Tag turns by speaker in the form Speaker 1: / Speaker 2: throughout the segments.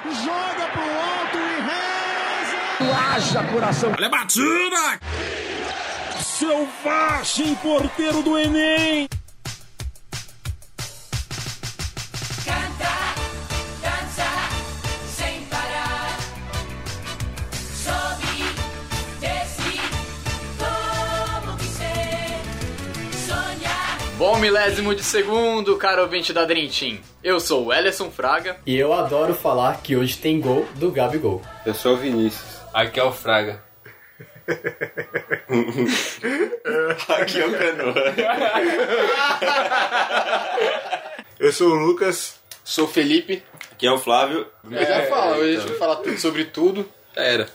Speaker 1: joga pro alto e reza. Haja coração.
Speaker 2: Olha a batida!
Speaker 1: Selvagem porteiro do Enem.
Speaker 3: Canta, dança, sem parar. Sobe, desce, como quiser. Sonhar.
Speaker 4: Bom milésimo de segundo, caro ouvinte da Dream Team. Eu sou o Ellison Fraga.
Speaker 5: E eu adoro falar que hoje tem gol do Gabigol.
Speaker 6: Eu sou o Vinícius.
Speaker 7: Aqui é o Fraga.
Speaker 6: Aqui é o Canoa.
Speaker 8: Eu sou o Lucas.
Speaker 4: Sou o Felipe.
Speaker 6: Aqui é o Flávio.
Speaker 4: Eu já falo, hoje a gente vai falar tudo sobre tudo.
Speaker 7: Já era.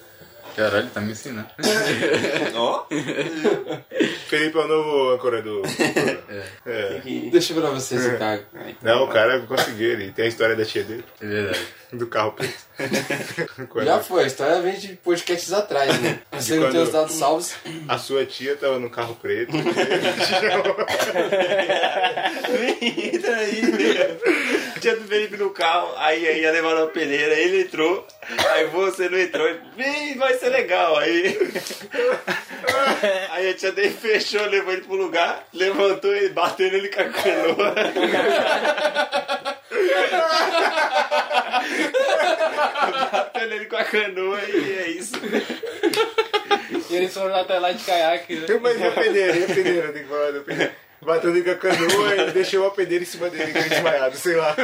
Speaker 7: Caralho, tá me ensinando.
Speaker 6: Ó.
Speaker 8: Felipe é o novo âncora do. É.
Speaker 7: Deixa eu pra você esse cargo.
Speaker 8: Não, o cara conseguiu, ele tem a história da tia dele,
Speaker 7: É verdade.
Speaker 8: do carro preto. Quando
Speaker 9: Já foi, a história vem de podcasts atrás, né? Você não tem
Speaker 8: É. quando-
Speaker 9: os dados salvos.
Speaker 8: A sua tia tava no carro preto.
Speaker 6: Entra aí. Tinha do Felipe no carro, aí aí ia levar na peneira, ele entrou, aí você não entrou, ele, vem, vai ser legal. Aí. Aí a tia dele fechou, levou ele pro lugar, levantou e bateu nele com a canoa. bateu nele com a canoa e é isso.
Speaker 4: E eles foram até lá de caiaque, né?
Speaker 8: Mas e a peneira, e a peneira, tem que falar da peneira. Bateu ele com a canoa e deixou a peneira em cima dele, que ele desmaiado, sei lá.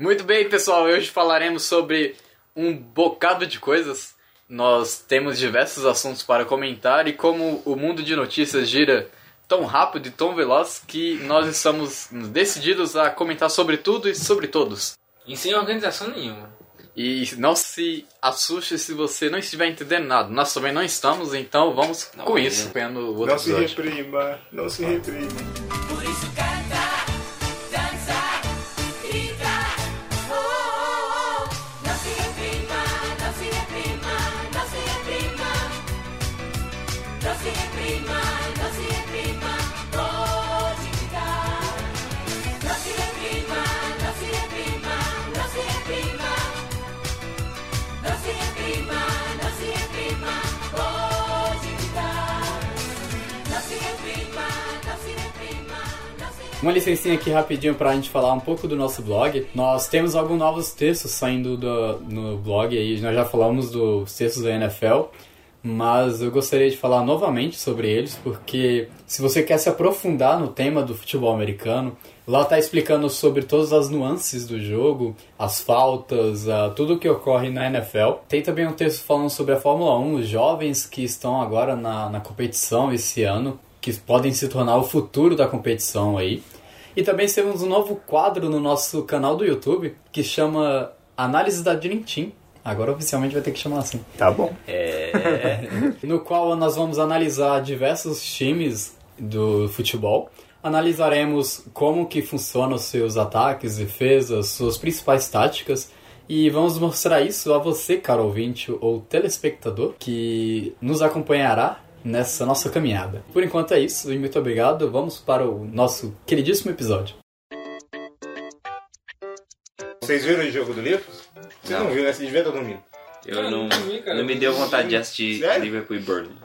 Speaker 4: Muito bem, pessoal, hoje falaremos sobre um bocado de coisas. Nós temos diversos assuntos para comentar e como o mundo de notícias gira tão rápido e tão veloz que nós estamos decididos a comentar sobre tudo e sobre todos.
Speaker 7: E sem organização nenhuma.
Speaker 4: E não se assuste se você não estiver entendendo nada. Nós também não estamos, então vamos com isso. Acompanhando o outro
Speaker 8: Não se
Speaker 4: episódio.
Speaker 8: reprima, não se reprima.
Speaker 3: Por isso canta, dança, grita. Oh, oh, oh. Não se reprima, não se reprima, não se reprima. Não se reprima, não se reprima. Pode gritar. Não se reprima, não se reprima, não se reprima. Não se reprima, não se reprima. Pode gritar. Não se reprima, não se reprima, não se reprima.
Speaker 5: Uma licencinha aqui rapidinho pra gente falar um pouco do nosso blog. Nós temos alguns novos textos saindo do, no blog aí, nós já falamos dos textos da NFL, mas eu gostaria de falar novamente sobre eles, porque se você quer se aprofundar no tema do futebol americano, lá tá explicando sobre todas as nuances do jogo, as faltas, ah, tudo o que ocorre na NFL. Tem também um texto falando sobre a Fórmula 1, os jovens que estão agora na, na competição esse ano, que podem se tornar o futuro da competição aí. E também temos um novo quadro no nosso canal do YouTube que chama Análise da Dream Team. Agora oficialmente vai ter que chamar assim.
Speaker 8: Tá bom.
Speaker 5: No qual nós vamos analisar diversos times do futebol. Analisaremos como que funcionam os seus ataques, defesas, suas principais táticas. E vamos mostrar isso a você, caro ouvinte ou telespectador, que nos acompanhará nessa nossa caminhada. Por enquanto é isso, e muito obrigado. Vamos para o nosso queridíssimo episódio.
Speaker 8: Vocês viram o jogo do livro? Vocês não, viram, né? Vocês deviam estar dormindo.
Speaker 6: Eu
Speaker 7: não-
Speaker 6: não me deu vontade de assistir
Speaker 8: Sério?
Speaker 6: Liverpool e Burnley.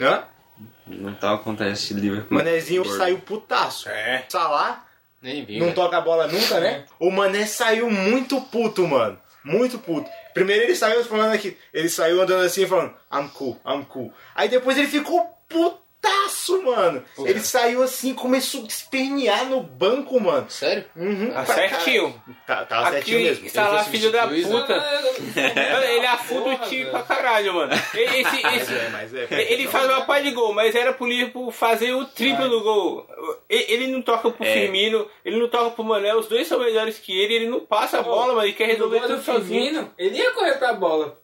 Speaker 8: Hã?
Speaker 6: Não tava com vontade de assistir Liverpool.
Speaker 8: Manezinho
Speaker 6: Burnley.
Speaker 8: saiu putaço. É. Salah
Speaker 7: Nem vi.
Speaker 8: Não toca a bola nunca, né? O Mané saiu muito puto, mano. Muito puto. Primeiro ele saiu falando aqui. Ele saiu andando assim falando, I'm cool, I'm cool. Aí depois ele ficou putaço, mano. Ele saiu assim, começou a espernear no banco, mano.
Speaker 7: Sério?
Speaker 8: Uhum.
Speaker 10: Tá certinho.
Speaker 8: Tá, tá certinho
Speaker 10: Aqui
Speaker 8: mesmo.
Speaker 10: está lá, filho da
Speaker 11: né?
Speaker 10: puta. Mano, ele afuda o
Speaker 7: Porra,
Speaker 10: time
Speaker 7: velho.
Speaker 10: pra caralho, mano. Ele- Esse,
Speaker 8: Mas é,
Speaker 10: esse,
Speaker 8: mas é.
Speaker 10: ele faz uma par de gol, mas era pro Liverpool fazer o triplo do gol. E- Ele não toca pro
Speaker 6: É.
Speaker 10: Firmino, ele não toca pro Mané, os dois são melhores que ele, ele não passa a bola, mas ele quer resolver tudo sozinho.
Speaker 7: Ele ia correr pra bola.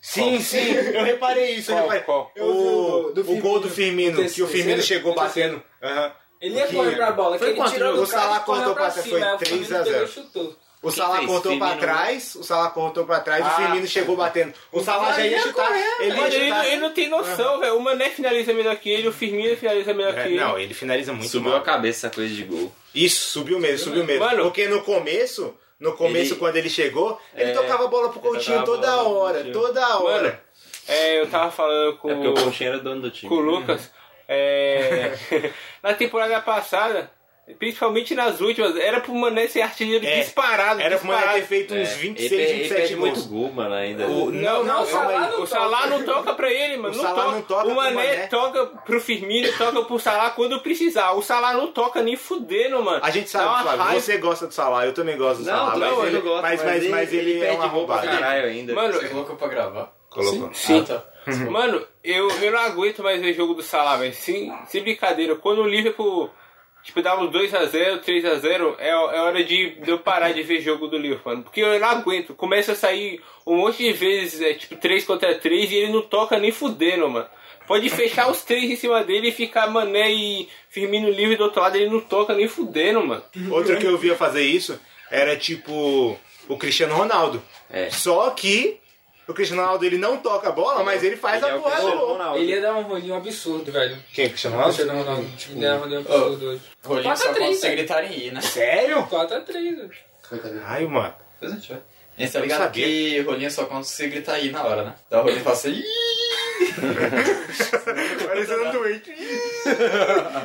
Speaker 8: Sim, sim, eu reparei isso. eu
Speaker 10: Qual,
Speaker 8: reparei.
Speaker 10: qual?
Speaker 8: O,
Speaker 9: Eu vi o do- do
Speaker 8: o gol do Firmino,
Speaker 9: Terceiro?
Speaker 8: que o Firmino chegou batendo. Aham.
Speaker 7: Ele ia
Speaker 8: Que-
Speaker 7: correr pra bola.
Speaker 8: Foi
Speaker 7: que ele
Speaker 8: quanto,
Speaker 7: tirou do
Speaker 8: Diogo? O Salah
Speaker 7: cara e correu
Speaker 8: cortou
Speaker 7: pra
Speaker 8: pra trás,
Speaker 7: cima.
Speaker 8: foi
Speaker 7: Aí o Firmino
Speaker 8: 3 a
Speaker 7: pegou
Speaker 8: 0.
Speaker 7: e chutou.
Speaker 8: O Salah
Speaker 6: fez?
Speaker 8: cortou pra
Speaker 6: Firmino,
Speaker 8: trás, o Salah cortou pra trás, o
Speaker 10: Ah.
Speaker 8: Firmino chegou batendo. O Salah já ia chutar, ele ia
Speaker 10: Mano, ele, não-
Speaker 8: chutar.
Speaker 10: ele não tem noção, velho. O Mané finaliza melhor que ele, o Firmino finaliza
Speaker 7: tá
Speaker 10: melhor
Speaker 8: É,
Speaker 10: que ele.
Speaker 8: não, ele finaliza muito
Speaker 6: Subiu
Speaker 8: mal.
Speaker 6: a cabeça essa coisa de gol.
Speaker 8: Isso, subiu mesmo, subiu mesmo.
Speaker 10: Mano.
Speaker 8: Porque no começo, No começo,
Speaker 11: Ele-
Speaker 8: quando ele chegou, ele
Speaker 11: É,
Speaker 8: tocava a bola pro
Speaker 11: ele tocava
Speaker 8: Coutinho
Speaker 11: a
Speaker 8: toda
Speaker 11: bola pro
Speaker 8: hora,
Speaker 11: Coutinho.
Speaker 8: toda hora.
Speaker 10: Mano, é, eu tava falando com,
Speaker 11: É porque o Coutinho era dono do time.
Speaker 10: com o Lucas. é, na temporada passada, principalmente nas últimas, era pro Mané ser artilheiro
Speaker 8: É,
Speaker 10: disparado.
Speaker 8: Era pro Mané
Speaker 10: disparado.
Speaker 8: ter feito uns
Speaker 11: É,
Speaker 8: 26,
Speaker 11: ele, per- ele
Speaker 8: 27
Speaker 11: perde muito
Speaker 8: gols.
Speaker 11: gol, mano, ainda.
Speaker 8: O-
Speaker 10: Não, não, o
Speaker 8: calma
Speaker 10: Salah
Speaker 8: aí.
Speaker 10: não, toca pra ele, mano.
Speaker 8: O
Speaker 10: não
Speaker 8: Salah
Speaker 10: toca.
Speaker 8: não toca
Speaker 10: o
Speaker 8: pro
Speaker 10: Mané,
Speaker 8: Mané.
Speaker 10: toca pro Firmino, toca pro Salah quando precisar. O Salah não toca nem fudendo, mano.
Speaker 8: A gente
Speaker 10: Dá uma
Speaker 8: sabe, Flávio,
Speaker 10: raiva.
Speaker 8: você gosta do Salah, eu também gosto do
Speaker 11: Não,
Speaker 8: Salah,
Speaker 11: não,
Speaker 8: mas,
Speaker 11: eu
Speaker 8: ele,
Speaker 11: não gosto,
Speaker 8: mas, mas, mas ele, é um
Speaker 11: perde gol pra
Speaker 8: arrombado.
Speaker 11: caralho ainda.
Speaker 10: Mano,
Speaker 6: Você colocou pra gravar?
Speaker 8: Colocou.
Speaker 10: Sim. Ah, tá. Mano, eu, eu não aguento mais ver jogo do Salah, velho. Sem, sem brincadeira. Quando o Liverpool, tipo, dava uns 2x0, 3x0, é, é hora de, de eu parar de ver jogo do Liverpool, mano. Porque eu não aguento. Começa a sair um monte de vezes, é, tipo, 3 contra 3 e ele não toca nem fudendo, mano. Pode fechar os três em cima dele e ficar Mané e Firmino livre do outro lado, ele não toca nem fudendo, mano.
Speaker 8: Outro que eu via fazer isso era tipo o Cristiano Ronaldo.
Speaker 11: É.
Speaker 8: Só que o Cristiano Ronaldo ele não toca a bola, mas ele faz
Speaker 11: Ele é
Speaker 8: a
Speaker 11: o
Speaker 8: porra do
Speaker 11: Cristiano
Speaker 8: gol.
Speaker 11: Ronaldo.
Speaker 12: Ele ia dar um rolinho absurdo, velho.
Speaker 8: Quem é o Cristiano
Speaker 12: Não,
Speaker 8: Ronaldo?
Speaker 12: não, não. Ele ia dar um rolinho absurdo hoje.
Speaker 6: Rolinho
Speaker 12: Passa
Speaker 6: só
Speaker 12: três,
Speaker 6: quando você
Speaker 12: velho.
Speaker 6: gritar em I, né?
Speaker 12: 4x3, velho.
Speaker 8: Ai, mano.
Speaker 6: Pois é, tio. E você tá
Speaker 8: Eu
Speaker 6: ligado
Speaker 8: sabia.
Speaker 6: que rolinho só quando você gritar I na hora, né? Dá o rolinho e fala assim "Ih",
Speaker 8: Parecendo um doente.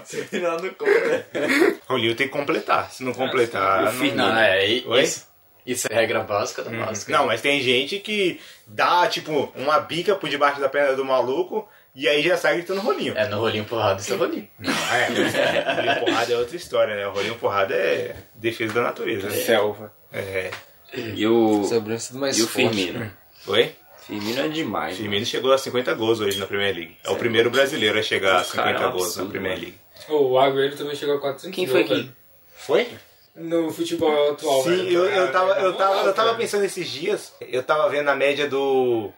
Speaker 6: você
Speaker 11: tá
Speaker 6: vira lá no colo, né?
Speaker 8: Rolinho tem que completar.
Speaker 11: Ah,
Speaker 8: Se não completar. não-
Speaker 6: Não, é, e-
Speaker 8: Oi?
Speaker 6: isso. Isso é regra básica da básica.
Speaker 8: Não, mas tem gente que dá, tipo, uma bica por debaixo da perna do maluco e aí já sai gritando rolinho.
Speaker 6: É no rolinho empurrado, isso é rolinho.
Speaker 8: Ah, é, mas é, rolinho porrada é outra história, né? O rolinho porrada é defesa da natureza. né?
Speaker 10: Selva.
Speaker 8: É.
Speaker 11: E o,
Speaker 9: Sobrança do mais
Speaker 11: e o
Speaker 9: forte.
Speaker 11: Firmino.
Speaker 8: Oi?
Speaker 11: Firmino é demais.
Speaker 8: Firmino chegou a 50 gols hoje na Premier League. É o primeiro brasileiro a chegar a
Speaker 11: Esse cara é
Speaker 8: 50
Speaker 11: um
Speaker 8: gols na
Speaker 11: absurdo,
Speaker 8: Premier
Speaker 11: mano.
Speaker 8: League.
Speaker 12: Ô, Tipo, o Agüero também chegou a 400
Speaker 11: Quem foi
Speaker 12: velho.
Speaker 11: que...
Speaker 8: Foi?
Speaker 12: No futebol atual,
Speaker 8: Sim,
Speaker 12: velho.
Speaker 8: eu, eu,
Speaker 12: Ah,
Speaker 8: tava,
Speaker 12: velho,
Speaker 8: eu,
Speaker 12: na
Speaker 8: tava,
Speaker 12: moral,
Speaker 8: eu tava
Speaker 12: velho.
Speaker 8: pensando esses dias, eu tava vendo a média do,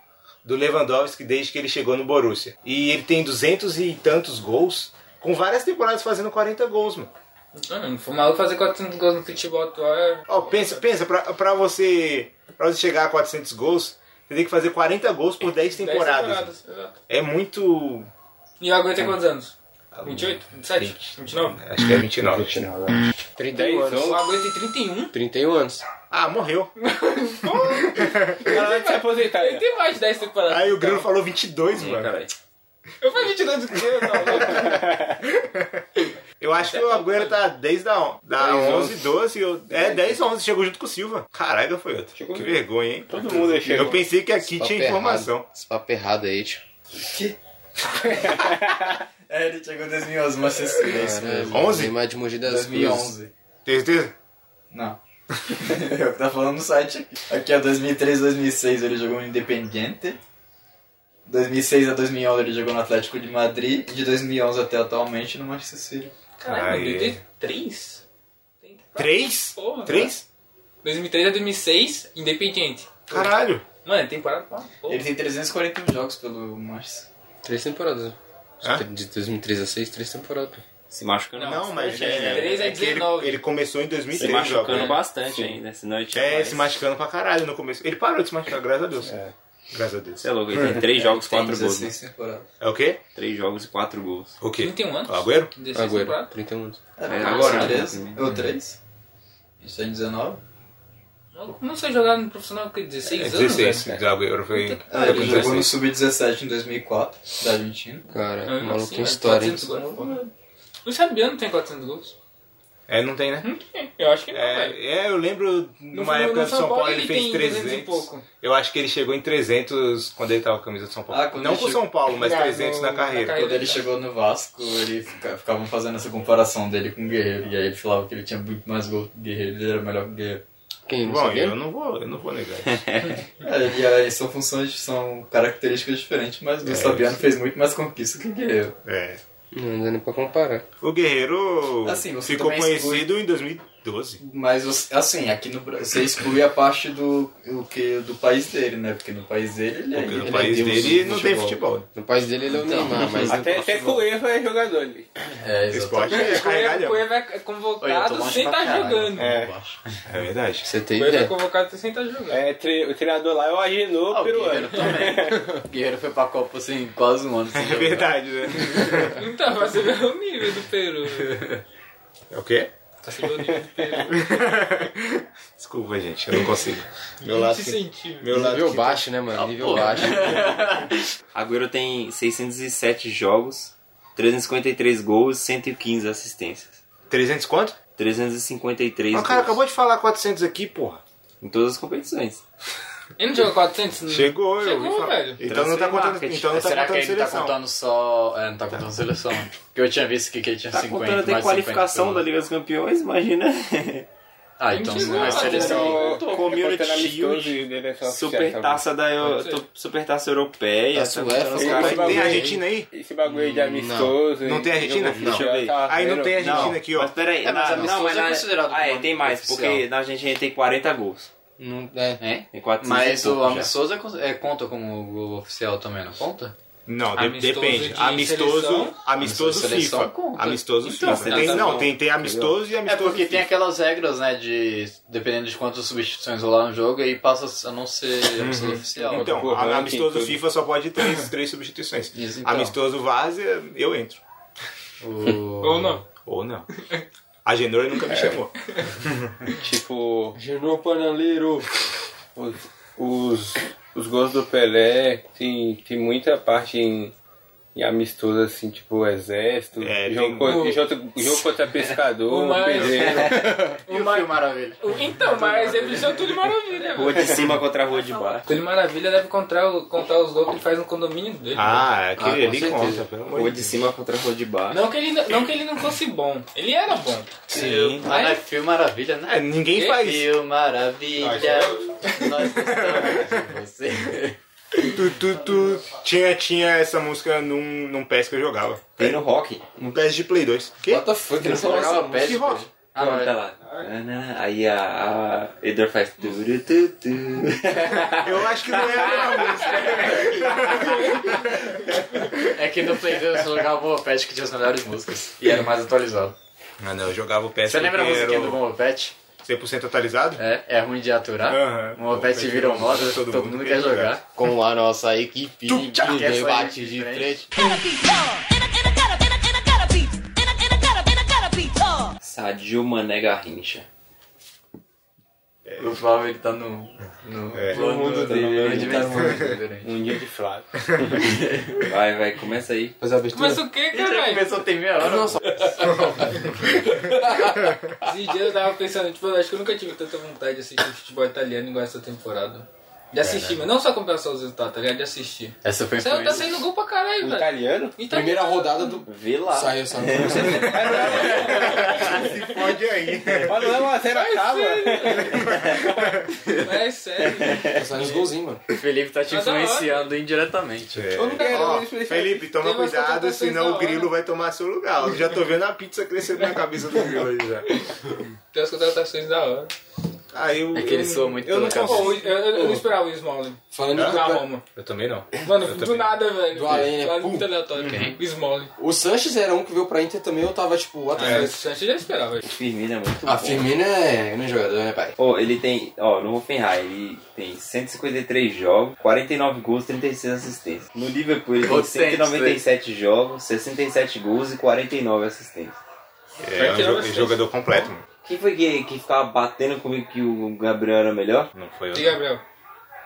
Speaker 8: do Lewandowski desde que ele chegou no Borussia. E ele tem 200 e tantos gols, com várias temporadas fazendo 40 gols, mano.
Speaker 12: Hum, foi maluco fazer 400 gols no futebol atual é...
Speaker 8: Ó, pensa, pensa pra, pra, você, pra você chegar a 400 gols, você tem que fazer 40 gols por 10
Speaker 12: 10
Speaker 8: temporadas.
Speaker 10: Então,
Speaker 12: exato.
Speaker 8: É muito...
Speaker 12: E o Agüero tem quantos anos? 28? 27? 29?
Speaker 8: Acho que é 29.
Speaker 9: 31
Speaker 10: 10
Speaker 9: anos.
Speaker 10: anos.
Speaker 12: O Agüero tem 31?
Speaker 9: 31 anos.
Speaker 8: Ah, morreu.
Speaker 10: Ela vai se aposentar.
Speaker 12: Ele tem mais de 10 temporadas.
Speaker 8: Aí o Grilo falou 22, mano.
Speaker 11: Caralho.
Speaker 12: Eu falei 22 do eu né? tava louco.
Speaker 8: Eu acho que o Agüero tá desde a on- da 11, 12. eu- é, 10, 11. Chegou junto com o Silva. Caraca, foi outro. que vergonha, hein?
Speaker 10: Todo mundo aí chegou.
Speaker 8: Eu pensei que aqui
Speaker 9: Papo
Speaker 8: tinha informação.
Speaker 9: Errado. Esse papo errado aí, tipo, tio.
Speaker 6: É, ele chegou em 2011, mas vocês
Speaker 9: Caramba,
Speaker 8: 11?
Speaker 9: Neymar de Mogi das Cruzes.
Speaker 6: 2011.
Speaker 8: Tem certeza?
Speaker 6: Não. Eu que tá falando no site aqui. Aqui é 2003, 2006 ele jogou no Independiente. 2006 a 2011 ele jogou no Atlético de Madrid. E de 2011 até atualmente no Manchester City.
Speaker 12: Caralho,
Speaker 8: Aí.
Speaker 12: mano, ele tem 3?
Speaker 8: Três?
Speaker 12: Porra.
Speaker 8: Três?
Speaker 12: 2003 a 2006, Independiente.
Speaker 8: Caralho.
Speaker 12: Mano, ele tem parado pra porra.
Speaker 6: Ele tem 341 jogos pelo Manchester.
Speaker 9: Três temporadas.
Speaker 8: Hã?
Speaker 9: De 2003 a 6, três temporadas.
Speaker 11: Se machucando
Speaker 12: Não,
Speaker 8: Não, mas é,
Speaker 12: 23 é
Speaker 8: é que ele,
Speaker 12: 19.
Speaker 8: ele começou em
Speaker 11: Se
Speaker 8: 2003 o jogo.
Speaker 11: machucando
Speaker 8: né?
Speaker 11: bastante ainda, senão ele tinha
Speaker 8: É,
Speaker 11: mais.
Speaker 8: se machucando pra caralho no começo. Ele parou de se machucar, graças a Deus. Graças a Deus.
Speaker 11: Você é louco, ele tem 3 jogos, 4
Speaker 6: Tem
Speaker 11: gols.
Speaker 6: 16 temporadas.
Speaker 8: É o quê?
Speaker 11: 3 jogos e 4 gols.
Speaker 8: O quê?
Speaker 12: 31 anos.
Speaker 8: O Agüero?
Speaker 12: 16
Speaker 9: Agüero,
Speaker 12: temporadas.
Speaker 9: 31 anos.
Speaker 6: É,
Speaker 11: É,
Speaker 6: agora,
Speaker 11: agora,
Speaker 6: 13.
Speaker 11: né?
Speaker 6: Ou 3. A gente tá em 19.
Speaker 12: Maluco, Não sei jogar no profissional com 16 anos, velho.
Speaker 8: 16. O É Agüero foi...
Speaker 6: Ah, ele jogou no Sub-17 em 2004, da Argentina.
Speaker 9: Cara,
Speaker 12: Ah,
Speaker 9: o maluco
Speaker 12: sim,
Speaker 9: tem
Speaker 12: velho,
Speaker 9: história, hein?
Speaker 12: 400 gols, porra. O Sabiano tem 400 gols.
Speaker 8: É, não tem, né?
Speaker 12: Não tem, Eu acho que não, velho.
Speaker 8: É, é, eu lembro
Speaker 12: No
Speaker 8: numa
Speaker 12: São-
Speaker 8: época
Speaker 12: no
Speaker 8: do São Paulo, ele fez
Speaker 12: tem
Speaker 8: 300.
Speaker 12: 200 e pouco.
Speaker 8: Eu acho que ele chegou em 300 quando ele tava com a camisa do São Paulo.
Speaker 6: Ah, quando
Speaker 8: não
Speaker 6: ele
Speaker 8: com o
Speaker 6: chegou-
Speaker 8: São Paulo, mas
Speaker 12: Não,
Speaker 8: 300
Speaker 12: no-
Speaker 8: na carreira.
Speaker 12: na
Speaker 6: Quando ele chegou no Vasco, ele fica- ficavam fazendo essa comparação dele com o Guerreiro. E aí ele falava que ele tinha muito mais gol que o Guerreiro, ele era melhor que o Guerreiro.
Speaker 9: Quem não
Speaker 8: Bom,
Speaker 9: sabia?
Speaker 8: eu não vou, eu não vou negar. isso.
Speaker 6: É, e aí são funções, são características diferentes, mas o Sabiano fez muito mais conquista que o Guerreiro.
Speaker 8: É.
Speaker 9: Não, não dá nem pra comparar.
Speaker 8: O Guerreiro
Speaker 6: Assim, você
Speaker 8: ficou
Speaker 6: também exclui-
Speaker 8: conhecido em 2012.
Speaker 6: Mas você- assim, aqui no Brasil, você exclui a parte do, o que, do país dele, né? Porque no país dele ele é.
Speaker 8: Porque
Speaker 6: ele
Speaker 8: no
Speaker 6: é
Speaker 8: país
Speaker 12: um
Speaker 6: Deus
Speaker 8: dele
Speaker 6: do
Speaker 8: não tem futebol.
Speaker 9: No país dele ele é o
Speaker 5: Então.
Speaker 9: Neymar, mas...
Speaker 10: Até, até com o erro é jogador ali.
Speaker 6: É,
Speaker 8: Esporte
Speaker 6: exatamente.
Speaker 8: é
Speaker 12: O
Speaker 8: carregadão.
Speaker 12: Cueva é convocado sem estar jogando.
Speaker 8: É. É verdade.
Speaker 9: Você tem
Speaker 12: O Cueva é
Speaker 9: ideia?
Speaker 12: convocado sem estar jogando.
Speaker 10: É, tre- o treinador lá é o Agenor
Speaker 6: Ah, o Guerreiro
Speaker 10: peruano.
Speaker 6: também. O Guerreiro foi pra Copa assim, quase um ano. sem
Speaker 8: É
Speaker 6: jogar.
Speaker 8: verdade, né?
Speaker 12: Então, pra você ver o nível do Peru.
Speaker 8: É o quê?
Speaker 10: Tá chegando o nível de Pedro.
Speaker 8: Desculpa, gente, eu não consigo. Meu lado,
Speaker 10: 20 centímetros.
Speaker 8: meu lado
Speaker 9: Nível baixo, né, mano? Nível
Speaker 5: Ah, porra.
Speaker 9: baixo.
Speaker 12: Agüero tem 607 jogos, 353 gols, 115 assistências.
Speaker 8: 300 quanto?
Speaker 12: 353
Speaker 8: Mas o Ah, cara
Speaker 12: gols
Speaker 8: acabou de falar 400 aqui, porra.
Speaker 12: em todas as competições.
Speaker 10: Ele não jogou 400? não?
Speaker 8: Chegou, eu
Speaker 10: Chegou,
Speaker 8: ouvi falar.
Speaker 10: velho.
Speaker 8: Então não tá
Speaker 12: Transfer
Speaker 8: contando,
Speaker 12: market.
Speaker 8: então não tá
Speaker 5: Será que
Speaker 8: contando
Speaker 5: ele tá
Speaker 8: seleção.
Speaker 5: contando só. É, não tá contando seleção. né? Porque eu tinha visto que, que ele tinha
Speaker 12: Tá
Speaker 5: 50.
Speaker 12: contando até
Speaker 5: mais
Speaker 12: qualificação
Speaker 5: 50
Speaker 12: da Liga dos Campeões, imagina.
Speaker 5: Ah, então
Speaker 10: Não
Speaker 5: não é
Speaker 10: chegou,
Speaker 5: seleção.
Speaker 12: Eu tô Community Shield,
Speaker 6: tá
Speaker 12: Supertaça da Eu- to- Supertaça Europeia,
Speaker 9: Da
Speaker 12: tá
Speaker 9: Suécia,
Speaker 12: contando os
Speaker 9: tem
Speaker 12: caras
Speaker 8: Mas
Speaker 12: que
Speaker 8: Tem
Speaker 12: tem-
Speaker 8: a Argentina aí?
Speaker 13: Esse bagulho aí de amistoso.
Speaker 8: Não
Speaker 13: e-
Speaker 8: tem Argentina?
Speaker 13: e jogo
Speaker 12: Não.
Speaker 13: oficial,
Speaker 12: Deixa eu ver.
Speaker 13: tá,
Speaker 8: Aí não tem a
Speaker 13: zero.
Speaker 8: Argentina aqui, ó.
Speaker 12: Mas peraí,
Speaker 5: É, mas
Speaker 12: na-
Speaker 5: amistoso
Speaker 12: não, mas
Speaker 5: é
Speaker 12: na-
Speaker 5: considerado
Speaker 12: Ah, é,
Speaker 5: como
Speaker 12: tem mais,
Speaker 5: oficial.
Speaker 12: porque na Argentina tem 40 gols.
Speaker 9: Não, é.
Speaker 5: É?
Speaker 12: Tem 400
Speaker 5: Mas
Speaker 12: e pouco
Speaker 5: o
Speaker 12: já.
Speaker 5: amistoso é, con- é- conta como gol oficial também, não conta?
Speaker 8: Não, de-
Speaker 10: Amistoso
Speaker 8: depende.
Speaker 10: de
Speaker 8: Amistoso,
Speaker 10: seleção?
Speaker 8: amistoso
Speaker 5: Seleção
Speaker 8: FIFA.
Speaker 5: conta.
Speaker 8: Amistoso
Speaker 5: Então,
Speaker 8: FIFA.
Speaker 12: tá,
Speaker 8: Tem-
Speaker 12: tá
Speaker 8: não,
Speaker 10: bom.
Speaker 8: tem, tem amistoso e
Speaker 5: É
Speaker 8: amistoso
Speaker 5: porque tem
Speaker 8: FIFA.
Speaker 5: aquelas regras, né, de dependendo de quantas substituições rolar no jogo, aí passa a não ser amistoso oficial.
Speaker 8: Uhum. Então,
Speaker 13: Porra,
Speaker 8: a-
Speaker 13: ranking,
Speaker 8: amistoso
Speaker 13: tudo.
Speaker 8: FIFA só pode três, três substituições.
Speaker 5: Isso, então.
Speaker 8: Amistoso Várzea, eu entro.
Speaker 5: O-
Speaker 10: Ou não.
Speaker 8: Ou não. A Genor nunca me chamou.
Speaker 13: Tipo. Genô Panaleiro. Os, os, os gols do Pelé tem, tem muita parte em, em amistoso, assim, tipo exército,
Speaker 8: É,
Speaker 13: jogo,
Speaker 8: tem-
Speaker 13: co- jogo, jogo contra
Speaker 10: O
Speaker 13: pescador,
Speaker 10: mais-
Speaker 13: pedreiro.
Speaker 5: E o filme Maravilha?
Speaker 10: Então, mas ele já tudo de maravilha, velho.
Speaker 12: Rua de cima contra a rua de baixo.
Speaker 10: Tudo de maravilha deve contar, o- contar os gols que ele faz no condomínio dele.
Speaker 8: Ah, aquele
Speaker 9: com
Speaker 8: ali
Speaker 9: certeza.
Speaker 8: conta, pelo amor
Speaker 12: Rua
Speaker 8: de
Speaker 12: de cima contra a rua de
Speaker 5: Ah.
Speaker 12: baixo.
Speaker 10: Não que, ele, não que ele não fosse bom. Ele era bom.
Speaker 8: Sim.
Speaker 5: Mas não é filme Maravilha, né?
Speaker 8: É, ninguém
Speaker 10: Que
Speaker 8: faz.
Speaker 5: Filme Maravilha, nós gostamos de você.
Speaker 8: Tu, tu, tu. Tinha, tinha essa música num, num PES que eu jogava.
Speaker 12: Tem no rock.
Speaker 8: Num PES Um de Play 2. Que?
Speaker 9: What the fuck?
Speaker 5: Ele só jogava
Speaker 8: que
Speaker 5: pé.
Speaker 8: rock?
Speaker 5: Ah, não,
Speaker 12: Não, tá
Speaker 5: é.
Speaker 12: lá. Aí a, a Edor faz. Tu, tu, tu.
Speaker 8: Eu acho que não é a mesma música.
Speaker 5: É que no Play 2 eu só jogava o Pet que tinha as melhores músicas. E era o mais atualizado.
Speaker 8: Ah, não, eu jogava o PES
Speaker 5: Você lembra a
Speaker 8: porque era
Speaker 5: musiquinha do Bomba Pet?
Speaker 8: o 100% atualizado?
Speaker 5: É, é ruim de aturar.
Speaker 8: Aham.
Speaker 5: O Bomba Pet virou moda, todo, mundo quer jogar. é
Speaker 9: Com a nossa equipe,
Speaker 5: quer sair
Speaker 9: ninguém bate
Speaker 5: de
Speaker 9: de
Speaker 5: frente.
Speaker 9: frente.
Speaker 12: Sadio Mané Garrincha.
Speaker 5: O Flávio ele tá no. no
Speaker 8: É.
Speaker 5: no mundo dele, ele
Speaker 12: né?
Speaker 5: tá no
Speaker 9: é
Speaker 5: mundo diferente.
Speaker 12: Um dia de Flávio. Vai, vai, começa aí.
Speaker 9: Fazer a abertura.
Speaker 10: Mas o que,
Speaker 5: Já
Speaker 10: caralho?
Speaker 5: começou tem meia hora.
Speaker 10: Esses dias eu tava pensando, tipo, eu acho que eu nunca tive tanta vontade de assistir futebol italiano igual essa temporada. De assistir, mas não só comprar só os resultados, tá ligado? De assistir.
Speaker 5: Essa foi a
Speaker 10: Saiu, tá
Speaker 5: influência.
Speaker 10: saindo gol pra caralho, velho.
Speaker 13: Italiano?
Speaker 10: Então,
Speaker 9: Primeira rodada do.
Speaker 12: Vê lá.
Speaker 9: Saiu, saiu.
Speaker 8: Pode aí.
Speaker 13: Mas não é uma zero acaba.
Speaker 10: é sério.
Speaker 9: Saiu os golzinhos, mano.
Speaker 5: O Felipe tá te
Speaker 10: Tá da hora.
Speaker 5: influenciando indiretamente.
Speaker 8: É.
Speaker 13: Eu não quero
Speaker 8: Ó,
Speaker 13: mais expressar.
Speaker 8: Felipe, toma
Speaker 10: Tem umas
Speaker 8: cuidado,
Speaker 10: contratações
Speaker 8: senão
Speaker 10: da
Speaker 8: o grilo
Speaker 10: hora.
Speaker 8: vai tomar seu lugar. Eu já tô vendo a pizza crescendo na cabeça do grilo aí já.
Speaker 10: Tem umas contratações da hora.
Speaker 8: Aí eu,
Speaker 5: É que ele soa muito
Speaker 8: eu não
Speaker 5: pela
Speaker 8: consigo.
Speaker 10: Pô, eu, eu- eu não esperava o Smalling
Speaker 9: Falando
Speaker 10: da
Speaker 9: do.
Speaker 10: Roma.
Speaker 8: Eu também não.
Speaker 10: Mano,
Speaker 8: Eu
Speaker 10: do
Speaker 8: também.
Speaker 10: nada, velho.
Speaker 9: Do além, né?
Speaker 10: Lá
Speaker 9: Pum.
Speaker 10: muito aleatório. O Smalling.
Speaker 9: O Sanches era um que veio pra Inter também, eu tava tipo, what the
Speaker 10: É.
Speaker 9: fuck?
Speaker 10: Isso a gente já esperava.
Speaker 12: O Firmino é muito
Speaker 9: A
Speaker 12: bom.
Speaker 9: Firmino é grande jogador, né, pai?
Speaker 12: Ó, ele tem, ó, no Hoffenheim, ele tem 153 jogos, 49 gols, 36 assistências. No Liverpool, ele tem
Speaker 5: Outro
Speaker 12: 197 jogos, 67 gols e 49 assistências.
Speaker 8: É um
Speaker 10: que era
Speaker 8: jo-
Speaker 10: vocês.
Speaker 8: jogador completo, mano.
Speaker 12: Quem foi que, que ficava batendo comigo que o Gabriel era melhor?
Speaker 8: Não foi
Speaker 10: E
Speaker 8: eu.
Speaker 10: Gabriel?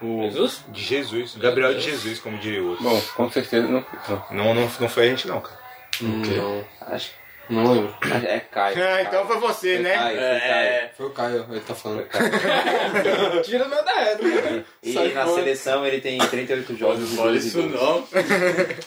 Speaker 8: O-
Speaker 10: Jesus?
Speaker 8: De Jesus. Gabriel de Jesus, como diria o outro.
Speaker 13: Bom, com certeza não. não.
Speaker 8: Não, não, não foi a gente não, cara.
Speaker 9: Não,
Speaker 12: Acho
Speaker 9: não lembro.
Speaker 12: que é Caio.
Speaker 8: Ah, então foi você,
Speaker 12: Foi
Speaker 8: né?
Speaker 12: Caio, foi
Speaker 13: É,
Speaker 12: Caio.
Speaker 9: Foi o Caio, ele tá falando.
Speaker 10: Tira meu da reta.
Speaker 12: E na seleção ele tem 38 jogos e 12 gols.
Speaker 5: não.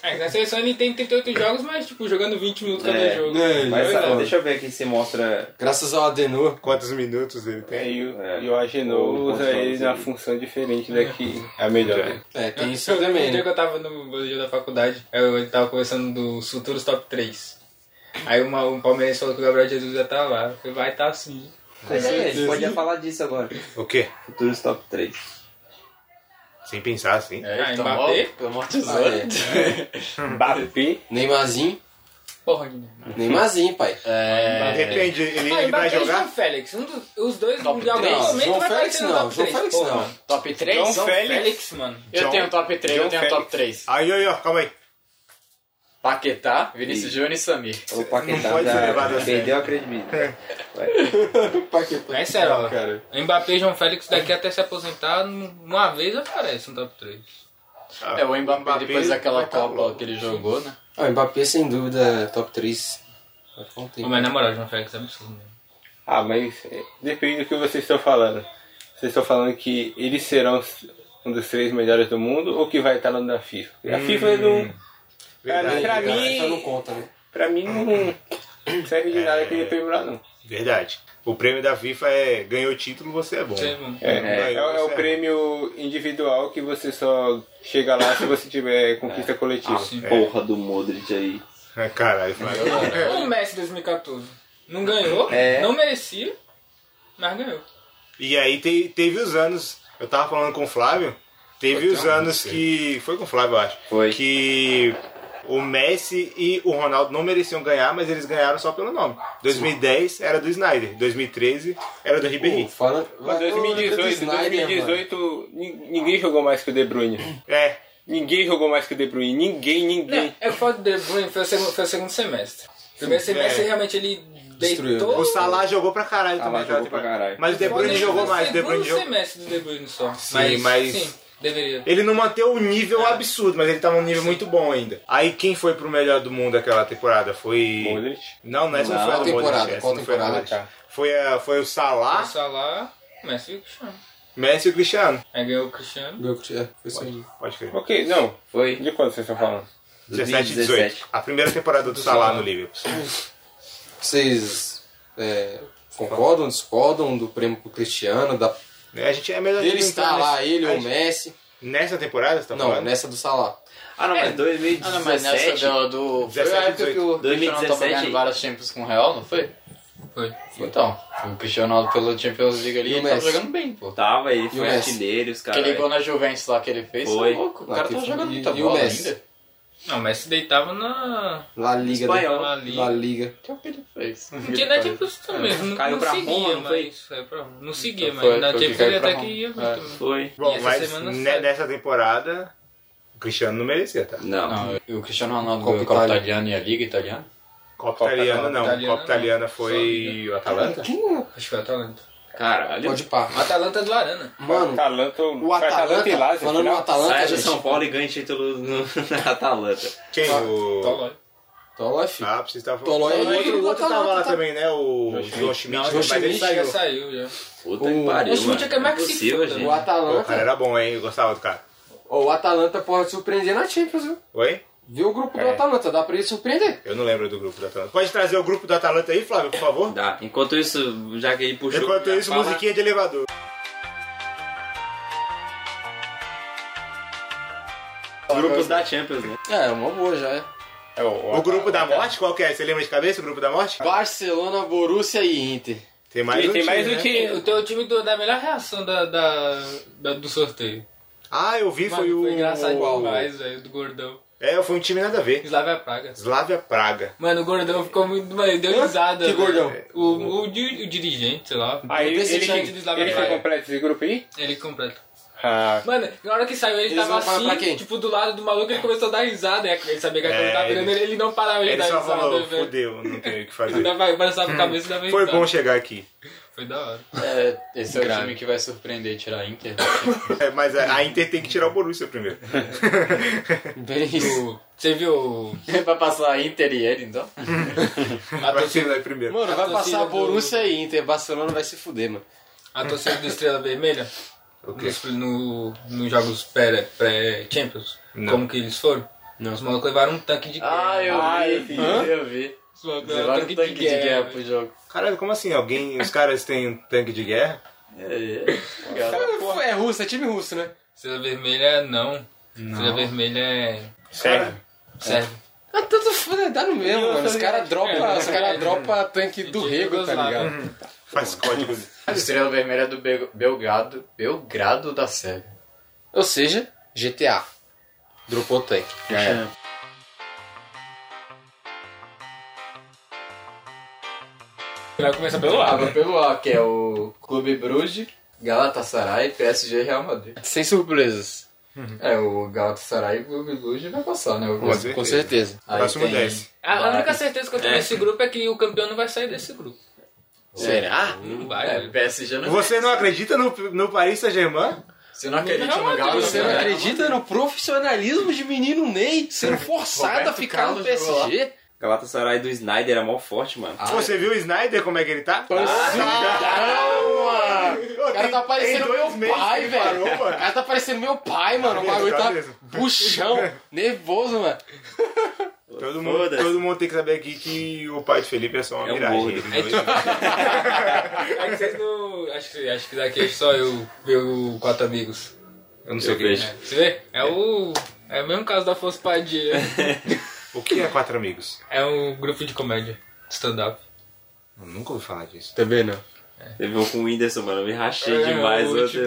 Speaker 10: É, na seleção ele tem 38 jogos, mas, tipo, jogando 20 minutos cada
Speaker 12: É.
Speaker 10: jogo.
Speaker 9: É,
Speaker 12: Mas
Speaker 9: é,
Speaker 12: sabe,
Speaker 9: mano.
Speaker 12: deixa eu ver aqui se mostra...
Speaker 9: Graças ao Adenor.
Speaker 8: Quantos minutos ele tem?
Speaker 13: E o,
Speaker 12: É.
Speaker 13: e o Agenor
Speaker 12: Ou
Speaker 13: usa
Speaker 12: controles
Speaker 13: ele na
Speaker 12: ali.
Speaker 13: função diferente daqui. É a melhor dele.
Speaker 9: É, tem isso
Speaker 10: Eu lembro
Speaker 9: também,
Speaker 10: um dia que
Speaker 9: né?
Speaker 10: eu tava no dia da faculdade, aí eu tava conversando dos futuros top 3. Aí uma, um palmeirense falou que o Gabriel Jesus já tá lá. Eu falei, vai tá sim.
Speaker 12: Mas é, a gente pode falar disso agora.
Speaker 8: O quê?
Speaker 12: Futuros top 3.
Speaker 8: Sem pensar, assim.
Speaker 5: É,
Speaker 10: Ah,
Speaker 5: então,
Speaker 10: Mbappé?
Speaker 5: ó, eu
Speaker 9: Ah,
Speaker 5: amortizando.
Speaker 9: é.
Speaker 13: Mbappé.
Speaker 9: Neymarzinho,
Speaker 10: Porra, Guilherme.
Speaker 9: Neymarzinho, pai.
Speaker 8: De
Speaker 5: É.
Speaker 8: repente, ele,
Speaker 10: Ah,
Speaker 8: ele vai
Speaker 10: Mbappé e João
Speaker 8: jogar?
Speaker 10: Félix. Um dos, os dois, um de algum
Speaker 5: três.
Speaker 9: Não,
Speaker 10: momento
Speaker 9: João
Speaker 10: vai
Speaker 9: Félix
Speaker 10: aparecer no
Speaker 9: não,
Speaker 10: top
Speaker 9: João
Speaker 10: 3.
Speaker 9: Félix
Speaker 10: porra.
Speaker 9: não.
Speaker 5: Top 3?
Speaker 13: João Félix.
Speaker 10: Félix, mano.
Speaker 5: Eu
Speaker 8: John-
Speaker 5: tenho top 3, eu
Speaker 13: John
Speaker 5: tenho top 3.
Speaker 8: Aí, aí, ó, calma aí.
Speaker 5: Paquetá, Vinícius Júnior e Samir.
Speaker 9: O Paquetá
Speaker 13: tá
Speaker 8: Não pode ser levado a
Speaker 9: já
Speaker 8: sério.
Speaker 9: perdeu a credibilidade.
Speaker 10: É sério, ó. Mbappé e João Félix daqui até se aposentar, uma vez aparece um top 3.
Speaker 5: É, o Mbappé, depois daquela
Speaker 8: vai tá
Speaker 5: Copa
Speaker 8: louco.
Speaker 5: que ele jogou, né?
Speaker 9: Ah, o Mbappé, sem dúvida, top 3. um
Speaker 10: Pô, mas na moral, João Félix é absurdo mesmo.
Speaker 13: Ah, mas é, depende do que vocês estão falando. Vocês estão falando que eles serão s- um dos três melhores do mundo ou que vai estar lá na FIFA? A FIFA é
Speaker 10: Hum.
Speaker 13: não. Cara,
Speaker 8: é
Speaker 13: pra,
Speaker 9: Só não
Speaker 13: mim,
Speaker 9: conta, né?
Speaker 13: pra mim não serve de nada aquele prêmio
Speaker 12: Ah,
Speaker 13: lá, não.
Speaker 8: Verdade. O prêmio da FIFA é ganhou o título, você é bom.
Speaker 10: Sei, mano.
Speaker 13: É,
Speaker 8: É,
Speaker 13: é, é o
Speaker 8: você-
Speaker 13: prêmio individual que você só chega lá se você
Speaker 6: É.
Speaker 13: tiver conquista coletiva.
Speaker 6: Porra do Modric aí.
Speaker 8: É, Caralho, Flávio.
Speaker 10: O Messi 2014. Não ganhou,
Speaker 9: É.
Speaker 10: não merecia, mas ganhou.
Speaker 8: E aí te- teve os anos, eu tava falando com o Flávio, teve os anos que. Foi com o Flávio, eu acho.
Speaker 9: Foi.
Speaker 8: Que o Messi e o Ronaldo não mereciam ganhar, mas eles ganharam só pelo nome. 2010 era do Snyder, 2013 era do Ribéry.
Speaker 9: Pô, fala...
Speaker 13: Mas 2018, 2018 nin- ninguém jogou mais que o De Bruyne.
Speaker 8: É,
Speaker 13: Ninguém jogou mais que o De Bruyne. Ninguém, ninguém.
Speaker 10: Não, é foda de Bruyne, foi o segundo, foi o segundo semestre. Primeiro semestre realmente ele
Speaker 9: Destruiu.
Speaker 10: deitou.
Speaker 8: o Salah jogou pra caralho
Speaker 9: Salah
Speaker 8: também. aquela
Speaker 9: jogou pra
Speaker 8: temporada.
Speaker 9: caralho.
Speaker 8: Mas o De Bruyne
Speaker 10: Foi
Speaker 8: jogou
Speaker 10: no
Speaker 8: mais, o De Bruyne
Speaker 10: segundo
Speaker 8: jogou.
Speaker 10: semestre do De Bruyne só.
Speaker 8: Sim, mas-
Speaker 10: Sim, deveria.
Speaker 8: Ele não manteve o nível
Speaker 13: É.
Speaker 8: absurdo, mas ele tá num nível muito bom ainda. Aí quem foi pro melhor do mundo aquela temporada? Foi.
Speaker 13: Modric.
Speaker 8: Não, não, essa não,
Speaker 9: Não,
Speaker 8: foi a do
Speaker 9: qual temporada?
Speaker 8: Modric. essa
Speaker 9: Qual
Speaker 8: não foi a do
Speaker 9: temporada?
Speaker 8: Modric. Foi, a, foi o Salah,
Speaker 10: O Salah, o Messi e o Cristiano.
Speaker 8: Messi e o Cristiano.
Speaker 10: Aí ganhou o Cristiano.
Speaker 9: Meu, é, foi isso aí.
Speaker 8: Pode crer.
Speaker 13: Ok, não.
Speaker 9: Foi.
Speaker 13: De quando vocês estão falando?
Speaker 8: 17 e 18. A primeira temporada do Salah no Liverpool.
Speaker 9: Vocês é, concordam, discordam do prêmio pro Cristiano, da...
Speaker 8: A gente é melhor
Speaker 9: dele
Speaker 8: não entrar
Speaker 9: estar lá,
Speaker 8: nesse-
Speaker 9: ele
Speaker 8: a
Speaker 9: ou o
Speaker 8: gente-
Speaker 9: Messi?
Speaker 8: Nessa temporada, você tá
Speaker 9: Não, né?
Speaker 8: falando?
Speaker 9: nessa do Salah.
Speaker 6: Ah, não, mas
Speaker 5: Ah, não, mas nessa
Speaker 6: 2017.
Speaker 5: do. do foi
Speaker 8: 17,
Speaker 5: a época que o Cristiano tava
Speaker 6: 2017.
Speaker 5: ganhando várias Champions com o Real, não foi?
Speaker 10: Foi.
Speaker 5: Então, o Cristiano Ronaldo pelo Champions League ali
Speaker 9: E o
Speaker 5: ele tava
Speaker 9: Messi?
Speaker 5: jogando bem, pô.
Speaker 6: Tava, ele
Speaker 9: o
Speaker 6: foi
Speaker 9: Messi?
Speaker 6: artilheiro, os caras.
Speaker 5: Aquele gol na Juventus lá que ele fez,
Speaker 6: Tá, é. Foi.
Speaker 5: tá louco, o
Speaker 9: Lá
Speaker 5: cara
Speaker 9: que
Speaker 5: tava
Speaker 9: foi.
Speaker 5: jogando
Speaker 9: E-
Speaker 5: muita
Speaker 9: e o
Speaker 5: bola
Speaker 9: Messi?
Speaker 5: ainda.
Speaker 10: Não, o Messi deitava na.
Speaker 9: La Liga.
Speaker 6: Espanhol.
Speaker 10: na
Speaker 9: Do...
Speaker 10: Liga.
Speaker 9: La Liga.
Speaker 5: Que é o que ele fez.
Speaker 10: Porque é na Champions também. Não,
Speaker 6: Caiu
Speaker 10: não
Speaker 6: pra
Speaker 10: seguia,
Speaker 6: Roma, não
Speaker 10: mas.
Speaker 6: foi?
Speaker 10: Caiu pra Roma. Não seguia,
Speaker 5: Então foi,
Speaker 10: mas na
Speaker 5: foi que
Speaker 10: Champions
Speaker 5: caiu
Speaker 10: ele
Speaker 5: pra
Speaker 10: até
Speaker 5: Roma.
Speaker 10: que ia muito.
Speaker 5: É.
Speaker 10: bem.
Speaker 6: Foi.
Speaker 8: Bom,
Speaker 10: essa
Speaker 8: mas
Speaker 10: semana
Speaker 8: ne-
Speaker 10: sai.
Speaker 8: nessa temporada, o Cristiano não merecia, tá?
Speaker 6: Não.
Speaker 5: Não, Ah, o Cristiano Ronaldo
Speaker 9: Copa
Speaker 5: ganhou a Copa
Speaker 9: Itália.
Speaker 5: Italiana e a Liga Italiana.
Speaker 8: Copa italiana
Speaker 13: Copa né?
Speaker 8: não.
Speaker 10: italiana
Speaker 8: Copa
Speaker 10: não.
Speaker 8: italiana foi o Atalanta?
Speaker 10: Acho que foi o Atalanta.
Speaker 6: Caralho.
Speaker 9: Pode pá.
Speaker 10: O Atalanta do Arana.
Speaker 9: Mano,
Speaker 13: Atalanta,
Speaker 9: o
Speaker 13: foi
Speaker 9: Atalanta.
Speaker 13: e Lazio,
Speaker 9: Falando no
Speaker 13: final.
Speaker 6: Saia
Speaker 9: Atalanta,
Speaker 6: do
Speaker 9: tá, gente.
Speaker 6: São Paulo e ganha título no na Atalanta.
Speaker 8: Quem? O...
Speaker 10: Tolói.
Speaker 9: Tolói, filho.
Speaker 8: Ah, vocês estavam
Speaker 9: Tolói
Speaker 8: O
Speaker 9: aí,
Speaker 8: outro, o outro
Speaker 9: Atalanta,
Speaker 8: tava lá
Speaker 9: tá-
Speaker 8: também, né? O João Schmidt. é Mas
Speaker 9: Schmidt.
Speaker 8: ele
Speaker 10: Já
Speaker 8: saiu.
Speaker 10: saiu já.
Speaker 6: Puta
Speaker 9: O-
Speaker 6: que pariu.
Speaker 10: o chute é
Speaker 6: mano.
Speaker 10: que é mais que se
Speaker 6: Impossível,
Speaker 10: foda.
Speaker 6: gente.
Speaker 9: O
Speaker 5: né?
Speaker 8: O cara
Speaker 9: Atalanta.
Speaker 8: era bom, hein? Eu gostava do cara.
Speaker 9: O Atalanta pode surpreender na Champions, viu?
Speaker 8: Oi?
Speaker 9: Viu o grupo do
Speaker 8: É.
Speaker 9: Atalanta, dá pra ele surpreender.
Speaker 8: Eu não lembro do grupo da Atalanta. Pode trazer o grupo da Atalanta aí, Flávio, por favor?
Speaker 6: Dá. Enquanto isso, já que ele puxou.
Speaker 8: Enquanto
Speaker 6: já
Speaker 8: isso,
Speaker 6: fala-
Speaker 8: musiquinha de elevador.
Speaker 6: Grupos da Champions, né?
Speaker 9: É, uma boa já, é.
Speaker 13: É,
Speaker 8: O grupo da morte, qual que é? Você lembra de cabeça o grupo da morte?
Speaker 9: Barcelona, Borussia e Inter.
Speaker 8: Tem mais
Speaker 13: E
Speaker 8: um
Speaker 13: tem
Speaker 8: time,
Speaker 13: mais um
Speaker 8: né?
Speaker 13: time.
Speaker 10: O teu time do- da melhor reação da, da- da- do sorteio.
Speaker 8: Ah, eu vi,
Speaker 10: Mano,
Speaker 8: foi o...
Speaker 10: foi engraçado demais, velho, do gordão.
Speaker 8: É, foi um time nada a ver.
Speaker 10: Slavia Praga.
Speaker 8: Slavia Praga.
Speaker 10: Mano, o gordão ficou muito. Mano, deu risada.
Speaker 9: Que
Speaker 10: velho.
Speaker 9: gordão?
Speaker 10: O, o di- o dirigente, sei lá.
Speaker 13: Aí ele,
Speaker 9: Desse
Speaker 13: ele,
Speaker 9: time
Speaker 10: de Slavia
Speaker 13: ele
Speaker 10: Praga.
Speaker 13: foi completo esse grupo aí?
Speaker 10: Ele completa.
Speaker 13: Ah,
Speaker 10: Mano, na hora que saiu, ele
Speaker 9: Eles
Speaker 10: tava
Speaker 9: vão falar pra
Speaker 10: assim,
Speaker 9: quem?
Speaker 10: tipo, do lado do maluco, ele começou a dar risada. né? Ele sabia que a
Speaker 8: É,
Speaker 10: câmera tava
Speaker 8: ele-
Speaker 10: pegando ele, ele não parava de
Speaker 8: Ele
Speaker 10: dar
Speaker 8: só
Speaker 10: risada,
Speaker 8: falou,
Speaker 10: velho.
Speaker 8: fudeu, não tem o que fazer.
Speaker 10: Dava- Balançava a cabeça e dava
Speaker 8: Foi
Speaker 10: risada.
Speaker 8: bom chegar aqui.
Speaker 10: Foi da hora.
Speaker 5: É, esse é o time que vai surpreender e tirar a Inter.
Speaker 8: É, mas a a Inter tem que tirar o Borussia primeiro.
Speaker 9: Bem isso.
Speaker 10: O- Você viu o.
Speaker 5: vai passar a Inter e ele, então?
Speaker 10: A
Speaker 8: Vai
Speaker 10: torcida,
Speaker 8: ser né, primeiro.
Speaker 9: Mano,
Speaker 10: A
Speaker 9: vai
Speaker 10: torcida
Speaker 9: passar
Speaker 10: do-
Speaker 9: Borussia e Inter. Barcelona vai se fuder, mano.
Speaker 10: a torcida do Estrela Vermelha? Nos, no, nos jogos pré- pré-Champions?
Speaker 8: Não.
Speaker 10: como que eles foram? Os malucos levaram um tanque de guerra.
Speaker 5: Ah, eu vi, eu vi.
Speaker 10: Os malucos levaram
Speaker 5: Levaram um tanque de guerra pro jogo.
Speaker 8: Caralho, como assim? Alguém, os caras têm um tanque de guerra?
Speaker 9: É russo, é time russo, né?
Speaker 10: Estrela Vermelha não. Estrela Vermelha é.
Speaker 8: Sério?
Speaker 10: Serve.
Speaker 9: Ah, tanto foda, dá no mesmo, mano. Os caras dropam
Speaker 10: é,
Speaker 9: os
Speaker 10: é, é.
Speaker 9: cara dropa tanque do
Speaker 10: De
Speaker 9: rego,
Speaker 10: todos
Speaker 9: tá
Speaker 10: os
Speaker 9: ligado?
Speaker 8: Faz códigos.
Speaker 5: A estrela vermelha é do Be- Belgrado, Belgrado da Sérvia.
Speaker 9: Ou seja, GTA. Dropou tanque.
Speaker 10: Vai começar pelo A.
Speaker 5: Tava pelo A, que é o Clube Bruges, Galatasaray, PSG e Real Madrid.
Speaker 9: Sem surpresas.
Speaker 5: É, o Galatasaray e o Clube Bruges vai passar, né?
Speaker 8: Com certeza.
Speaker 9: Com certeza.
Speaker 5: Aí
Speaker 8: Próximo
Speaker 5: tem-
Speaker 8: 10.
Speaker 10: A, a única certeza que Ah, eu tenho nesse grupo é que o campeão não vai sair desse grupo.
Speaker 9: Será?
Speaker 10: Não vai,
Speaker 5: É,
Speaker 10: velho.
Speaker 5: PSG não
Speaker 8: Você não acredita no, no Paris Saint-Germain?
Speaker 5: Você não acredita no Galo?
Speaker 9: Você
Speaker 10: né?
Speaker 9: não acredita no profissionalismo de menino Ney sendo forçado a
Speaker 5: Roberto
Speaker 9: ficar no
Speaker 5: Carlos jogou lá.
Speaker 9: PSG?
Speaker 6: Galatasaray do Snyder é mó forte, mano.
Speaker 8: Você viu o Snyder como é que ele tá?
Speaker 5: Ah,
Speaker 9: O cara tá parecendo meu pai, velho.
Speaker 8: Parou,
Speaker 9: O
Speaker 8: mano.
Speaker 9: cara tá parecendo meu pai, mano. O
Speaker 8: mesmo,
Speaker 9: bagulho
Speaker 8: tá
Speaker 9: tá
Speaker 8: mesmo.
Speaker 9: buchão, nervoso, mano.
Speaker 8: Todo mundo,
Speaker 6: Foda-se.
Speaker 8: todo mundo tem que saber aqui que o pai de Felipe é só uma
Speaker 6: É um gordo.
Speaker 8: miragem. Ele não-
Speaker 10: É que vocês não. Acho que, acho que daqui é só eu ver o Quatro Amigos.
Speaker 8: Eu não sei o que.
Speaker 6: vejo.
Speaker 10: É, você vê? É o. É o mesmo caso da Força Padilha.
Speaker 8: O que é Quatro Amigos?
Speaker 10: É um grupo de comédia. Stand-up.
Speaker 8: Eu nunca ouvi falar disso.
Speaker 9: Também não.
Speaker 6: Teve um com o Whindersson, mano. Eu me rachei
Speaker 10: É,
Speaker 6: demais
Speaker 10: o
Speaker 6: ontem.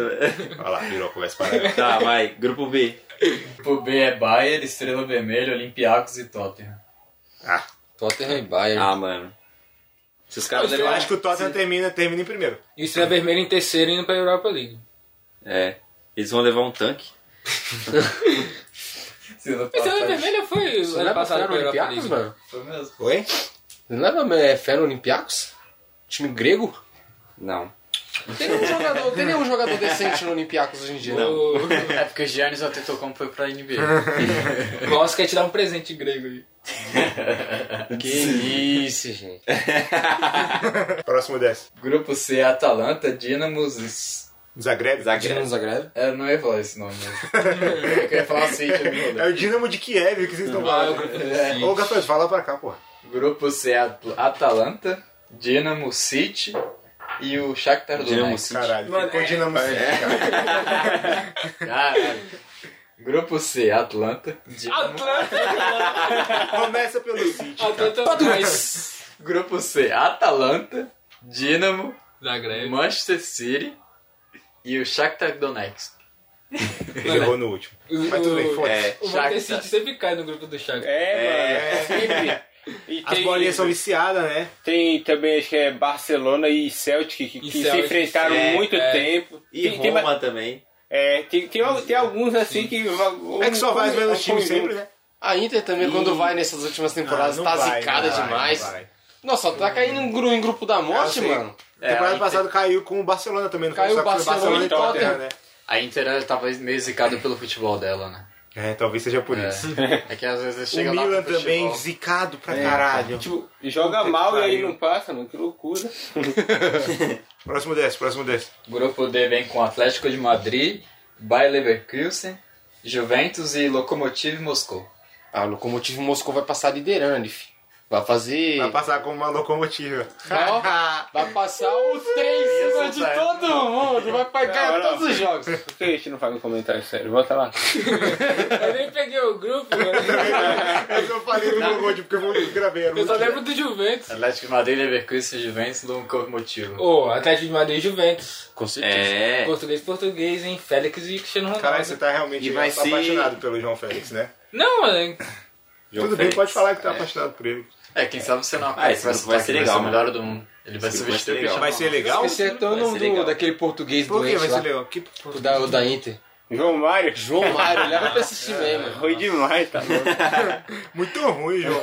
Speaker 8: Olha lá, virou, começa a parar.
Speaker 6: tá, vai. Grupo B.
Speaker 5: Tipo, B é Bayern, Estrela Vermelha, Olympiacos e Tottenham.
Speaker 9: Tottenham e Bayern.
Speaker 6: Ah, mano. Esses caras
Speaker 8: Eu
Speaker 6: levaram.
Speaker 8: acho que o Tottenham termina, termina em primeiro.
Speaker 10: E o Estrela Vermelha em terceiro indo pra Europa League.
Speaker 6: É. Eles vão levar um tanque.
Speaker 10: O Estrela Vermelha foi
Speaker 9: Você
Speaker 10: ano
Speaker 9: leva fé
Speaker 10: passado
Speaker 9: no
Speaker 10: pra Europa League.
Speaker 9: Olympiacos, mano?
Speaker 8: Oi?
Speaker 9: Você não leva é, fé no Olympiacos? Time grego?
Speaker 6: Não.
Speaker 9: Não tem nenhum jogador, não tem nenhum jogador decente no Olympiacos hoje em dia.
Speaker 10: O
Speaker 5: É porque o Giannis Antetokounmpo foi pra NBA.
Speaker 10: o Moss quer te dar um presente grego aí.
Speaker 9: Que isso, gente.
Speaker 8: Próximo 10.
Speaker 5: Grupo C é Atalanta, Dinamos e...
Speaker 8: Zagreb.
Speaker 9: Dinamo Zagreb?
Speaker 5: Eu não ia falar esse nome mesmo. Eu queria falar assim,
Speaker 8: É o Dinamo de Kiev que vocês estão
Speaker 10: Ah, o
Speaker 8: falando.
Speaker 10: grupo
Speaker 5: é.
Speaker 8: Ô, Gabriel, fala pra cá, porra.
Speaker 5: Grupo C é At- Atalanta, Dinamo City e o Shakhtar
Speaker 6: Dinamo
Speaker 5: Donetsk.
Speaker 8: Caralho, ficou Dinamo City, cara.
Speaker 5: Caralho. Grupo C, Atlanta. Dinamo...
Speaker 8: Começa pelo City.
Speaker 5: Grupo C, Atalanta, Dinamo,
Speaker 10: Zagreb.
Speaker 5: Manchester City e o Shakhtar Donetsk.
Speaker 8: Ele errou no último. Mas tudo bem, foda-se.
Speaker 10: O
Speaker 5: Shakhtar.
Speaker 10: Manchester City sempre cai no grupo do Chaco.
Speaker 13: É. E
Speaker 8: As
Speaker 13: tem-
Speaker 8: bolinhas são viciadas, né?
Speaker 13: Tem também, acho que é Barcelona e Celtic, que, que se
Speaker 10: Celtic,
Speaker 13: enfrentaram
Speaker 6: é,
Speaker 13: muito
Speaker 10: é.
Speaker 13: tempo.
Speaker 6: E
Speaker 13: tem, tem,
Speaker 6: Roma também.
Speaker 13: é, tem, tem, al- tem alguns assim que.
Speaker 8: É que só vai vendo os times sempre, né? Ah,
Speaker 9: A Inter também, quando vai nessas últimas temporadas,
Speaker 8: não
Speaker 9: tá
Speaker 8: vai,
Speaker 9: zicada
Speaker 8: não vai,
Speaker 9: demais.
Speaker 8: não vai.
Speaker 9: Nossa, tá caindo em gru- em grupo da morte,
Speaker 8: É, eu sei.
Speaker 9: mano.
Speaker 8: Temporada passada caiu com o Barcelona também, não
Speaker 9: Caiu
Speaker 8: foi só que foi
Speaker 9: Barcelona
Speaker 8: Barcelona
Speaker 9: e
Speaker 8: e Tottenham,
Speaker 9: Tottenham.
Speaker 8: né?
Speaker 5: A Inter ela tava meio zicada pelo futebol dela, né?
Speaker 8: É, talvez seja por isso.
Speaker 5: É que às vezes
Speaker 8: O
Speaker 5: chega lá
Speaker 8: Milan
Speaker 5: pro futebol.
Speaker 8: também, zicado pra caralho.
Speaker 13: Tipo, joga
Speaker 8: Puta
Speaker 13: mal
Speaker 8: que
Speaker 13: e aí
Speaker 8: pariu.
Speaker 13: não passa, mano. Que loucura.
Speaker 8: Próximo 10, próximo 10.
Speaker 5: Grupo D vem com Atlético de Madrid, Bayer Leverkusen, Juventus e Lokomotiv Moscou.
Speaker 9: Ah, o Lokomotiv Moscou vai passar liderando, fi. Vai fazer...
Speaker 8: Vai passar como uma locomotiva.
Speaker 9: Não, vai passar o trem em cima de todo mundo. Vai pagar
Speaker 13: Não, não.
Speaker 9: todos os jogos.
Speaker 13: Por que a gente não faz um comentário sério? Volta lá.
Speaker 10: Eu nem peguei o grupo, mano.
Speaker 8: Eu falei do Gogod porque eu gravei. Era
Speaker 10: Eu só lembro do Juventus.
Speaker 5: Atlético de Madrid, Leverkusen, Juventus, Lokomotiv.
Speaker 10: Ô, Atlético de Madrid e Juventus.
Speaker 9: Com certeza.
Speaker 6: É.
Speaker 10: Português, português, hein? Félix e Cristiano Ronaldo.
Speaker 8: Caralho, você tá realmente
Speaker 6: E vai ser-
Speaker 8: apaixonado pelo João Félix, né?
Speaker 10: Não, é. mano.
Speaker 6: João
Speaker 8: Tudo
Speaker 6: Félix.
Speaker 8: bem, pode falar que tá apaixonado por ele.
Speaker 5: É, quem sabe você não
Speaker 6: Ah, esse grupo vai ser legal,
Speaker 5: o
Speaker 6: mano.
Speaker 5: melhor do mundo. Ele vai
Speaker 6: Esse grupo vai ser
Speaker 5: substituir o
Speaker 6: legal.
Speaker 5: Cristiano
Speaker 8: Vai ser legal?
Speaker 9: Esse é tão
Speaker 6: Vai ser
Speaker 9: nome do,
Speaker 6: legal.
Speaker 9: daquele português
Speaker 8: Por que
Speaker 9: doente
Speaker 8: vai
Speaker 9: Tipo, lá.
Speaker 8: ser legal? Que...
Speaker 9: O da, o da Inter.
Speaker 13: João Mário.
Speaker 9: João Mário, leva pra esse time aí, mano.
Speaker 13: Foi demais, tá louco.
Speaker 8: Muito ruim, João.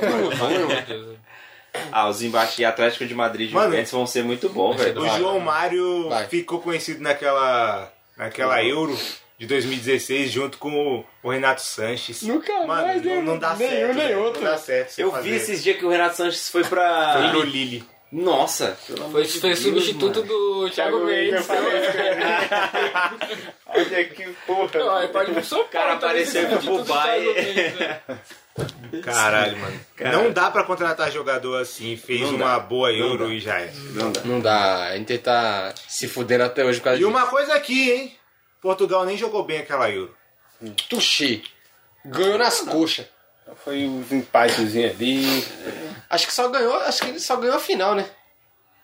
Speaker 6: Ah, os embaixos e Atlético de Madrid e
Speaker 8: Mano,
Speaker 6: Juventus vão ser muito bom, velho.
Speaker 8: O João Mário
Speaker 9: Vai.
Speaker 8: ficou conhecido naquela, naquela Euro de 2016 junto com o- o Renato Sanches.
Speaker 9: Nunca
Speaker 8: Mano,
Speaker 9: mais,
Speaker 8: não,
Speaker 9: né?
Speaker 8: não dá
Speaker 9: Nenhum,
Speaker 8: certo.
Speaker 9: nem
Speaker 8: velho,
Speaker 9: outro.
Speaker 8: Não dá certo. você
Speaker 6: Eu
Speaker 8: fazer.
Speaker 6: vi esses dias que o Renato Sanches foi pra.
Speaker 8: Foi pro Lille.
Speaker 6: Nossa!
Speaker 10: Foi, foi substituto do Thiago Mendes. né?
Speaker 13: Olha que porra.
Speaker 10: Ó, ele pode ir pro é São Paulo.
Speaker 6: cara
Speaker 10: também,
Speaker 6: apareceu
Speaker 10: substituto
Speaker 6: pro
Speaker 10: do
Speaker 6: Dubai.
Speaker 10: Thiago Mendes, né?
Speaker 8: Caralho, mano. Não dá pra contratar jogador assim. Fez
Speaker 6: Não
Speaker 8: uma
Speaker 6: dá.
Speaker 8: boa
Speaker 6: Não
Speaker 8: Euro
Speaker 6: dá.
Speaker 8: e já é.
Speaker 6: Não dá.
Speaker 9: Não dá. A Inter tá se fudendo até hoje por causa
Speaker 8: E uma coisa aqui, hein? Portugal nem jogou bem aquela Euro.
Speaker 9: disso. Tuxi. Ganhou nas coxas.
Speaker 13: Foi uns empatezinhos ali.
Speaker 9: Acho que só ganhou, acho que ele só ganhou a final, né?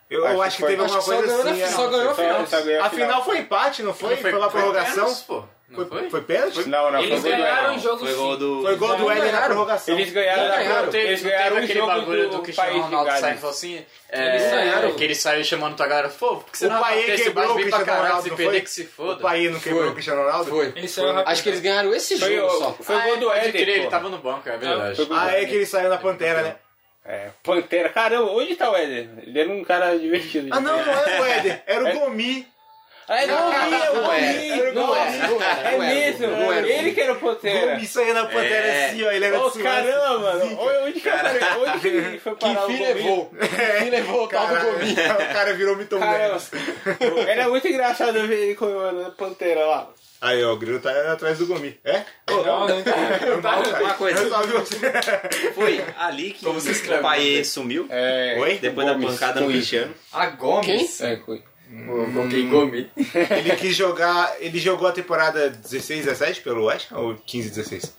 Speaker 8: Eu eu acho que teve alguma
Speaker 9: acho que só
Speaker 8: coisa
Speaker 9: ganhou na
Speaker 8: assim.
Speaker 9: final.
Speaker 8: é.
Speaker 10: Só ganhou o
Speaker 13: Só-
Speaker 10: final.
Speaker 13: só ganhou
Speaker 8: A final foi empate, não foi? Foi, lá prorrogação?
Speaker 5: Menos, pô. Não foi?
Speaker 8: Foi pênalti?
Speaker 13: Não, não,
Speaker 10: Eles
Speaker 13: foi gol do
Speaker 10: ganharam
Speaker 13: Elon.
Speaker 10: o jogo
Speaker 6: Foi gol
Speaker 10: sim.
Speaker 6: do.
Speaker 8: Foi gol do
Speaker 10: Não,
Speaker 8: Éder na
Speaker 10: ganharam.
Speaker 8: prorrogação.
Speaker 13: Eles ganharam,
Speaker 10: Não,
Speaker 13: da-
Speaker 10: ganharam.
Speaker 5: Não um teve,
Speaker 13: eles
Speaker 5: não
Speaker 13: ganharam
Speaker 5: teve
Speaker 13: o
Speaker 5: aquele
Speaker 13: jogo
Speaker 5: bagulho do,
Speaker 13: do
Speaker 5: Cristiano
Speaker 13: país de
Speaker 5: Ronaldo saindo e
Speaker 13: Gales.
Speaker 5: falou assim. É,
Speaker 10: Eles ganharam.
Speaker 5: Que ele saiu chamando tua galera, pô, porque você
Speaker 8: O
Speaker 5: não vai
Speaker 8: Payet
Speaker 5: bater, você
Speaker 8: quebrou
Speaker 5: vai
Speaker 8: o
Speaker 5: vir pra
Speaker 8: Cristiano
Speaker 5: caralho,
Speaker 8: Ronaldo,
Speaker 5: se
Speaker 8: não
Speaker 5: perder
Speaker 8: foi?
Speaker 5: que se
Speaker 8: O
Speaker 5: foda.
Speaker 8: Paí não quebrou o Cristiano Ronaldo?
Speaker 9: Foi.
Speaker 10: Ele saiu rapidão.
Speaker 9: Acho que eles ganharam esse
Speaker 13: Foi
Speaker 5: um
Speaker 9: jogo
Speaker 13: o-
Speaker 9: só.
Speaker 13: Foi o gol do
Speaker 5: Ah, é, Pode
Speaker 13: Éder.
Speaker 5: crer, ele
Speaker 13: pô.
Speaker 5: tava no banco, é
Speaker 13: Foi
Speaker 5: verdade.
Speaker 13: gol do
Speaker 8: Ah, é
Speaker 13: Éder.
Speaker 8: que ele saiu na Pantera, né?
Speaker 13: É, Pantera. Caramba, onde tá o Éder? Ele era um cara divertido. de
Speaker 8: Ah, não,
Speaker 13: ver.
Speaker 8: não era o Éder, era o Gomi.
Speaker 13: Ah, ele não,
Speaker 9: Não era, não era, não era.
Speaker 13: É
Speaker 9: não era,
Speaker 13: mesmo,
Speaker 9: não era.
Speaker 13: ele que era o Pantera.
Speaker 8: Gomi saiu na Pantera assim, ó, ele era
Speaker 13: Ô,
Speaker 8: de Suécia.
Speaker 13: caramba, mano. Olha onde que, apare- onde que ele foi parar
Speaker 9: Que fim
Speaker 13: o
Speaker 5: é
Speaker 13: Gomi?
Speaker 9: levou. Que fim levou o tal do
Speaker 8: É. Caralho,
Speaker 9: Gomi.
Speaker 8: O cara virou né? Milton
Speaker 13: Caramba.
Speaker 8: Neves.
Speaker 13: Era muito engraçado ver ele comemorando a Pantera lá.
Speaker 8: Aí, ó, o Grilo tá atrás do Gomi. É?
Speaker 10: Não, não entendi.
Speaker 8: Eu tava,
Speaker 6: Uma coisa.
Speaker 8: Resolve você.
Speaker 6: Foi ali que o pai sumiu.
Speaker 13: É,
Speaker 8: Oi?
Speaker 6: Depois da pancada no Cristiano.
Speaker 5: Ah,
Speaker 14: A Gomes?
Speaker 13: É, foi.
Speaker 5: Gomi, Gomi.
Speaker 8: Ele quis jogar. Ele jogou a temporada 16, 17 pelo West Ham ou 15, 16?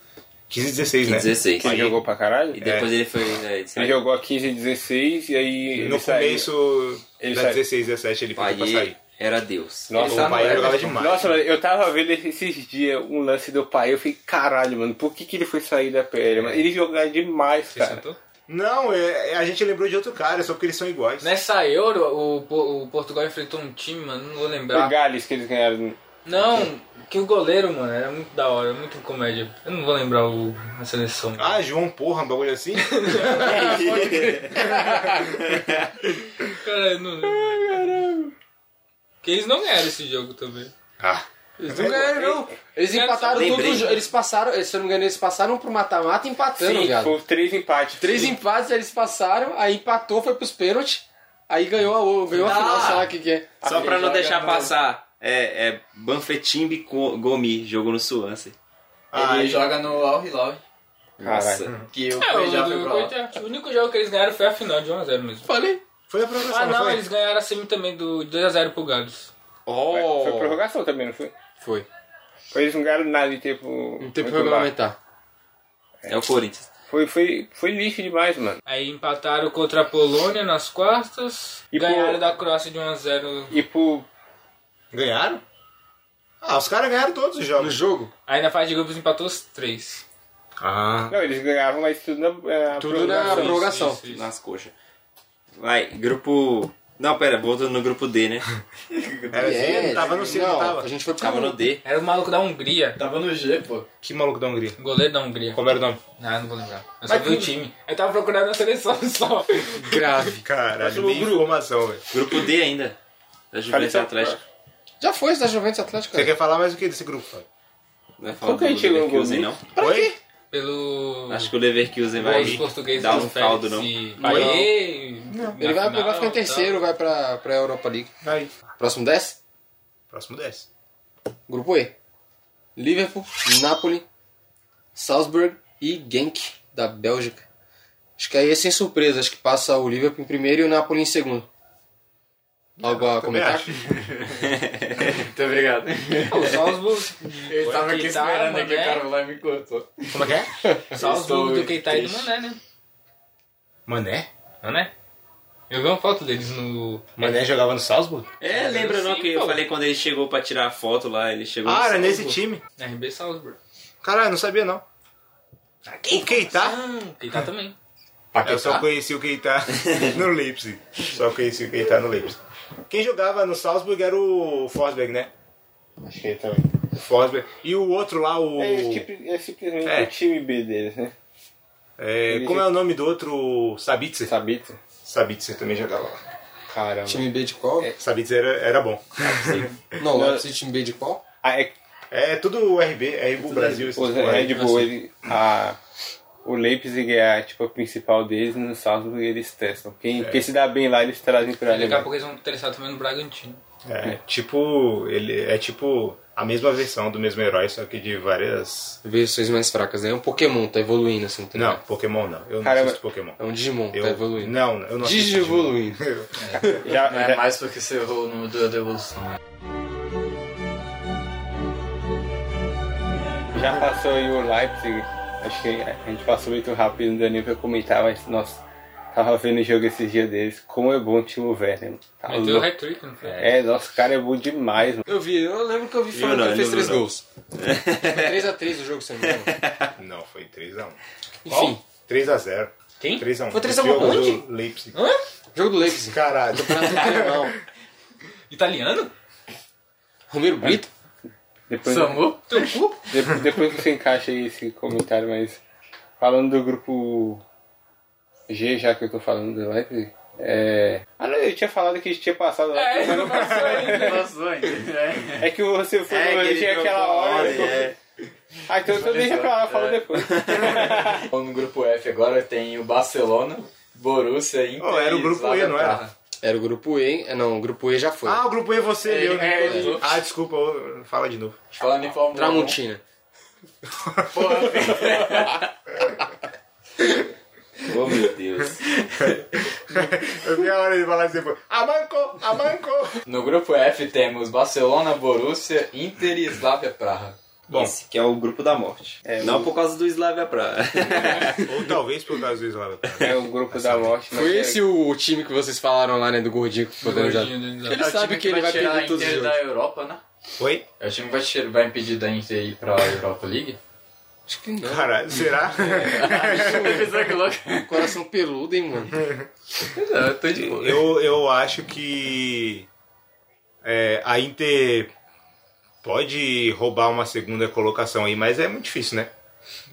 Speaker 8: 15, 16, né?
Speaker 6: 16.
Speaker 13: Ele jogou pra caralho?
Speaker 6: E depois ele foi. né, de
Speaker 13: Ele
Speaker 6: sair.
Speaker 13: jogou a 15 e 16 e aí ele
Speaker 8: No
Speaker 13: saiu.
Speaker 8: começo
Speaker 13: Ele
Speaker 8: da
Speaker 13: saiu.
Speaker 8: 16, 17 ele pediu pra
Speaker 6: Paier
Speaker 8: sair.
Speaker 6: era Deus.
Speaker 13: Nossa,
Speaker 8: O Bahia jogava demais.
Speaker 13: Nossa, mano, eu tava vendo esses dias um lance do pai, eu fiquei, caralho, mano, por que, que ele foi sair da PL, mano? Ele jogava demais, cara.
Speaker 10: sentou?
Speaker 8: Não, é- é, a gente lembrou de outro cara, só porque eles são iguais.
Speaker 10: Nessa Euro, o, Po- o Portugal enfrentou um time, mano, não vou
Speaker 13: Foi
Speaker 10: lembrar.
Speaker 13: Gales que eles ganharam.
Speaker 10: Não, que o goleiro, mano, era muito da hora, muito comédia. Eu não vou lembrar o, a seleção.
Speaker 8: Ah, João, porra, um bagulho assim?
Speaker 10: Cara, eu não lembro. Porque eles não ganharam esse jogo também.
Speaker 8: ah.
Speaker 10: Eles não ganharam, não.
Speaker 9: Eles empataram
Speaker 6: Lembrei.
Speaker 9: tudo. os jo- Eles passaram, se eu não me engano, eles passaram pro mata-mata empatando,
Speaker 13: Sim,
Speaker 9: viado.
Speaker 13: foram três empates.
Speaker 9: Três empates eles passaram, aí empatou, foi pros pênaltis, aí ganhou a, o- ganhou
Speaker 6: Tá.
Speaker 9: a final, sei lá o que, que é.
Speaker 6: Só pra não
Speaker 10: joga
Speaker 6: deixar
Speaker 10: no-
Speaker 6: passar. É, é Banfetimbe Co- Gomi, jogo no Swansea.
Speaker 8: Ah,
Speaker 5: Ele joga no Al Hilal,
Speaker 6: Nossa.
Speaker 5: que o
Speaker 10: É, o,
Speaker 5: Coelho já foi pra lá.
Speaker 10: o- o único jogo que eles ganharam foi a final de 1x0 mesmo.
Speaker 9: Falei.
Speaker 8: foi a progressão,
Speaker 10: Ah, não,
Speaker 8: foi?
Speaker 10: eles ganharam a semi também do 2x0 pro Gales.
Speaker 13: Foi foi prorrogação também, não foi?
Speaker 9: Foi.
Speaker 13: Eles não ganharam nada em tempo.
Speaker 9: Não tem
Speaker 13: regular.
Speaker 9: pra regulamentar.
Speaker 6: É o Corinthians.
Speaker 13: Foi, foi, foi lixo demais, mano.
Speaker 10: Aí empataram contra a Polônia nas quartas.
Speaker 13: E
Speaker 10: ganharam
Speaker 13: pro-
Speaker 10: da Croácia de 1x0.
Speaker 13: E pro.
Speaker 8: Ganharam? Ah, os caras ganharam todos os jogos.
Speaker 9: jogo?
Speaker 10: Aí na fase de grupos empatou os três.
Speaker 8: Ah.
Speaker 13: Não, eles ganhavam, mas tudo na. é, na
Speaker 9: Tudo na
Speaker 13: prorrogação.
Speaker 9: prorrogação.
Speaker 10: Isso, isso.
Speaker 6: Nas coxas. Vai, grupo. Não, pera, voltando no grupo D, né?
Speaker 8: Era assim,
Speaker 9: É,
Speaker 8: tava no C,
Speaker 9: não,
Speaker 8: não tava.
Speaker 9: A gente foi pro
Speaker 6: Tava no D.
Speaker 10: Era o maluco da Hungria.
Speaker 14: Tava no G, pô.
Speaker 8: Que maluco da Hungria.
Speaker 10: O goleiro da Hungria.
Speaker 8: Como era o nome?
Speaker 10: Ah, não vou lembrar. Eu só vi o time. Eu tava procurando a seleção só.
Speaker 9: grave.
Speaker 8: Caralho, nem informação, velho.
Speaker 6: Grupo D ainda. Da Juventus
Speaker 13: Fala,
Speaker 6: Atlético.
Speaker 9: Já foi isso da Juventus Atlético?
Speaker 8: Você quer falar mais o que desse grupo? Fábio?
Speaker 6: Não é falar
Speaker 13: Como que a gente
Speaker 6: do
Speaker 13: chegou no
Speaker 6: Leverkusen,
Speaker 13: gol?
Speaker 6: não.
Speaker 8: Oi?
Speaker 10: Pelo.
Speaker 6: Acho que o Leverkusen vai
Speaker 10: Os portugueses
Speaker 6: dar um
Speaker 10: Félix
Speaker 6: caldo, não.
Speaker 10: E... Paiê, na
Speaker 9: Ele vai, ele
Speaker 10: final, tá?
Speaker 9: vai
Speaker 8: tá.
Speaker 9: ficar em terceiro, vai pra, pra Europa League.
Speaker 8: Aí.
Speaker 9: Próximo 10?
Speaker 8: Próximo 10.
Speaker 9: Grupo E. Liverpool, Napoli, Salzburg e Genk, da Bélgica. Acho que aí é sem surpresa. Acho que passa o Liverpool em primeiro e o Napoli em segundo. Algo a
Speaker 8: Também
Speaker 9: comentar?
Speaker 8: acho.
Speaker 5: Muito obrigado.
Speaker 10: tal. O Salzburg.
Speaker 5: Eu tava aqui
Speaker 10: Keita,
Speaker 5: esperando aqui, o
Speaker 10: Mané.
Speaker 5: cara lá e me cortou.
Speaker 8: Como é que é?
Speaker 10: O Salzburg do
Speaker 5: muito
Speaker 10: Keita e do
Speaker 5: triste.
Speaker 10: Mané, né?
Speaker 8: Mané?
Speaker 10: Mané? é, né? Eu vi uma foto deles no.
Speaker 8: Mané jogava no Salzburg?
Speaker 6: É, lembra não
Speaker 10: Sim,
Speaker 6: que eu
Speaker 10: pô.
Speaker 6: falei quando ele chegou pra tirar a foto lá, ele chegou.
Speaker 8: Ah, era
Speaker 6: no
Speaker 8: nesse
Speaker 6: Salzburg.
Speaker 8: time.
Speaker 10: RB Salzburg.
Speaker 8: Caralho, não sabia não. O Keita?
Speaker 10: Ah, Keita também.
Speaker 8: Eu só conheci o Keita no Leipzig. Só conheci o Keita no Leipzig. Quem jogava no Salzburg era o Forsberg, né?
Speaker 13: Acho que ele também.
Speaker 8: O Forsberg. E o outro lá, o...
Speaker 13: É, tipo- é simplesmente
Speaker 8: É.
Speaker 13: o time B deles, né?
Speaker 8: é, como é o nome do outro? Sabitzer.
Speaker 13: Sabito?
Speaker 8: Sabitzer também jogava lá.
Speaker 13: Caramba.
Speaker 9: Time B de qual?
Speaker 8: Sabitzer era, era bom.
Speaker 9: Não, não precisa de time um B de qual?
Speaker 13: Ah, é
Speaker 8: É tudo RB, é Red Brasil. esses
Speaker 13: Os
Speaker 10: Tipo,
Speaker 8: porra aí.
Speaker 13: Red Bull,
Speaker 10: assim.
Speaker 13: ele, a, o Leipzig é a, tipo, a principal deles, no Salzburg eles testam. Quem, quem se dá bem lá, eles trazem pra
Speaker 10: É. Daqui a
Speaker 13: Alemanha.
Speaker 10: pouco eles vão interessar também no Bragantino.
Speaker 8: É, tipo, ele é tipo a mesma versão do mesmo herói, só que de várias.
Speaker 9: Versões mais fracas, né? É um Pokémon, tá evoluindo assim. Tá
Speaker 8: Não,
Speaker 9: ligado?
Speaker 8: Pokémon não. Eu não
Speaker 13: Caramba.
Speaker 8: assisto Pokémon.
Speaker 9: É um Digimon,
Speaker 8: Eu...
Speaker 9: tá evoluindo.
Speaker 8: Não, eu não assisto.
Speaker 9: Digievoluindo.
Speaker 13: Já,
Speaker 5: Não é
Speaker 13: já,
Speaker 5: mais porque você errou no da devolução.
Speaker 13: já passou aí o Leipzig, acho que a gente passou muito rápido, não deu nem pra comentar, mas nossa, Tava vendo o jogo esses dias deles. Como é bom o Timo Werner. mano. Tá
Speaker 10: Meteu o
Speaker 13: louco.
Speaker 10: hat-trick, não foi?
Speaker 13: É, nosso cara é bom demais, mano.
Speaker 9: Eu vi, eu lembro que eu vi falando
Speaker 6: não,
Speaker 9: que ele
Speaker 6: eu não,
Speaker 9: fez três
Speaker 6: não.
Speaker 9: gols. Foi 3x3 o jogo, se eu não me engano.
Speaker 8: Não, foi 3x1.
Speaker 9: Enfim,
Speaker 8: 3x0.
Speaker 10: Quem?
Speaker 8: 3x1.
Speaker 9: Foi 3 a 1 onde?
Speaker 8: do um. Leipzig.
Speaker 9: jogo do Leipzig.
Speaker 8: Caralho.
Speaker 9: Campeonato Alemão.
Speaker 10: Italiano?
Speaker 9: Romero Brito?
Speaker 13: Depois,
Speaker 5: Samu?
Speaker 10: Teu cu?
Speaker 13: de- depois você encaixa aí esse comentário, mas falando do grupo G, já que eu tô falando do Leipzig, é. Ah, não, eu tinha falado que a gente tinha passado lá.
Speaker 10: É, não passou ainda.
Speaker 5: Passou ainda. É.
Speaker 13: É que você foi
Speaker 6: É,
Speaker 13: no
Speaker 6: que ele
Speaker 13: tinha
Speaker 6: trocou
Speaker 8: um
Speaker 13: aquela
Speaker 6: a
Speaker 13: hora.
Speaker 6: ordem, é.
Speaker 13: Ah, então eu deixa pra lá, falo depois.
Speaker 5: No grupo F agora tem o Barcelona, Borussia, Inter
Speaker 8: Oh, era o
Speaker 5: e
Speaker 8: grupo E,
Speaker 5: Slavia
Speaker 8: não era?
Speaker 5: Praga.
Speaker 9: Era o grupo E, hein? É, não, o grupo E já foi.
Speaker 8: Ah, o grupo E você
Speaker 5: Ele-
Speaker 8: eu, né?
Speaker 5: é, ele-
Speaker 8: Ah, desculpa, eu- fala de novo.
Speaker 5: Falando em Fórmula
Speaker 9: Tramontina.
Speaker 5: 1. Porra,
Speaker 6: Oh, meu Deus.
Speaker 8: Eu vi a hora de falar isso depois. Ah, Amanco! Amanco!
Speaker 5: no grupo F temos Barcelona, Borussia, Inter e Slavia Praha.
Speaker 6: Bom. Esse que é o grupo da morte.
Speaker 8: É,
Speaker 6: Não por causa do Slavia pra.
Speaker 8: Ou talvez por causa do Slava.
Speaker 13: É o grupo da morte. mas
Speaker 9: Foi
Speaker 13: é-
Speaker 9: esse o, o time que vocês falaram lá, né? Do gordinho que foi organizado. Ele
Speaker 5: É o
Speaker 9: sabe
Speaker 5: time
Speaker 9: que ele vai
Speaker 5: tirar
Speaker 9: perder
Speaker 5: a
Speaker 9: todos os
Speaker 5: Inter
Speaker 9: jogos.
Speaker 5: da Europa, né?
Speaker 8: Oi?
Speaker 5: É o time que vai, tirar- vai impedir da Inter ir pra Europa League?
Speaker 9: Acho que não.
Speaker 8: Caralho, será?
Speaker 5: Pensou que louco.
Speaker 9: Coração peludo, hein, mano?
Speaker 5: Não, eu tô de boa.
Speaker 8: Eu, eu acho que é, a Inter pode roubar uma segunda colocação aí, mas é muito difícil, né?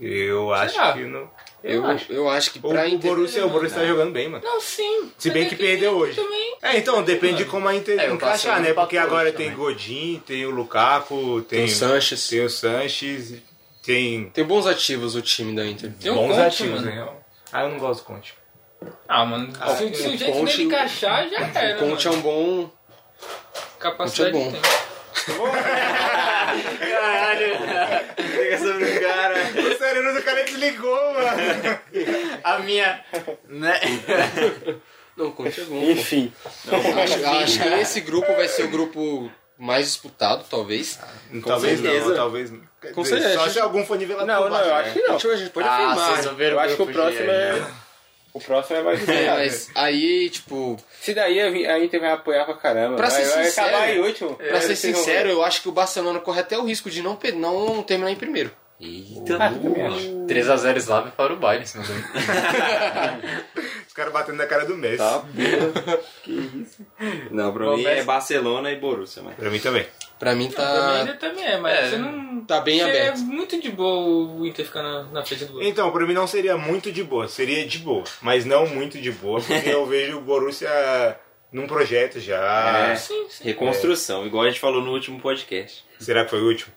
Speaker 8: Eu acho que não.
Speaker 9: Eu, eu acho que
Speaker 8: O,
Speaker 9: pra
Speaker 8: o
Speaker 9: Inter...
Speaker 8: Borussia, o Borussia tá jogando bem, mano.
Speaker 10: Não, sim.
Speaker 8: Se bem
Speaker 10: Mas
Speaker 8: que
Speaker 10: é
Speaker 8: perdeu hoje.
Speaker 10: Também.
Speaker 8: É, então depende de como a Inter
Speaker 5: É, o
Speaker 8: encaixar,
Speaker 5: Barcelona
Speaker 8: né? Porque
Speaker 5: empatou
Speaker 8: agora
Speaker 5: hoje
Speaker 8: tem
Speaker 5: também.
Speaker 8: Godin, tem o Lukaku, tem,
Speaker 9: Tem o Sanches.
Speaker 8: tem o Sanches, tem
Speaker 9: Tem bons ativos o time da Inter.
Speaker 10: Tem um
Speaker 8: bons
Speaker 10: Conte,
Speaker 8: ativos,
Speaker 10: mano.
Speaker 8: né? Ah, eu não gosto do Conte.
Speaker 10: Ah, mano, se, se o jeito
Speaker 9: Conte-
Speaker 10: dele encaixar, já era.
Speaker 9: O Conte é
Speaker 10: mano.
Speaker 9: um bom...
Speaker 10: Capacidade
Speaker 9: Conte é
Speaker 10: tem.
Speaker 9: bom.
Speaker 6: Pega sobre o cara.
Speaker 8: O cérebro do cara desligou, mano.
Speaker 5: A minha. Né?
Speaker 9: Não, o Conte é bom. pô.
Speaker 6: Enfim.
Speaker 9: Acho, acho que esse grupo vai ser o grupo mais disputado, talvez.
Speaker 8: Então, talvez não,
Speaker 6: certeza.
Speaker 8: talvez não. Quer
Speaker 9: Com
Speaker 8: dizer,
Speaker 9: certeza.
Speaker 8: Só se algum for nivelado
Speaker 13: Não,
Speaker 8: por
Speaker 13: não,
Speaker 8: baixo,
Speaker 13: eu
Speaker 8: né?
Speaker 13: acho que não.
Speaker 9: A gente- a gente pode
Speaker 5: Ah,
Speaker 9: afirmar.
Speaker 5: vocês não viram
Speaker 13: Eu acho que o
Speaker 5: grupo G
Speaker 13: próximo
Speaker 5: aí,
Speaker 13: é.
Speaker 5: né?
Speaker 13: O próximo é mais
Speaker 9: É,
Speaker 13: é,
Speaker 9: mas aí, tipo,
Speaker 13: Se daí a Vi- a Inter vai apoiar pra caramba.
Speaker 9: Pra
Speaker 13: vai,
Speaker 9: ser
Speaker 13: vai
Speaker 9: sincero-
Speaker 13: acabar em último. É,
Speaker 9: pra ser sincero, eu acho que o Barcelona corre até o risco de não, pe- não terminar em primeiro.
Speaker 6: Eita,
Speaker 5: 3x0 Slavia para o Bayern, se não me engano.
Speaker 8: Os caras batendo na cara do Messi.
Speaker 6: Tá, porra. Que isso? Não, pra
Speaker 5: Bom,
Speaker 6: mim é
Speaker 5: mas-
Speaker 6: Barcelona e Borussia, mas.
Speaker 8: Pra mim também.
Speaker 9: Pra mim
Speaker 10: Também
Speaker 9: tá.
Speaker 10: ainda também é, mas
Speaker 5: É.
Speaker 10: você não.
Speaker 9: Tá bem
Speaker 10: você
Speaker 9: aberto.
Speaker 10: É muito de boa o Inter ficar na, na frente do gol.
Speaker 8: Então, pra mim não seria muito de boa. Seria de boa. Mas não muito de boa, porque eu vejo o Borussia num projeto já.
Speaker 6: É.
Speaker 10: Sim, sim.
Speaker 6: Reconstrução, igual a gente falou no último podcast.
Speaker 8: Será que foi o último?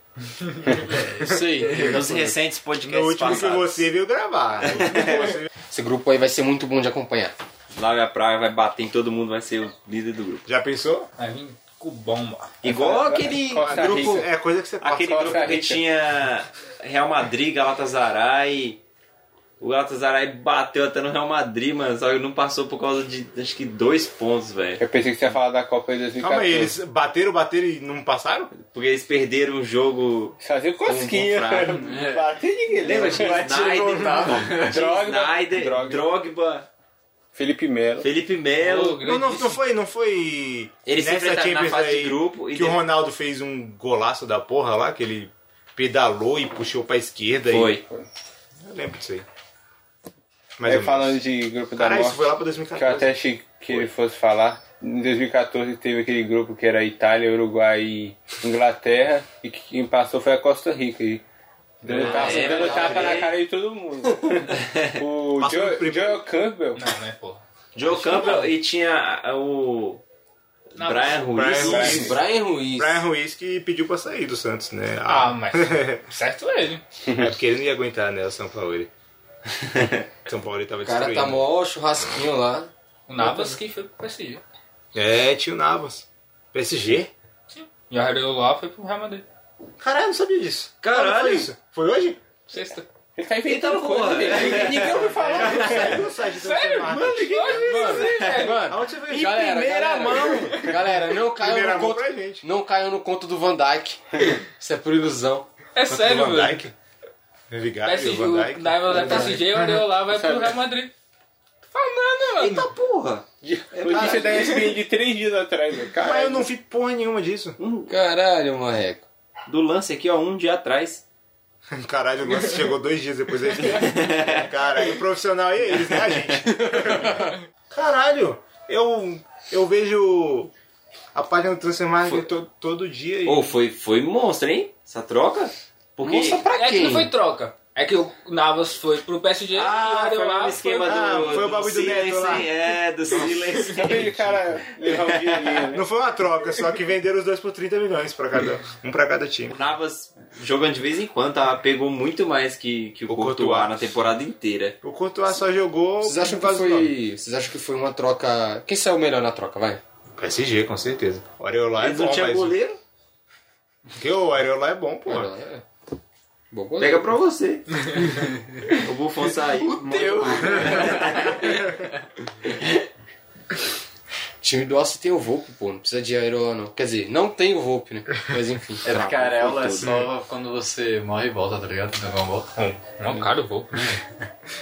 Speaker 9: Não sei.
Speaker 6: Nos recentes
Speaker 8: É No
Speaker 6: podcasts
Speaker 8: último que
Speaker 6: passados.
Speaker 8: você viu gravar. No último que você-
Speaker 9: Esse grupo aí vai ser muito bom de acompanhar.
Speaker 6: Slavia Praga vai bater em todo mundo, vai ser o líder do grupo.
Speaker 8: Já pensou?
Speaker 10: Aí vem cubão, mano.
Speaker 6: Igual aquele
Speaker 13: Costa
Speaker 6: grupo,
Speaker 13: Rica.
Speaker 8: É coisa que você passa.
Speaker 6: aquele
Speaker 13: Costa
Speaker 6: grupo que
Speaker 13: Rica.
Speaker 6: tinha Real Madrid, Galatasaray. O Galatasaray bateu até no Real Madrid, mano, só que não passou por causa de acho que dois pontos, velho.
Speaker 13: Eu pensei que você ia falar da Copa de 2014.
Speaker 8: Calma aí, eles bateram, bateram e não passaram?
Speaker 6: Porque eles perderam o jogo.
Speaker 13: Fazer assim, cosquinha.
Speaker 6: Um bom fraco.
Speaker 13: Bater ninguém.
Speaker 6: Lembra de Snyder?
Speaker 13: Drogba.
Speaker 6: Snyder,
Speaker 13: Drogba.
Speaker 6: Drogba,
Speaker 13: Felipe Melo.
Speaker 6: Felipe Melo.
Speaker 8: Não, não, não foi, não foi.
Speaker 6: Eles se
Speaker 8: nessa
Speaker 6: enfrentaram na
Speaker 8: Champions
Speaker 6: fase de
Speaker 8: aí
Speaker 6: grupo e
Speaker 8: que o
Speaker 6: depois-
Speaker 8: Ronaldo fez um golaço da porra lá, que ele pedalou e puxou pra esquerda. E...
Speaker 6: Foi.
Speaker 8: Eu lembro disso aí. Mas
Speaker 13: Aí É, falando de grupo da
Speaker 8: Caralho, isso
Speaker 13: morte.
Speaker 8: foi lá pra
Speaker 13: Que eu até
Speaker 8: 2014.
Speaker 13: achei que ele fosse falar. Em 2014 teve aquele grupo que era Itália, Uruguai e Inglaterra. E que quem passou foi a Costa Rica. E dando tapa,
Speaker 6: é
Speaker 13: dando
Speaker 6: verdade.
Speaker 13: tapa na cara de todo mundo.
Speaker 8: Passou
Speaker 13: o
Speaker 8: no
Speaker 13: Joe,
Speaker 8: primeiro.
Speaker 13: Joe Campbell.
Speaker 10: Não, não é, porra.
Speaker 6: Joe Campbell e tinha ah, o
Speaker 10: Não,
Speaker 6: Brian Ruiz.
Speaker 8: Brian Ruiz.
Speaker 9: Isso, Brian Ruiz.
Speaker 8: Brian Ruiz que pediu pra sair do Santos, né?
Speaker 10: Ah, mas. certo ele.
Speaker 8: É porque ele não ia aguentar, né? O São Paulo. São Paulo tava
Speaker 9: O cara
Speaker 8: destruindo.
Speaker 9: tá mó churrasquinho lá.
Speaker 10: O Navas que foi pro PSG.
Speaker 8: É, tio Navas. PSG?
Speaker 10: E o Areola foi pro Real Madrid.
Speaker 8: Caralho, não sabia disso.
Speaker 6: Caralho.
Speaker 8: Foi isso? Foi hoje?
Speaker 10: Sexta. É
Speaker 13: Ele tá
Speaker 6: Eita
Speaker 13: inventando coisa.
Speaker 6: porra!
Speaker 13: Ninguém ouviu falar.
Speaker 8: Sério? Mano,
Speaker 9: É, Mano,
Speaker 8: Aonde você veio?
Speaker 9: galera, galera, Galera, não
Speaker 8: Primeira
Speaker 9: caiam no
Speaker 8: mão
Speaker 9: conto.
Speaker 8: pra gente.
Speaker 9: Não caiam no conto do Van Dyke. Isso é por ilusão.
Speaker 10: É sério,
Speaker 8: Van
Speaker 10: mano.
Speaker 8: Dijk? Vigário,
Speaker 10: PSG,
Speaker 8: Van
Speaker 10: o
Speaker 8: Dijk.
Speaker 10: Navas vai pro PSG e o Areola vai pro Real Madrid.
Speaker 13: Falando, mano.
Speaker 6: Eita porra!
Speaker 13: Notícia da ESPN de três dias atrás, meu cara.
Speaker 8: Mas eu não vi porra nenhuma disso.
Speaker 9: Caralho, marreco.
Speaker 6: Do lance aqui, ó, um dia atrás.
Speaker 8: Caralho, o negócio chegou dois dias depois da FPL. Caralho, o profissional e eles, né, a gente? Caralho, eu, eu vejo a página do Transfer Market to- todo dia e...
Speaker 6: Ô, foi, foi monstro, hein? Essa troca? Porque.
Speaker 9: Mostra pra
Speaker 10: É que
Speaker 9: quem?
Speaker 10: não foi troca. É que o Navas foi pro PSG
Speaker 6: Ah,
Speaker 10: e o
Speaker 6: foi o
Speaker 10: Adelar
Speaker 6: esquema
Speaker 10: foi...
Speaker 8: Ah,
Speaker 6: do.
Speaker 8: foi o bagulho do
Speaker 6: Silas,
Speaker 8: Neto lá.
Speaker 6: hein? É, do Silas.
Speaker 13: Aquele cara levar o dinheirinho, né?
Speaker 8: Não foi uma troca, só que venderam os dois por 30 milhões pra cada, um pra cada time.
Speaker 6: O Navas jogando de vez em quando, tá? pegou muito mais que, que o,
Speaker 8: O
Speaker 6: Courtois,
Speaker 8: Courtois.
Speaker 6: na temporada inteira.
Speaker 8: O Courtois só jogou...
Speaker 9: Vocês acham
Speaker 8: por
Speaker 9: que
Speaker 8: causa do nome.
Speaker 9: foi. Vocês acham que foi uma troca. Quem saiu melhor na troca, vai?
Speaker 8: PSG, com certeza. O Areola é
Speaker 6: Eles não
Speaker 8: bom,
Speaker 6: tinham
Speaker 8: mas...
Speaker 6: goleiro?
Speaker 8: Porque o Areola é bom, pô.
Speaker 9: Olha, é. Bom
Speaker 6: Pega
Speaker 9: goleiro.
Speaker 6: pra você. o Buffon saiu.
Speaker 9: O time do Alce tem o Volpe, pô. Não precisa de Areola, não. Quer dizer, não tem o Volpe, né? Mas enfim.
Speaker 14: É
Speaker 9: Tá.
Speaker 14: porque a areola é só quando você morre e volta, tá ligado? Dragon Ball.
Speaker 10: Não, cara, eu vou.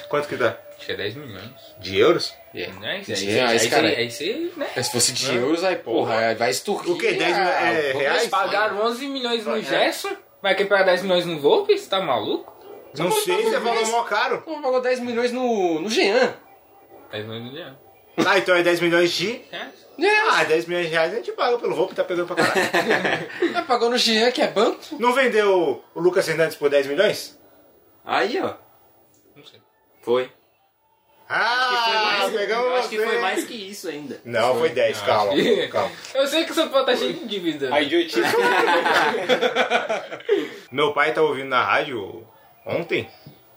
Speaker 8: Quanto que dá?
Speaker 10: Acho que é 10 milhões.
Speaker 8: De euros?
Speaker 9: É.
Speaker 10: Né? Isso
Speaker 9: De
Speaker 10: aí-
Speaker 9: reais,
Speaker 10: aí-
Speaker 9: cara.
Speaker 10: Aí você, né?
Speaker 9: Mas se fosse de euros, aí, porra, aí vai extorquir.
Speaker 8: O quê? 10 mil-
Speaker 9: Ah,
Speaker 8: é,
Speaker 9: vamos-
Speaker 8: reais?
Speaker 10: Eles pagaram 11 milhões no Gerson, vai querer pagar 10 milhões no Volpe? Você tá maluco?
Speaker 8: Não sei, você falou mó caro.
Speaker 9: Pô, pagou 10 milhões no, no Jean.
Speaker 10: 10 milhões no Gerson.
Speaker 8: Ah, então é 10 milhões de...
Speaker 10: É.
Speaker 8: Ah, 10 milhões de reais a gente paga pelo roupa, tá pegando pra caralho.
Speaker 9: Ah, pagou no Jean, que é banco.
Speaker 8: Não vendeu o Lucas Hernandes por 10 milhões?
Speaker 6: Aí, ó.
Speaker 10: Não sei.
Speaker 6: Foi.
Speaker 8: Ah, pegamos
Speaker 6: eu acho que
Speaker 8: você.
Speaker 6: foi mais que isso ainda.
Speaker 8: Não, foi 10, calma, calma.
Speaker 10: Eu sei que o São Paulo tá cheio de dívida.
Speaker 13: A idiotice.
Speaker 8: Meu pai tá ouvindo na rádio ontem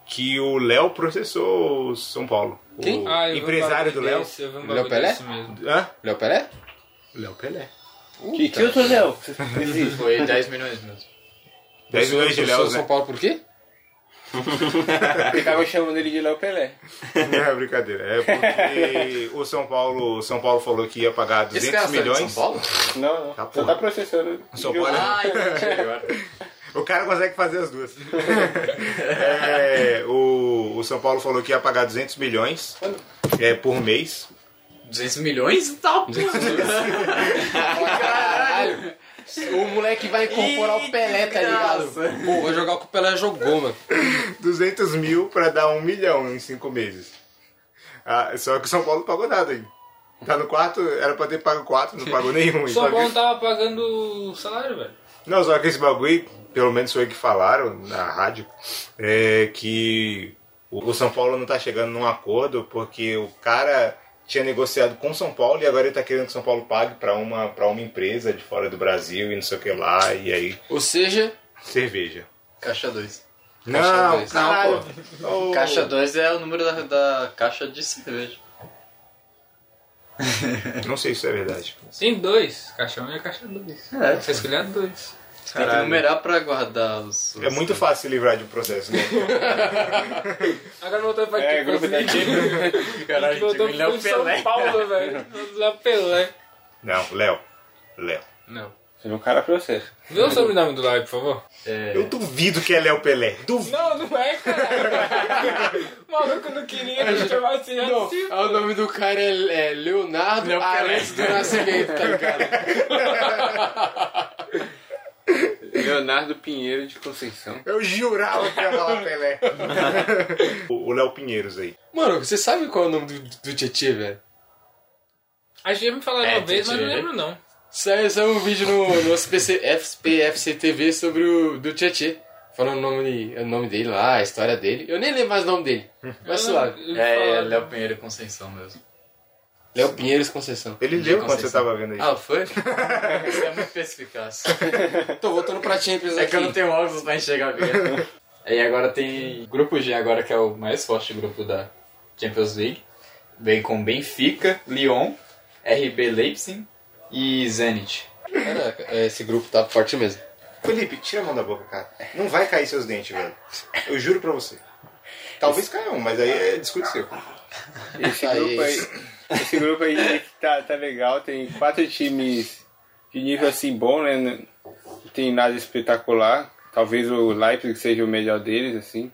Speaker 8: que o Léo processou o São Paulo.
Speaker 9: Quem?
Speaker 8: O
Speaker 10: Ah, eu vi um
Speaker 8: empresário do
Speaker 10: bagulho
Speaker 8: Léo.
Speaker 10: desse, eu vi um
Speaker 9: Léo
Speaker 10: bagulho
Speaker 9: Pelé?
Speaker 10: desse mesmo.
Speaker 8: Hã?
Speaker 9: Léo Pelé?
Speaker 8: Léo Pelé.
Speaker 13: Que que outro Léo?
Speaker 14: Foi 10 milhões mesmo.
Speaker 8: 10 milhões de
Speaker 9: Professor
Speaker 8: Léo,
Speaker 9: do São
Speaker 8: né?
Speaker 9: Paulo por quê?
Speaker 13: Ficava chamando ele de Léo Pelé.
Speaker 8: É brincadeira. É porque o São Paulo, o São Paulo falou que ia pagar 200
Speaker 9: saiu de
Speaker 8: milhões.
Speaker 9: São Paulo?
Speaker 13: Não,
Speaker 8: Tá,
Speaker 13: não. Você
Speaker 8: porra.
Speaker 13: tá processando.
Speaker 8: São Paulo é- O cara consegue fazer as duas. É, o, o São Paulo falou que ia pagar 200 milhões é, por mês.
Speaker 14: 200 milhões e tal, pô.
Speaker 9: Caralho! O moleque vai incorporar o Pelé, tá ligado? Pô, vai jogar o que o Pelé jogou, mano.
Speaker 8: 200 mil pra dar um milhão em cinco meses. Ah, só que o São Paulo não pagou nada ainda. Tá no quarto, era pra ter pago quatro, não pagou nenhum. então.
Speaker 10: O São
Speaker 8: Só
Speaker 10: Paulo
Speaker 8: que-
Speaker 10: tava pagando o salário, velho.
Speaker 8: Não, só que esse bagulho, pelo menos foi o que falaram na rádio, é que o o São Paulo não tá chegando num acordo porque o cara tinha negociado com o São Paulo e agora ele tá querendo que o São Paulo pague pra uma, pra uma empresa de fora do Brasil e não sei o que lá, e aí,
Speaker 9: Ou seja,
Speaker 8: cerveja.
Speaker 14: Caixa 2.
Speaker 8: não, Oh.
Speaker 9: dois.
Speaker 8: caralho. Ô,
Speaker 14: Caixa 2 é o número da, da caixa de cerveja.
Speaker 8: Não sei se isso é verdade.
Speaker 10: Tem dois, caixa 1 e caixa 2.
Speaker 14: É.
Speaker 9: tipo-
Speaker 10: Você escolheu dois.
Speaker 14: Você tem que numerar pra guardar os. os-
Speaker 8: É muito fácil se livrar de um processo, né?
Speaker 10: Agora voltando pra
Speaker 13: É, grupo da Tina.
Speaker 14: Caralho,
Speaker 10: Voltou
Speaker 14: Léo
Speaker 10: pro São Paulo, velho. Léo Pelé.
Speaker 8: Não, Léo. Léo.
Speaker 10: Não.
Speaker 13: Senão o é um cara processa.
Speaker 10: Vê o sobrenome do Léo, por favor.
Speaker 8: Eu duvido que é Léo Pelé. Duvido.
Speaker 10: Não, não é, cara. O maluco não queria que chamasse ele
Speaker 9: Não,
Speaker 10: assim.
Speaker 9: ah, o nome do cara é, é Leonardo
Speaker 14: Léo Pelé.
Speaker 9: Ares do Nascimento, tá ligado?
Speaker 13: Leonardo Pinheiro de Conceição.
Speaker 8: Eu jurava que ia falar Pelé. o o Léo Pinheiros aí.
Speaker 9: Mano, você sabe qual é o nome do, do Tietchan, velho?
Speaker 10: A gente me falaram
Speaker 14: É,
Speaker 10: uma vez, mas não
Speaker 14: Tietê.
Speaker 10: lembro não.
Speaker 9: Saiu, saiu um vídeo no, no SPC, SPFC TV sobre o do Tietchan. Falando o nome, o nome dele lá, a história dele. Eu nem lembro mais o nome dele. Vai se lá.
Speaker 10: Eu- eu
Speaker 14: É, é
Speaker 10: falaram.
Speaker 5: né?
Speaker 14: Léo Pinheiro Conceição mesmo.
Speaker 9: Léo Pinheiros Conceição.
Speaker 8: Ele leu quando você
Speaker 14: Conceição.
Speaker 8: tava vendo aí.
Speaker 14: Ah, foi? Você é muito perspicaz.
Speaker 9: Tô voltando pra
Speaker 5: assim?
Speaker 9: Champions
Speaker 14: É que eu não
Speaker 9: aqui.
Speaker 14: tenho óculos pra enxergar bem. e agora tem grupo G agora, que é o mais forte grupo da Champions League. Vem com Benfica, Lyon, RB Leipzig e Zenit.
Speaker 9: Caraca, esse grupo tá forte mesmo.
Speaker 8: Ah, Felipe, tira a mão da boca, cara. Não vai cair seus dentes, velho. Eu juro pra você. Talvez caiam, mas aí é discute seu.
Speaker 9: Esse
Speaker 13: grupo aí- Esse grupo aí tá, tá legal, tem quatro times de nível assim bom, né? Não tem nada espetacular. Talvez o Leipzig seja o melhor deles, assim.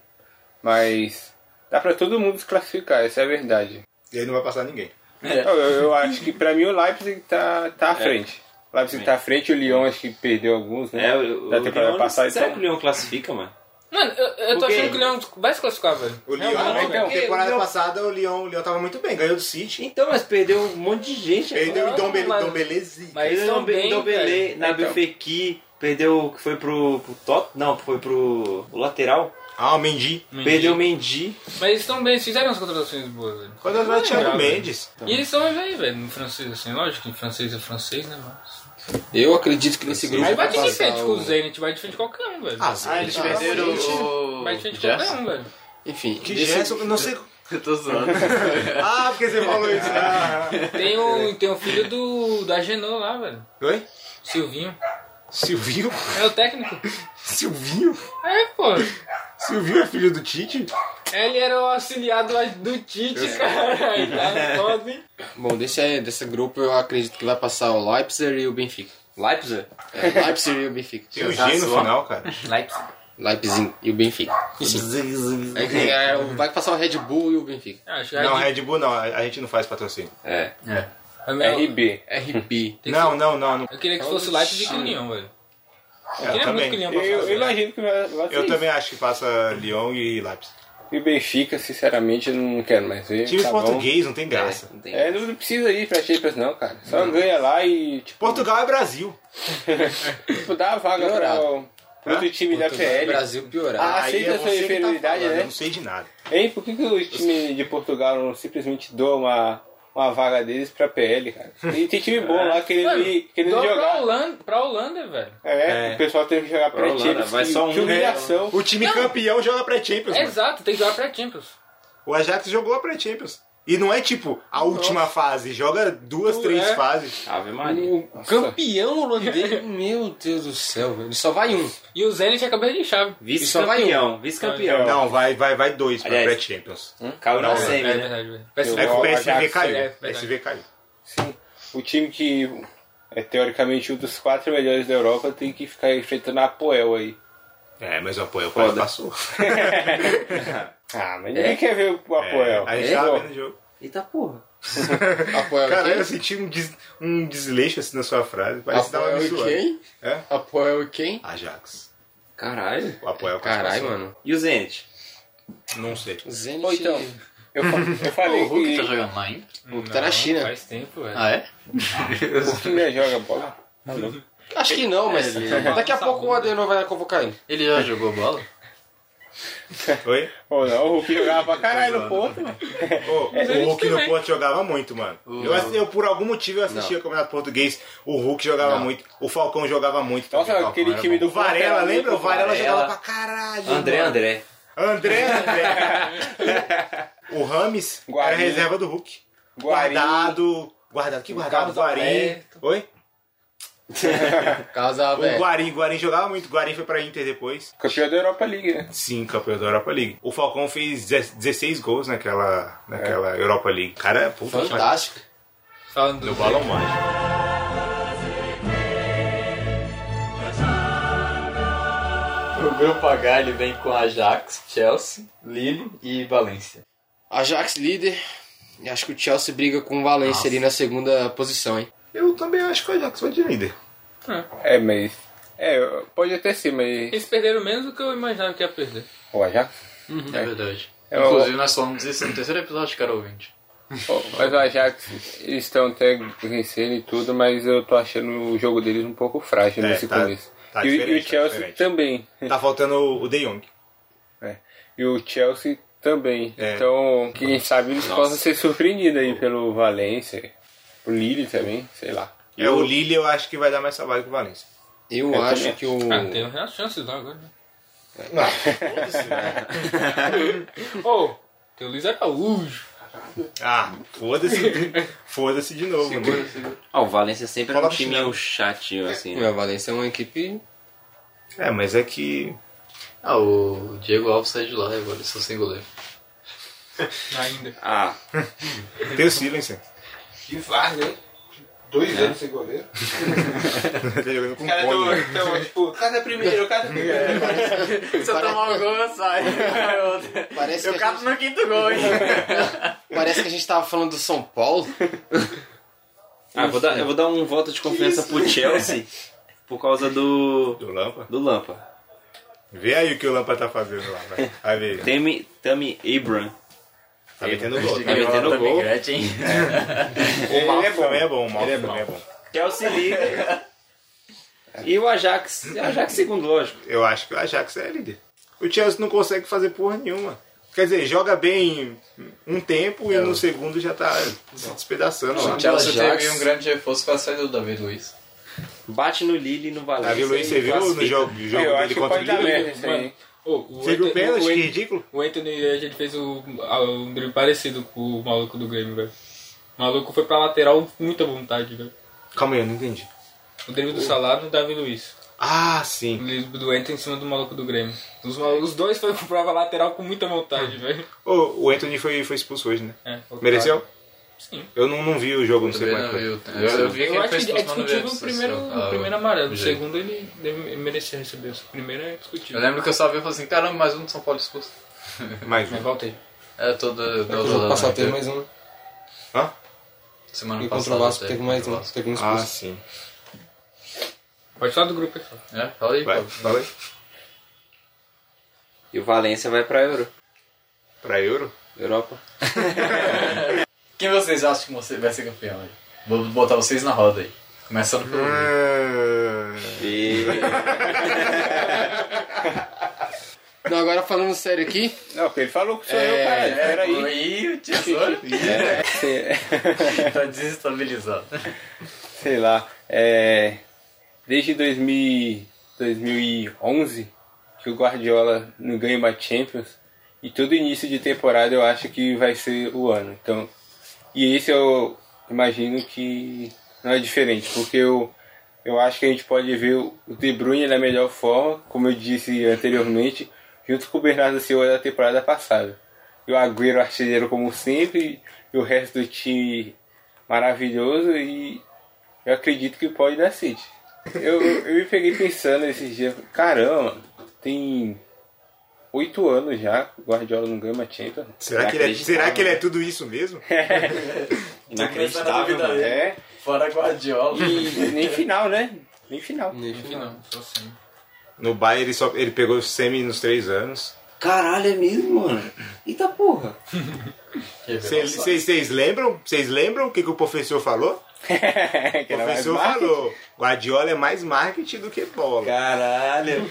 Speaker 13: Mas dá pra todo mundo se classificar, essa é a verdade.
Speaker 8: E aí não vai passar ninguém.
Speaker 13: Eu, eu acho que pra mim o Leipzig tá, tá à frente. O Leipzig tá à frente, o Lyon acho que perdeu alguns, né?
Speaker 6: É, o,
Speaker 13: da
Speaker 6: o
Speaker 13: temporada
Speaker 6: Lyon-
Speaker 13: passada.
Speaker 6: será
Speaker 13: então-
Speaker 6: que o Leão classifica, mano?
Speaker 10: Mano, eu, eu tô achando que o Leão vai se classificar, velho.
Speaker 8: O Lyon,
Speaker 10: não,
Speaker 8: então,
Speaker 10: porque
Speaker 8: temporada
Speaker 10: o Lyon-
Speaker 8: passada, o Lyon, o Lyon tava muito bem, ganhou do City.
Speaker 6: Então, mas perdeu um monte de gente.
Speaker 8: Perdeu o
Speaker 10: não,
Speaker 8: Dom, um Be
Speaker 10: mas-
Speaker 8: Dom Belezi.
Speaker 10: Mas eles estão bem, velho.
Speaker 6: Dombele, na Befequi, perdeu o que foi pro, pro Tot? Não, foi pro o lateral.
Speaker 8: Ah, o Mendy.
Speaker 6: Perdeu o Mendy.
Speaker 10: Mas eles estão bem, eles fizeram as contratações boas, velho.
Speaker 8: Quando eu o Thiago
Speaker 10: Não, velho.
Speaker 8: Mendes.
Speaker 10: E eles são aí, velho, no francês, assim, lógico que em francês é francês, né, mas...
Speaker 9: Eu acredito que nesse grupo
Speaker 10: Aí
Speaker 9: vai
Speaker 10: bate de
Speaker 9: passar
Speaker 10: frente com o
Speaker 9: o...
Speaker 10: Zenit, vai de frente com qualquer um, velho.
Speaker 8: Ah, sim.
Speaker 5: Ah, eles perderam o.
Speaker 10: Vai de frente com
Speaker 5: Gerson?
Speaker 10: qualquer um, velho.
Speaker 9: Enfim,
Speaker 8: Que
Speaker 9: nesse-
Speaker 8: Gerson, não sei.
Speaker 5: Eu tô zoando.
Speaker 8: Ah, porque você falou isso. Ah.
Speaker 10: Tem o, tem o filho do, do Agenor lá, velho.
Speaker 8: Oi?
Speaker 10: Silvinho.
Speaker 8: Silvinho?
Speaker 10: É o técnico.
Speaker 8: Silvinho?
Speaker 10: É, pô.
Speaker 8: Silvinho é filho do Tite?
Speaker 10: Ele era o auxiliar do, do Tite, cara. Aí tá foda, hein?
Speaker 9: Bom, desse, desse grupo eu acredito que vai passar o Leipzig e o Benfica.
Speaker 6: Leipzig?
Speaker 9: É, Leipzig e o Benfica.
Speaker 8: Tem o G no final, cara.
Speaker 9: Leipzig e o Benfica. É que, é, vai passar o Red Bull e o Benfica.
Speaker 10: Ah, Acho que
Speaker 8: Não, é-
Speaker 10: a
Speaker 8: Red Bull não, a- a gente não faz patrocínio.
Speaker 6: É.
Speaker 10: a minha-
Speaker 13: RB.
Speaker 9: RB.
Speaker 10: Tem que
Speaker 8: Não, não, não. não.
Speaker 10: Eu queria que fosse o Leipzig e o Lyon, velho.
Speaker 8: É, Eu
Speaker 10: Queria muito que
Speaker 8: também.
Speaker 10: o Lyon
Speaker 13: Eu, eu
Speaker 10: passasse. velho.
Speaker 13: imagino que vai, vai ser
Speaker 8: Eu
Speaker 13: isso.
Speaker 8: também acho que passa Lyon e Leipzig.
Speaker 13: E Benfica, sinceramente, eu não quero mais ver.
Speaker 8: Time
Speaker 13: tá bom.
Speaker 8: português não tem graça.
Speaker 6: Não tem-
Speaker 13: É, não não precisa ir pra Champions não, cara. Só ganha lá e, tipo,
Speaker 8: Portugal é Brasil.
Speaker 13: tipo, dá a vaga pra,
Speaker 9: Piorado.
Speaker 13: pra outro time da
Speaker 9: O
Speaker 13: PL.
Speaker 9: Brasil piorar.
Speaker 13: Ah, aceita
Speaker 8: é
Speaker 13: essa
Speaker 8: você que tá
Speaker 13: inferioridade,
Speaker 8: falando,
Speaker 13: né?
Speaker 8: eu Não sei de nada.
Speaker 13: Hein, por que, que o time de Portugal não simplesmente doa uma, uma vaga deles pra PL, cara? E tem time bom lá querendo, ir, querendo
Speaker 10: Dou pra
Speaker 13: jogar.
Speaker 10: Holanda, pra Holanda, velho.
Speaker 13: É, o pessoal teve que jogar pra
Speaker 6: Holanda,
Speaker 13: Champions.
Speaker 6: vai
Speaker 13: que-
Speaker 6: só um,
Speaker 13: que
Speaker 6: né?
Speaker 13: humilhação.
Speaker 8: O time campeão joga pré-Champions, mano.
Speaker 10: Exato, tem que jogar pra Champions.
Speaker 8: O Ajax jogou a pré-Champions. E não é tipo a última fase, joga duas, três
Speaker 10: é.
Speaker 8: fases.
Speaker 6: Ave Maria.
Speaker 9: O campeão holandês, meu Deus do céu, velho. Só vai um.
Speaker 10: E o Zenit é cabeça de chave.
Speaker 6: Vice-campeão. Vice-campeão.
Speaker 8: Não, vai, vai, vai dois pra
Speaker 6: Aliás,
Speaker 8: pré-Champions.
Speaker 6: Caiu na
Speaker 8: Não,
Speaker 10: É,
Speaker 6: semi, né?
Speaker 10: verdade, velho. Parece
Speaker 8: É que o
Speaker 13: o
Speaker 8: PSV
Speaker 13: Ajax,
Speaker 8: caiu.
Speaker 10: é,
Speaker 8: O PSV caiu.
Speaker 13: O time que é teoricamente um dos quatro melhores da Europa tem que ficar enfrentando a Apoel aí.
Speaker 8: É, mas o apoio quase passou.
Speaker 6: né?
Speaker 13: Ah, mas ninguém quer ver o Apoel.
Speaker 8: É, a gente
Speaker 13: Pô,
Speaker 8: tava vendo o jogo.
Speaker 6: Eita porra.
Speaker 9: Apoia
Speaker 8: Cara, eu
Speaker 9: quem?
Speaker 8: senti um, des, um desleixo assim na sua frase. Parece que tava me
Speaker 9: Apoia
Speaker 8: zoando.
Speaker 9: quem?
Speaker 8: É?
Speaker 9: Apoia quem?
Speaker 8: Ajax.
Speaker 6: Caralho.
Speaker 8: O apoio quase
Speaker 9: Caralho,
Speaker 8: passou.
Speaker 9: mano.
Speaker 6: E o Zenit?
Speaker 8: Não sei.
Speaker 9: Zenit.
Speaker 5: Ou então,
Speaker 13: Eu, fa- eu falei
Speaker 5: o Hulk tá
Speaker 13: que
Speaker 5: jogando lá, hein?
Speaker 9: tá na China.
Speaker 10: Faz tempo, velho.
Speaker 5: Ah, é?
Speaker 13: o time não joga bola.
Speaker 9: Acho que não, mas daqui a pouco o Adenor vai convocar ele.
Speaker 5: Ele já jogou bola?
Speaker 8: Oi?
Speaker 13: Ou não, o Hulk jogava pra caralho no ponto, mano.
Speaker 8: Ô, o Hulk no Porto jogava muito, mano. Eu, assi- eu, por algum motivo, eu assistia o Campeonato Português. O Hulk jogava muito. O Falcão jogava muito. também.
Speaker 13: Nossa,
Speaker 8: Falcão
Speaker 13: aquele
Speaker 8: era
Speaker 13: time
Speaker 8: bom.
Speaker 13: do
Speaker 8: O Varela,
Speaker 13: Porto era
Speaker 8: lembra? O
Speaker 13: muito
Speaker 8: Varela,
Speaker 6: Varela.
Speaker 8: jogava pra caralho.
Speaker 6: André,
Speaker 8: mano.
Speaker 6: André.
Speaker 8: André, André. o Rames era
Speaker 13: Guarim.
Speaker 8: reserva do Hulk.
Speaker 13: Guarim.
Speaker 8: Guardado. Guardado, que guardado?
Speaker 10: Carlos
Speaker 8: Guarim.
Speaker 10: Alberto.
Speaker 8: Oi?
Speaker 9: Casa
Speaker 8: O
Speaker 9: velho.
Speaker 8: Guarim, Guarim jogava muito. Guarim foi pra Inter depois.
Speaker 13: Campeão da Europa League, né?
Speaker 8: Sim, campeão da Europa League. O Falcão fez 16 gols naquela, naquela Europa League. Cara, é puta,
Speaker 9: Fantástico.
Speaker 10: Falando do
Speaker 8: balão mágico.
Speaker 5: O grupo H ele vem com Ajax, Chelsea, Lille e Valência.
Speaker 9: Ajax líder. E Acho que o Chelsea briga com o Valencia ali na segunda posição, hein?
Speaker 8: Eu também acho que o Ajax vai de líder.
Speaker 13: É, mas. É, pode até ser, mas.
Speaker 10: Eles perderam menos do que eu imaginava que ia perder.
Speaker 13: O Ajax?
Speaker 5: É verdade.
Speaker 13: É,
Speaker 5: Inclusive, nós falamos isso no terceiro episódio, cara ouvinte.
Speaker 13: Bom, Mas o Ajax, eles estão até vencendo e tudo, mas eu tô achando o jogo deles um pouco frágil
Speaker 8: É,
Speaker 13: nesse
Speaker 8: tá-
Speaker 13: começo.
Speaker 8: tá
Speaker 13: e, o- e o
Speaker 8: diferente, tá
Speaker 13: Chelsea
Speaker 8: diferente.
Speaker 13: também.
Speaker 8: Tá faltando o De Jong.
Speaker 13: É. E o Chelsea também.
Speaker 8: É.
Speaker 13: Então, quem sabe eles possam ser surpreendidos aí pelo Valencia, o Lille também, sei lá.
Speaker 8: É o Lille, eu acho que vai dar mais trabalho que o Valencia.
Speaker 9: Eu
Speaker 13: Eu
Speaker 9: acho
Speaker 13: também
Speaker 9: que o.
Speaker 10: Ah, tem reais chances lá agora, né?
Speaker 8: Foda-se.
Speaker 10: Ô, tem o Luiz Araújo.
Speaker 8: Ah, foda-se. Foda-se de novo. Né?
Speaker 6: Ah, o Valencia sempre era
Speaker 8: Fala
Speaker 6: um time
Speaker 8: chinelo.
Speaker 6: meio chatinho, assim. né?
Speaker 9: Meu, a Valência é uma equipe.
Speaker 8: É, mas é que.
Speaker 5: Ah, o Diego Alves sai de lá agora, eles são sem goleiro.
Speaker 10: Ainda.
Speaker 6: Ah,
Speaker 8: Tem o Silence.
Speaker 12: Que vaga, hein? Dois anos sem goleiro.
Speaker 8: tá jogando com né? o
Speaker 13: então, tipo, cada primeiro, cada primeiro.
Speaker 5: Se eu tomar um gol, eu saio.
Speaker 9: Parece que a gente-
Speaker 5: no quinto gol, hein?
Speaker 9: Parece que a gente tava falando do São Paulo.
Speaker 6: Ah, eu vou dar, eu vou dar um voto de confiança pro Chelsea por causa do.
Speaker 8: Do Lampa?
Speaker 6: do Lampa.
Speaker 8: Vê aí o que o Lampa tá fazendo lá, vai. Vai ver.
Speaker 6: Temi, Tammy Abram.
Speaker 8: Tá metendo gol.
Speaker 6: Tá metendo
Speaker 5: Também
Speaker 6: gol.
Speaker 5: Gretchen.
Speaker 8: O Malfo também é bom, o Malfo também é bom.
Speaker 6: Chelsea líder. E o Ajax. E o Ajax segundo, lógico.
Speaker 8: Eu acho que o Ajax é líder. O Chelsea não consegue fazer porra nenhuma. Quer dizer, joga bem um tempo e no segundo já tá se despedaçando lá.
Speaker 5: O Chelsea
Speaker 9: Ajax.
Speaker 5: teve um grande reforço com a saída do David Luiz.
Speaker 6: Bate no Lille e no Valencia.
Speaker 8: Davi Luiz,
Speaker 6: e
Speaker 8: você Ah, viu no
Speaker 6: classifica.
Speaker 8: jogo, jogo
Speaker 13: eu
Speaker 8: dele
Speaker 13: acho que
Speaker 8: contra o
Speaker 13: pode dar
Speaker 8: Lille?
Speaker 13: merda isso aí.
Speaker 10: Ô, o,
Speaker 8: Você viu o
Speaker 10: Anthony-
Speaker 8: pênalti?
Speaker 10: o
Speaker 8: Que é
Speaker 10: Anthony-
Speaker 8: ridículo.
Speaker 10: O Anthony, a gente fez o, a- um drible parecido com o maluco do Grêmio, velho. O maluco foi pra lateral com muita vontade, velho.
Speaker 8: Calma aí, eu não entendi.
Speaker 10: O drible do Salah no Davi Luiz.
Speaker 8: Ah,
Speaker 10: O
Speaker 8: sim.
Speaker 10: drible do Anthony em cima do maluco do Grêmio. Os, mal- os dois foram pra lateral com muita vontade, velho.
Speaker 8: Ô, o Anthony foi, foi expulso hoje, né?
Speaker 10: Hum. É, voltaram.
Speaker 8: Mereceu?
Speaker 10: Sim.
Speaker 8: Eu não, não vi o jogo, não sei
Speaker 5: Também
Speaker 8: como é
Speaker 5: não
Speaker 8: que foi.
Speaker 5: viu. Eu, eu vi que
Speaker 10: Eu
Speaker 5: ele
Speaker 10: acho
Speaker 5: foi
Speaker 10: que é
Speaker 5: expulso no
Speaker 10: discutível
Speaker 5: Juventus.
Speaker 10: o primeiro,
Speaker 5: Ah,
Speaker 10: o primeiro amarelo. O
Speaker 5: jeito.
Speaker 10: segundo ele deve merecer receber. O primeiro é
Speaker 5: Eu
Speaker 10: discutível.
Speaker 5: lembro que eu só vi e falei assim, caramba, mais um do São Paulo expulso.
Speaker 8: Mais
Speaker 10: Mas
Speaker 8: um.
Speaker 10: volta aí.
Speaker 5: Era toda... da
Speaker 9: O
Speaker 5: outra
Speaker 9: jogo passado teve
Speaker 5: semana
Speaker 9: mais um.
Speaker 5: Semana
Speaker 9: E
Speaker 5: passada
Speaker 9: contra o Vasco
Speaker 5: teve
Speaker 9: teve mais
Speaker 5: contra o
Speaker 9: um.
Speaker 5: Vasco.
Speaker 9: Teve um
Speaker 8: Ah,
Speaker 9: expulso.
Speaker 8: sim.
Speaker 10: Pode falar do grupo aí, fala.
Speaker 5: É, fala aí,
Speaker 8: Vai,
Speaker 5: pô.
Speaker 8: fala aí.
Speaker 6: E o Valencia vai pra Euro.
Speaker 8: Pra Euro?
Speaker 6: Europa.
Speaker 5: Quem vocês acham que você vai ser campeão aí? Vou botar vocês na roda aí. Começando pelo Lívia.
Speaker 6: E.
Speaker 9: Não, agora falando sério aqui,
Speaker 13: Não, porque ele falou que
Speaker 8: É,
Speaker 13: ah, sou eu, cara. Peraí.
Speaker 5: Oi, o tesouro tá desestabilizado.
Speaker 13: sei lá, é, desde 2000, 2011 que o Guardiola não ganha uma Champions e todo início de temporada eu acho que vai ser o ano. Então, e esse eu imagino que não é diferente, porque eu, eu acho que a gente pode ver o De Bruyne na melhor forma, como eu disse anteriormente, junto com o Bernardo Silva da temporada passada. E o Agüero artilheiro como sempre, e o resto do time maravilhoso e eu acredito que pode dar City. Eu, eu me peguei pensando esses dias, caramba, tem oito anos já, que o Guardiola não ganha uma Champions.
Speaker 8: Será que, ele é, será que ele é tudo isso mesmo?
Speaker 6: Inacreditável, mano.
Speaker 13: É,
Speaker 5: Fora Guardiola.
Speaker 13: e nem final, né? Nem final.
Speaker 10: Enfim, não. Só assim.
Speaker 8: No Bayern ele, só, ele pegou o semi nos três anos.
Speaker 6: Caralho, é mesmo, mano. Eita porra.
Speaker 8: Vocês lembram? Vocês lembram o que, que o professor falou?
Speaker 13: que
Speaker 8: O
Speaker 13: era mais
Speaker 8: professor
Speaker 13: marketing.
Speaker 8: falou: Guardiola é mais marketing do que bola.
Speaker 6: Caralho.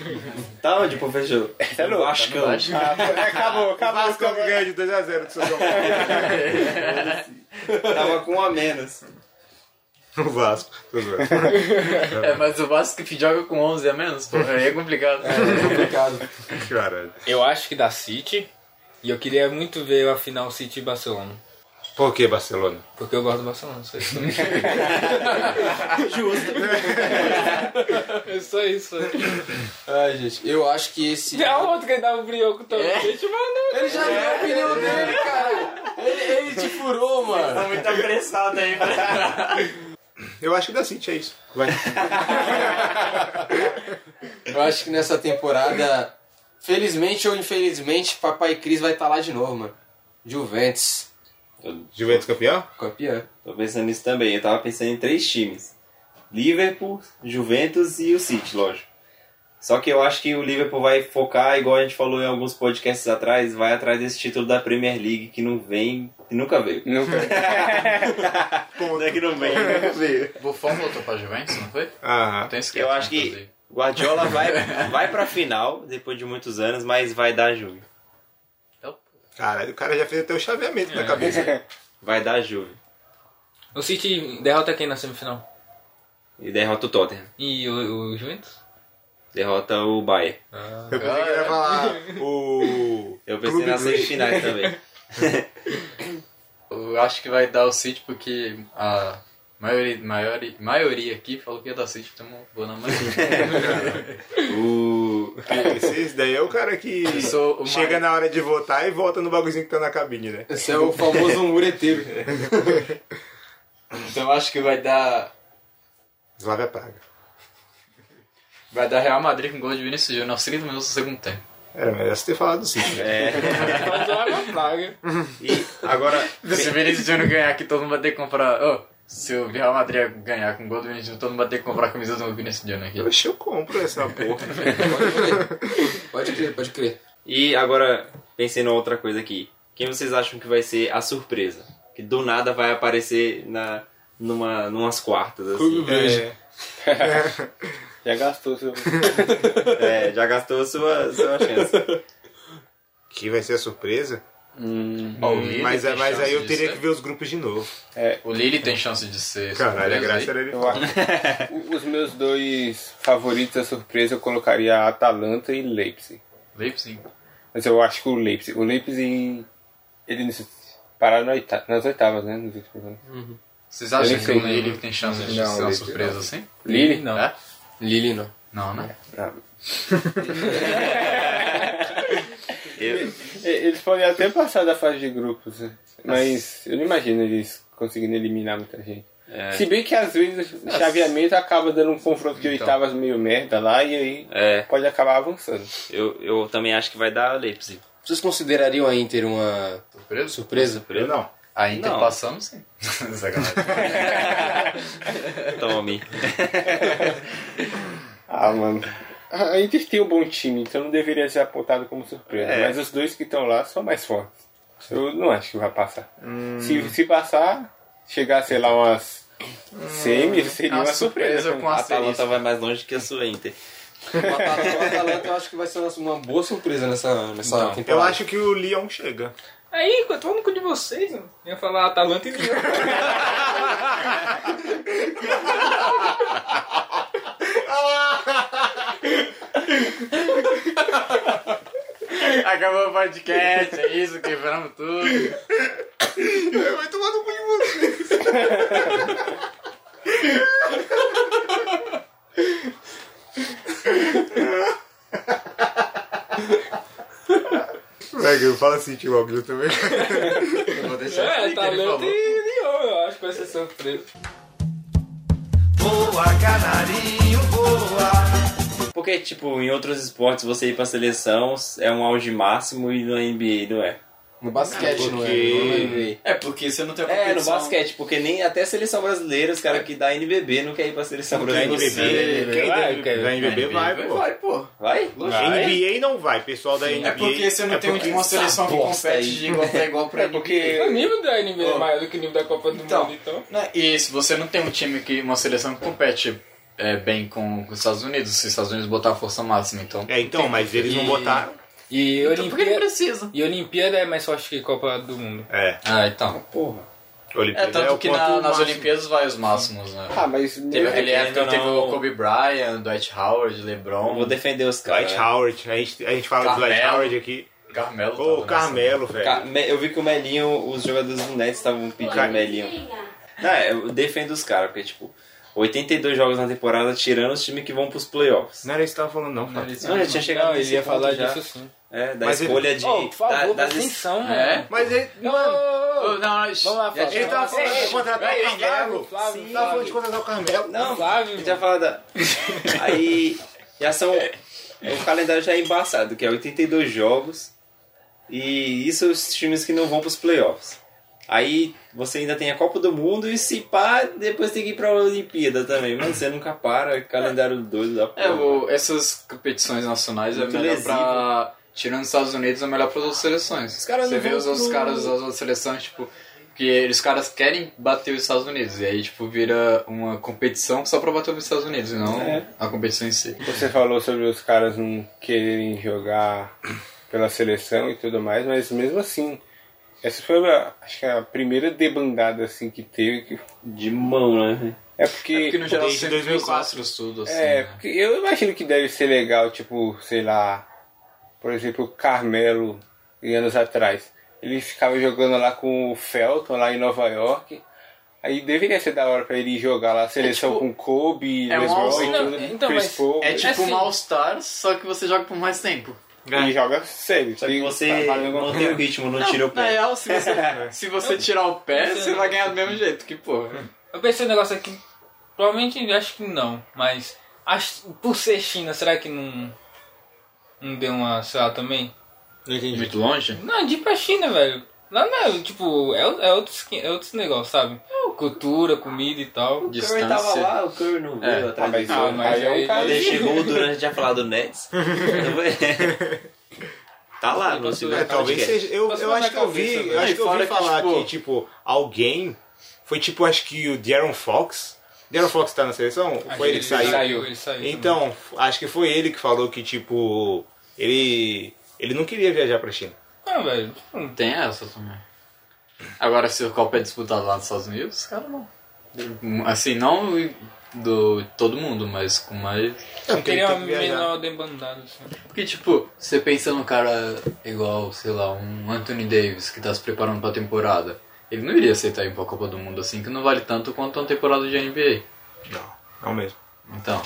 Speaker 6: Tá onde, professor? Tá no Vascão.
Speaker 8: Acabou, acabou. O Vasco ganha de 2x0 do São Paulo.
Speaker 6: Tava com um a menos.
Speaker 8: O Vasco. Tô zoando.
Speaker 5: É, mas o Vasco que joga com 11 a menos, pô, aí é complicado.
Speaker 8: Caralho.
Speaker 10: Eu acho que dá City. E eu queria muito ver a final City e Barcelona.
Speaker 8: Por que Barcelona?
Speaker 10: Porque eu gosto do Barcelona, só isso. Justo. é só isso.
Speaker 9: Ai, gente, eu acho que esse.
Speaker 10: Tem um outro que ele dava o brioco também.
Speaker 9: É?
Speaker 10: Gente, mano.
Speaker 9: Ele já deu a opinião dele, cara! Ele, ele te furou, mano!
Speaker 6: Muito
Speaker 8: tá
Speaker 6: apressado aí,
Speaker 8: Eu acho que da City é isso. Vai.
Speaker 9: Eu acho que nessa temporada, felizmente ou infelizmente, Papai Cris vai estar lá de novo, mano. Juventus,
Speaker 8: Juventus campeão?
Speaker 9: campeão.
Speaker 6: Tô pensando nisso também. Eu tava pensando em três times: Liverpool, Juventus e o City, lógico. Só que eu acho que o Liverpool vai focar, igual a gente falou em alguns podcasts atrás, vai atrás desse título da Premier League que não vem, que nunca veio.
Speaker 13: Nunca.
Speaker 6: Não é que não vem.
Speaker 5: Buffon voltou pra Juventus, não foi?
Speaker 8: Aham.
Speaker 5: Tem esse
Speaker 6: Eu acho que Guardiola vai, vai pra final, depois de muitos anos, mas vai dar Juve.
Speaker 8: Caralho, o cara já fez até o chaveamento na cabeça.
Speaker 6: Vai dar Juve.
Speaker 10: O City derrota quem na semifinal?
Speaker 6: E derrota o Tottenham.
Speaker 10: E o, o Juventus?
Speaker 6: Derrota o Bayern.
Speaker 10: Ah.
Speaker 8: Eu pensei que ele ia falar o.
Speaker 6: Eu pensei
Speaker 8: Clube
Speaker 6: nas
Speaker 8: Grey.
Speaker 6: semifinais também.
Speaker 5: Eu acho que vai dar o City porque a maioria, maioria, maioria aqui falou que ia dar City, então vou na maioria.
Speaker 6: O...
Speaker 8: Esse, esse daí é o cara que
Speaker 5: sou o
Speaker 8: chega
Speaker 5: mais-
Speaker 8: na hora de votar e volta no bagulhozinho que tá na cabine, né?
Speaker 9: Esse é o famoso mureteiro.
Speaker 5: Então eu acho que vai dar
Speaker 8: Slavia Praga.
Speaker 5: vai dar Real Madrid com gol de Vinícius Júnior aos 30 minutos do segundo tempo.
Speaker 8: Era, merece ter falado do City. né?
Speaker 10: Mas eu era um praga.
Speaker 6: E agora,
Speaker 5: Se o Vinícius Júnior ganhar aqui, todo mundo vai ter que comprar. Ô, se o Real Madrid ganhar com o gol do Vinícius Júnior, todo mundo vai ter que comprar camisas do Vinícius Júnior aqui.
Speaker 8: Oxe, eu compro essa porra.
Speaker 10: Pode crer, pode crer.
Speaker 6: e agora pensei numa outra coisa aqui. Quem vocês acham que vai ser a surpresa? Que do nada vai aparecer na, numa, numas quartas, assim.
Speaker 8: É,
Speaker 13: Já gastou seu.
Speaker 6: É, já gastou sua, sua chance.
Speaker 8: que vai ser a surpresa.
Speaker 13: Hum.
Speaker 5: Ó, o Lille
Speaker 8: mas
Speaker 5: tem
Speaker 8: mas
Speaker 5: chance
Speaker 8: aí eu
Speaker 5: de
Speaker 8: teria
Speaker 5: ser.
Speaker 8: que ver os grupos de novo.
Speaker 5: O Lille tem chance de ser.
Speaker 8: Caralho, a
Speaker 5: surpresa aí.
Speaker 8: graça era ele.
Speaker 13: Eu acho. O- Os meus dois favoritos da surpresa eu colocaria Atalanta e Leipzig.
Speaker 5: é- Leipzig.
Speaker 13: Mas eu acho que o Leipzig. O Leipzig. Ele nesse- pararam na oita- nas oitavas, né? Nos últimos anos.
Speaker 5: Vocês acham
Speaker 13: Ele
Speaker 5: que
Speaker 13: tem-
Speaker 5: o Lille tem chance de ser uma surpresa assim?
Speaker 13: Lille?
Speaker 10: Não.
Speaker 5: É?
Speaker 9: Lili não.
Speaker 5: Não, né?
Speaker 6: Eu,
Speaker 13: E- É, Eles podem até passar da fase de grupos, né? mas eu não imagino eles conseguindo eliminar muita gente.
Speaker 6: É.
Speaker 13: Se bem que às vezes o chaveamento acaba dando um confronto de oitavas meio merda lá e aí
Speaker 6: Então. É.
Speaker 13: pode acabar avançando.
Speaker 6: eu, eu também acho que vai dar Leipzig.
Speaker 9: Vocês considerariam a Inter uma
Speaker 5: Surpresa?
Speaker 9: surpresa?
Speaker 8: Eu não.
Speaker 5: A Inter
Speaker 6: Não.
Speaker 5: passamos sim. Sacanagem.
Speaker 6: Tome.
Speaker 13: Ah, mano. A a Inter tem um bom time, então não deveria ser apontado como surpresa.
Speaker 6: É.
Speaker 13: Mas os dois que estão lá são mais fortes. Eu não acho que vai passar. Se, se passar, chegar, sei lá, umas semi, seria
Speaker 5: uma
Speaker 13: uma surpresa.
Speaker 5: surpresa
Speaker 13: um
Speaker 5: com
Speaker 6: A
Speaker 5: asterisco.
Speaker 6: Atalanta vai mais longe que a sua Inter.
Speaker 9: O Atalanta eu acho que vai ser uma boa surpresa nessa, nessa temporada.
Speaker 8: Eu acho que o Leon chega.
Speaker 10: Aí, eu tô no cu de vocês, mano. Eu ia falar Atalanta e Lyon.
Speaker 5: Acabou o podcast, é isso, quebramos tudo.
Speaker 8: Vai tomar no cu de você. Pega, eu falo assim, tio Alglu também.
Speaker 5: Vou deixar
Speaker 10: É,
Speaker 5: assim que ele
Speaker 10: Atalanta e
Speaker 5: falou.
Speaker 10: Lyon, eu acho que vai ser surpresa.
Speaker 6: Porque, tipo, em outros esportes você ir pra seleção é um auge máximo e no NBA não é.
Speaker 9: No basquete, não é?
Speaker 8: Porque-
Speaker 14: É, porque você não tem a
Speaker 6: É, no
Speaker 14: competição.
Speaker 6: basquete, porque nem até a seleção brasileira, os caras que dá NBB não quer ir pra seleção brasileira.
Speaker 8: Quem da NBB, da NBB vai, pô.
Speaker 14: Vai, pô.
Speaker 6: Vai?
Speaker 8: NBA não vai, pessoal da NBA.
Speaker 14: É porque você não tem uma seleção que
Speaker 6: bosta
Speaker 14: compete
Speaker 6: aí.
Speaker 14: de igual pra igual
Speaker 12: É
Speaker 14: pra porque...
Speaker 10: O nível da NBA é
Speaker 14: Ô.
Speaker 10: maior do que o nível da Copa do
Speaker 14: Então.
Speaker 10: Mundo, então.
Speaker 5: E se você não tem um time que. uma seleção que compete é, bem com, com os Estados Unidos, se os Estados Unidos botar a força máxima, então.
Speaker 8: É, então, mas eles não
Speaker 10: E-
Speaker 8: botaram.
Speaker 10: E
Speaker 5: Então por que ele
Speaker 10: Olimpíada,
Speaker 5: precisa?
Speaker 10: e Olimpíada é mais forte que Copa do Mundo.
Speaker 8: É,
Speaker 5: Ah, então. É
Speaker 8: Olimpíada é,
Speaker 5: tanto
Speaker 8: o
Speaker 5: que
Speaker 8: ponto
Speaker 5: na- nas
Speaker 8: máximo.
Speaker 5: Olimpíadas vai os máximos, né?
Speaker 8: tá,
Speaker 13: Ah, mas
Speaker 5: Teve aquele
Speaker 6: querendo
Speaker 5: época
Speaker 6: ou
Speaker 5: que teve
Speaker 6: não-
Speaker 5: o Kobe Bryant, Dwight Howard, LeBron,
Speaker 6: Eu vou defender os caras.
Speaker 8: Dwight Howard, a gente, a gente fala do Dwight
Speaker 5: Carmelo.
Speaker 8: Howard aqui.
Speaker 5: Carmelo. tá
Speaker 8: Pô, o
Speaker 5: tava nessa.
Speaker 8: Carmelo,
Speaker 6: Ca-
Speaker 8: velho.
Speaker 6: Me- Eu vi que o Melinho, os jogadores do Nets estavam pedindo o Melinho. Não, é, eu defendo os caras, porque, tipo, 82 jogos na temporada, tirando os times que vão pros playoffs.
Speaker 8: Não era isso que tava falando, não, Fábio.
Speaker 6: Não, já tinha chegado
Speaker 10: Não, ele
Speaker 6: nesse
Speaker 10: ia
Speaker 6: ponto
Speaker 10: falar
Speaker 6: já.
Speaker 10: disso sim.
Speaker 6: É, da
Speaker 8: Mas ele-
Speaker 6: escolha de...
Speaker 10: Ô, por favor,
Speaker 6: da,
Speaker 10: presta atenção,
Speaker 5: É?
Speaker 10: mano.
Speaker 8: Mas ele.
Speaker 10: né? Não,
Speaker 8: Mano,
Speaker 10: ô, ô, ô.
Speaker 5: Oh, não, mas-
Speaker 10: Vamos lá, Flávio.
Speaker 8: ele tava falando de contratar o Carmelo.
Speaker 10: Flávio,
Speaker 8: Tava falando de contratar o Carmelo.
Speaker 6: Não,
Speaker 10: Flávio.
Speaker 6: já fala da... Aí, já são... O calendário já é embaçado, que é 82 jogos. E isso os times que não vão pros playoffs. Aí você ainda tem a Copa do Mundo e se pá, depois tem que ir pra Olimpíada também. Mano, você nunca para, é calendário doido da porra.
Speaker 5: É, o- essas competições nacionais é
Speaker 6: Muito
Speaker 5: melhor
Speaker 6: lesivo.
Speaker 5: pra. Tirando os Estados Unidos, é melhor para outras seleções.
Speaker 6: caras
Speaker 5: Você
Speaker 6: não
Speaker 5: vê
Speaker 6: vão
Speaker 5: os outros
Speaker 6: pro-
Speaker 5: caras das outras seleções, tipo. Que os caras querem bater os Estados Unidos. E aí, tipo, vira uma competição só pra bater os Estados Unidos, e não
Speaker 6: É.
Speaker 5: a competição em si.
Speaker 13: Você falou sobre os caras não quererem jogar pela seleção e tudo mais, mas mesmo assim, essa foi a, acho que é a primeira debandada assim que teve. que-
Speaker 6: De mão, né?
Speaker 13: é porque.
Speaker 5: Porque no geral
Speaker 8: desde
Speaker 5: sempre
Speaker 8: 2004.
Speaker 5: 2004 tudo, assim.
Speaker 13: é,
Speaker 5: né?
Speaker 13: porque eu imagino que deve ser legal, tipo, sei lá, por exemplo, o Carmelo, em anos atrás. Ele ficava jogando lá com o Felton, lá em Nova York. Aí deveria ser da hora pra ele jogar lá, a seleção com Kobe,
Speaker 5: é um
Speaker 13: Les Paul e
Speaker 5: all-star.
Speaker 13: tudo,
Speaker 10: Então,
Speaker 13: Chris
Speaker 10: mas
Speaker 13: Paul.
Speaker 5: É tipo
Speaker 10: assim.
Speaker 5: uma All-Star, só que você joga por mais tempo.
Speaker 13: Ele joga sério.
Speaker 6: Só que
Speaker 13: ele
Speaker 6: você
Speaker 13: trabalha alguma
Speaker 6: não tem o ritmo, não é,
Speaker 5: Não,
Speaker 6: tira o
Speaker 5: Na
Speaker 6: pé.
Speaker 5: real, se você, se você tirar o pé, você vai ganhar do mesmo jeito, que porra.
Speaker 10: Eu pensei um negócio aqui. Provavelmente acho que não, mas acho- por ser China, será que não. não deu uma, sei lá, também?
Speaker 5: Muito longe?
Speaker 10: Não, de ir pra China, velho. Lá não é, tipo, é, é, outros, que- é outros negócios, sabe? Cultura, comida e tal.
Speaker 6: O Curry tava
Speaker 5: Distância.
Speaker 6: lá, o Curry não veio
Speaker 5: É,
Speaker 6: atrás dele.
Speaker 10: Ah, mas
Speaker 13: aí é um
Speaker 10: aí-
Speaker 13: cara
Speaker 6: Quando ele chegou, o Durant tinha falado Nets. tá lá no segundo
Speaker 8: É, talvez
Speaker 6: podcast.
Speaker 8: seja. Eu,
Speaker 10: Mas
Speaker 8: eu
Speaker 10: não
Speaker 8: acho
Speaker 10: é
Speaker 8: que eu vi,
Speaker 10: cabeça,
Speaker 8: eu
Speaker 10: né?
Speaker 8: acho
Speaker 6: E
Speaker 8: que eu
Speaker 6: fora
Speaker 8: vi
Speaker 6: que,
Speaker 8: falar
Speaker 6: tipo-
Speaker 8: que, tipo, alguém. Foi tipo, acho que o Darren Fox. Darren Fox tá na seleção? Ou foi ele que saiu?
Speaker 10: ele saiu
Speaker 8: Então, acho que foi ele que falou que, tipo, ele. Ele não queria viajar pra China.
Speaker 10: também. Ah, velho. tipo,
Speaker 5: Tem essa também. Agora, se o Copa é disputado lá nos Estados Unidos, os caras vão. Assim, não do todo mundo, mas com mais.
Speaker 10: Eu
Speaker 8: ele
Speaker 10: queria uma
Speaker 8: tem que viajar.
Speaker 10: menor debandada, assim.
Speaker 5: Porque, tipo, você pensa num cara igual, sei lá, um Anthony Davis que tá se preparando pra temporada. Ele não iria aceitar ir pra Copa do Mundo assim, que não vale tanto quanto uma temporada de NBA.
Speaker 8: Não, não mesmo.
Speaker 5: Então,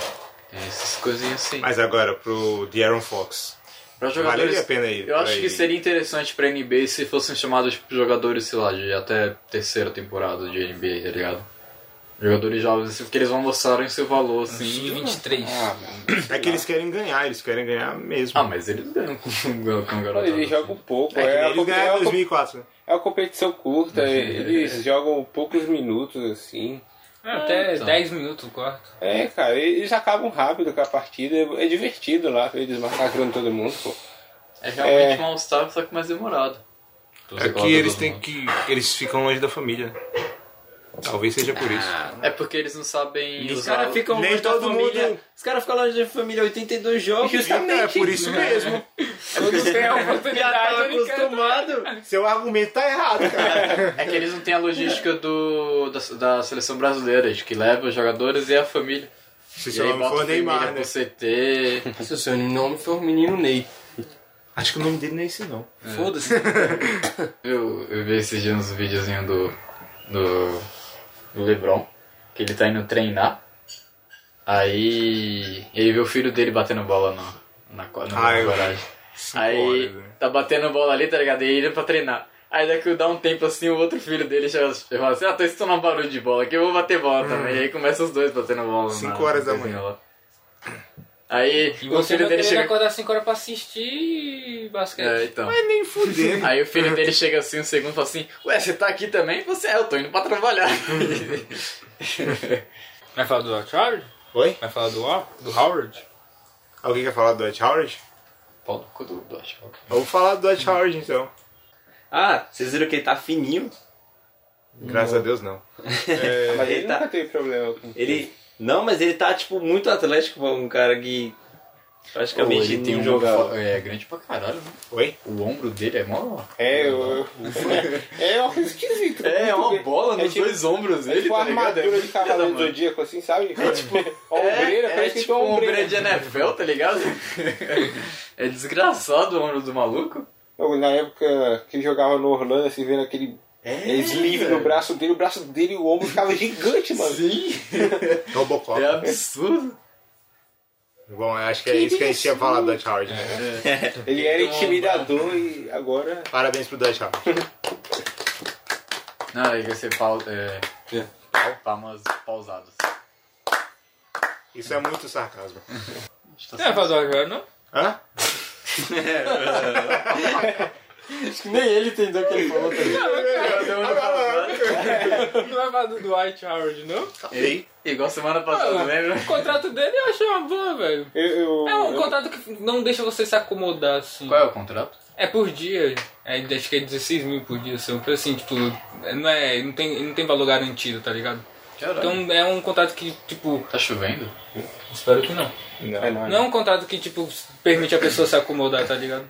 Speaker 5: tem essas coisinhas assim.
Speaker 8: Mas agora, pro Darren Fox.
Speaker 5: Pra
Speaker 8: Valeria a pena ir.
Speaker 5: Eu
Speaker 8: pra
Speaker 5: acho
Speaker 8: ir.
Speaker 5: que seria interessante pra NBA se fossem chamados tipo, jogadores, sei lá, de até terceira temporada de NBA, tá ligado? Jogadores jovens, assim, porque eles vão mostrarem seu valor,
Speaker 10: De
Speaker 5: assim.
Speaker 10: 23.
Speaker 13: Ah,
Speaker 8: É que eles querem ganhar, eles querem ganhar mesmo.
Speaker 5: Ah, mas eles ganham com com o garoto.
Speaker 13: Eles jogam pouco,
Speaker 8: é que
Speaker 13: é,
Speaker 8: nem
Speaker 13: a,
Speaker 8: eles
Speaker 13: compe- é
Speaker 8: ganharam
Speaker 13: uma
Speaker 8: em 2004, né?
Speaker 13: com- é uma competição curta, eles jogam poucos minutos, assim.
Speaker 10: é, Até
Speaker 5: então.
Speaker 10: 10 minutos o quarto.
Speaker 13: É, cara, eles acabam rápido com a partida, é divertido lá, eles massacrando todo mundo, pô.
Speaker 5: É realmente
Speaker 13: É.
Speaker 5: um All-Star, só que mais demorado.
Speaker 8: É que eles têm que. Eles ficam longe da família. né? Talvez seja por isso.
Speaker 5: É porque eles não sabem
Speaker 6: Os
Speaker 5: usar.
Speaker 6: caras ficam
Speaker 8: Nem
Speaker 6: longe um da
Speaker 8: todo
Speaker 6: família.
Speaker 8: mundo-
Speaker 6: Os caras ficam longe da família 82 jogos.
Speaker 8: É por isso mesmo.
Speaker 10: Quando
Speaker 6: É
Speaker 10: tem
Speaker 6: Já
Speaker 10: a
Speaker 6: tava
Speaker 10: oportunidade, ele quer.
Speaker 6: acostumado.
Speaker 8: Seu argumento tá errado, cara.
Speaker 5: É que eles não têm a logística do, da, da seleção brasileira, de que leva os jogadores e a família.
Speaker 8: Se
Speaker 5: E aí
Speaker 8: seu nome
Speaker 5: bota
Speaker 8: for
Speaker 5: a família
Speaker 8: Neymar, né?
Speaker 5: pro CT.
Speaker 9: Se o seu nome for menino Ney.
Speaker 8: Acho que o nome dele não é esse, não.
Speaker 9: Foda-se.
Speaker 5: Eu, eu vi esses dias uns videozinhos do, do, do Lebron, que ele tá indo treinar. Aí ele vê o filho dele batendo bola no, na, co- na
Speaker 8: Ah, eu vi.
Speaker 5: garagem.
Speaker 8: Cinco
Speaker 5: Aí
Speaker 8: horas, né?
Speaker 5: tá batendo bola ali, tá ligado? E ele indo pra treinar. Aí daqui dá um tempo assim, o outro filho dele chega e fala assim, ah, tô escutando um barulho de bola aqui, eu vou bater bola também. E aí começa os dois batendo bola.
Speaker 8: Hum. Cinco
Speaker 5: na-
Speaker 8: horas da
Speaker 5: na coisinha
Speaker 8: manhã.
Speaker 5: lá. Aí
Speaker 10: E
Speaker 5: o
Speaker 10: você
Speaker 5: filho dele
Speaker 10: vai querer
Speaker 5: chega...
Speaker 10: acordar 5 horas pra assistir basquete.
Speaker 5: É, então.
Speaker 8: Nem fudendo.
Speaker 5: Aí o filho dele chega assim, um segundo, e fala assim: Ué, você tá aqui também? Você é, eu tô indo pra trabalhar.
Speaker 10: Vai falar do Howard?
Speaker 8: Oi?
Speaker 10: Vai falar do, Wa- do Howard?
Speaker 8: Alguém quer falar do Dwight Howard?
Speaker 5: Paulo, cu do Dodge.
Speaker 8: Eu vou falar do Dwight Howard, então.
Speaker 6: Ah, vocês viram que ele tá fininho?
Speaker 8: Graças a Deus, não. É,
Speaker 13: Mas ele
Speaker 6: Ele tá-
Speaker 13: nunca teve problema com
Speaker 6: Ele. Não, mas ele tá, tipo, muito atlético pra um cara que. Praticamente não
Speaker 13: um
Speaker 6: jogava.
Speaker 5: É grande pra caralho, né?
Speaker 8: Oi?
Speaker 5: O ombro dele é mó.
Speaker 13: É, eu... é uma coisa esquisita.
Speaker 5: É, é uma bola
Speaker 13: É
Speaker 5: nos
Speaker 13: tipo-
Speaker 5: dois ombros
Speaker 13: É
Speaker 5: dele,
Speaker 13: tipo
Speaker 5: tá
Speaker 13: uma
Speaker 5: ligado?
Speaker 13: armadura de cavalo
Speaker 5: Tá,
Speaker 13: do zodíaco, assim, sabe? É tipo, ombreira,
Speaker 5: é, é
Speaker 13: parece que
Speaker 5: tipo
Speaker 13: tem uma
Speaker 5: um
Speaker 13: ombreira.
Speaker 5: ombreira de NFL, tá ligado? é desgraçado o ombro do maluco.
Speaker 13: Eu, na época que jogava no Orlando, assim, vendo aquele
Speaker 5: É,
Speaker 13: sleeve no braço dele, o braço dele e o ombro ficava gigante, mano.
Speaker 5: Sim,
Speaker 8: Robocop.
Speaker 5: é absurdo.
Speaker 8: Bom, eu acho que é isso que a gente tinha falado do Dwight Howard.
Speaker 5: É.
Speaker 8: né?
Speaker 13: Ele era intimidador e agora.
Speaker 8: Parabéns pro Dwight Howard.
Speaker 5: Não, aí você fala. É. Palmas pausadas.
Speaker 8: Isso é muito sarcasmo.
Speaker 5: Acho que tá
Speaker 10: Não vai falar do Howard, não?
Speaker 8: Hã?
Speaker 5: Nem ele entendeu o que ele falou também.
Speaker 10: Não vai falar do Dwight Howard, não?
Speaker 8: Ei.
Speaker 5: Igual semana passada, lembra?
Speaker 10: O contrato dele eu achei uma boa, velho.
Speaker 13: Eu, eu,
Speaker 10: É um
Speaker 13: eu,
Speaker 10: contrato que não deixa você se acomodar, assim.
Speaker 5: Qual é o contrato?
Speaker 10: É por dia. É, acho que é 16 mil por dia, assim. Assim, tipo, não, é, não, tem, não tem valor garantido, tá ligado?
Speaker 5: Caralho.
Speaker 10: Então é um contrato que, tipo...
Speaker 5: Tá chovendo?
Speaker 10: Espero que não.
Speaker 13: é, não,
Speaker 10: Não é um contrato que, tipo, permite a pessoa se acomodar, tá ligado?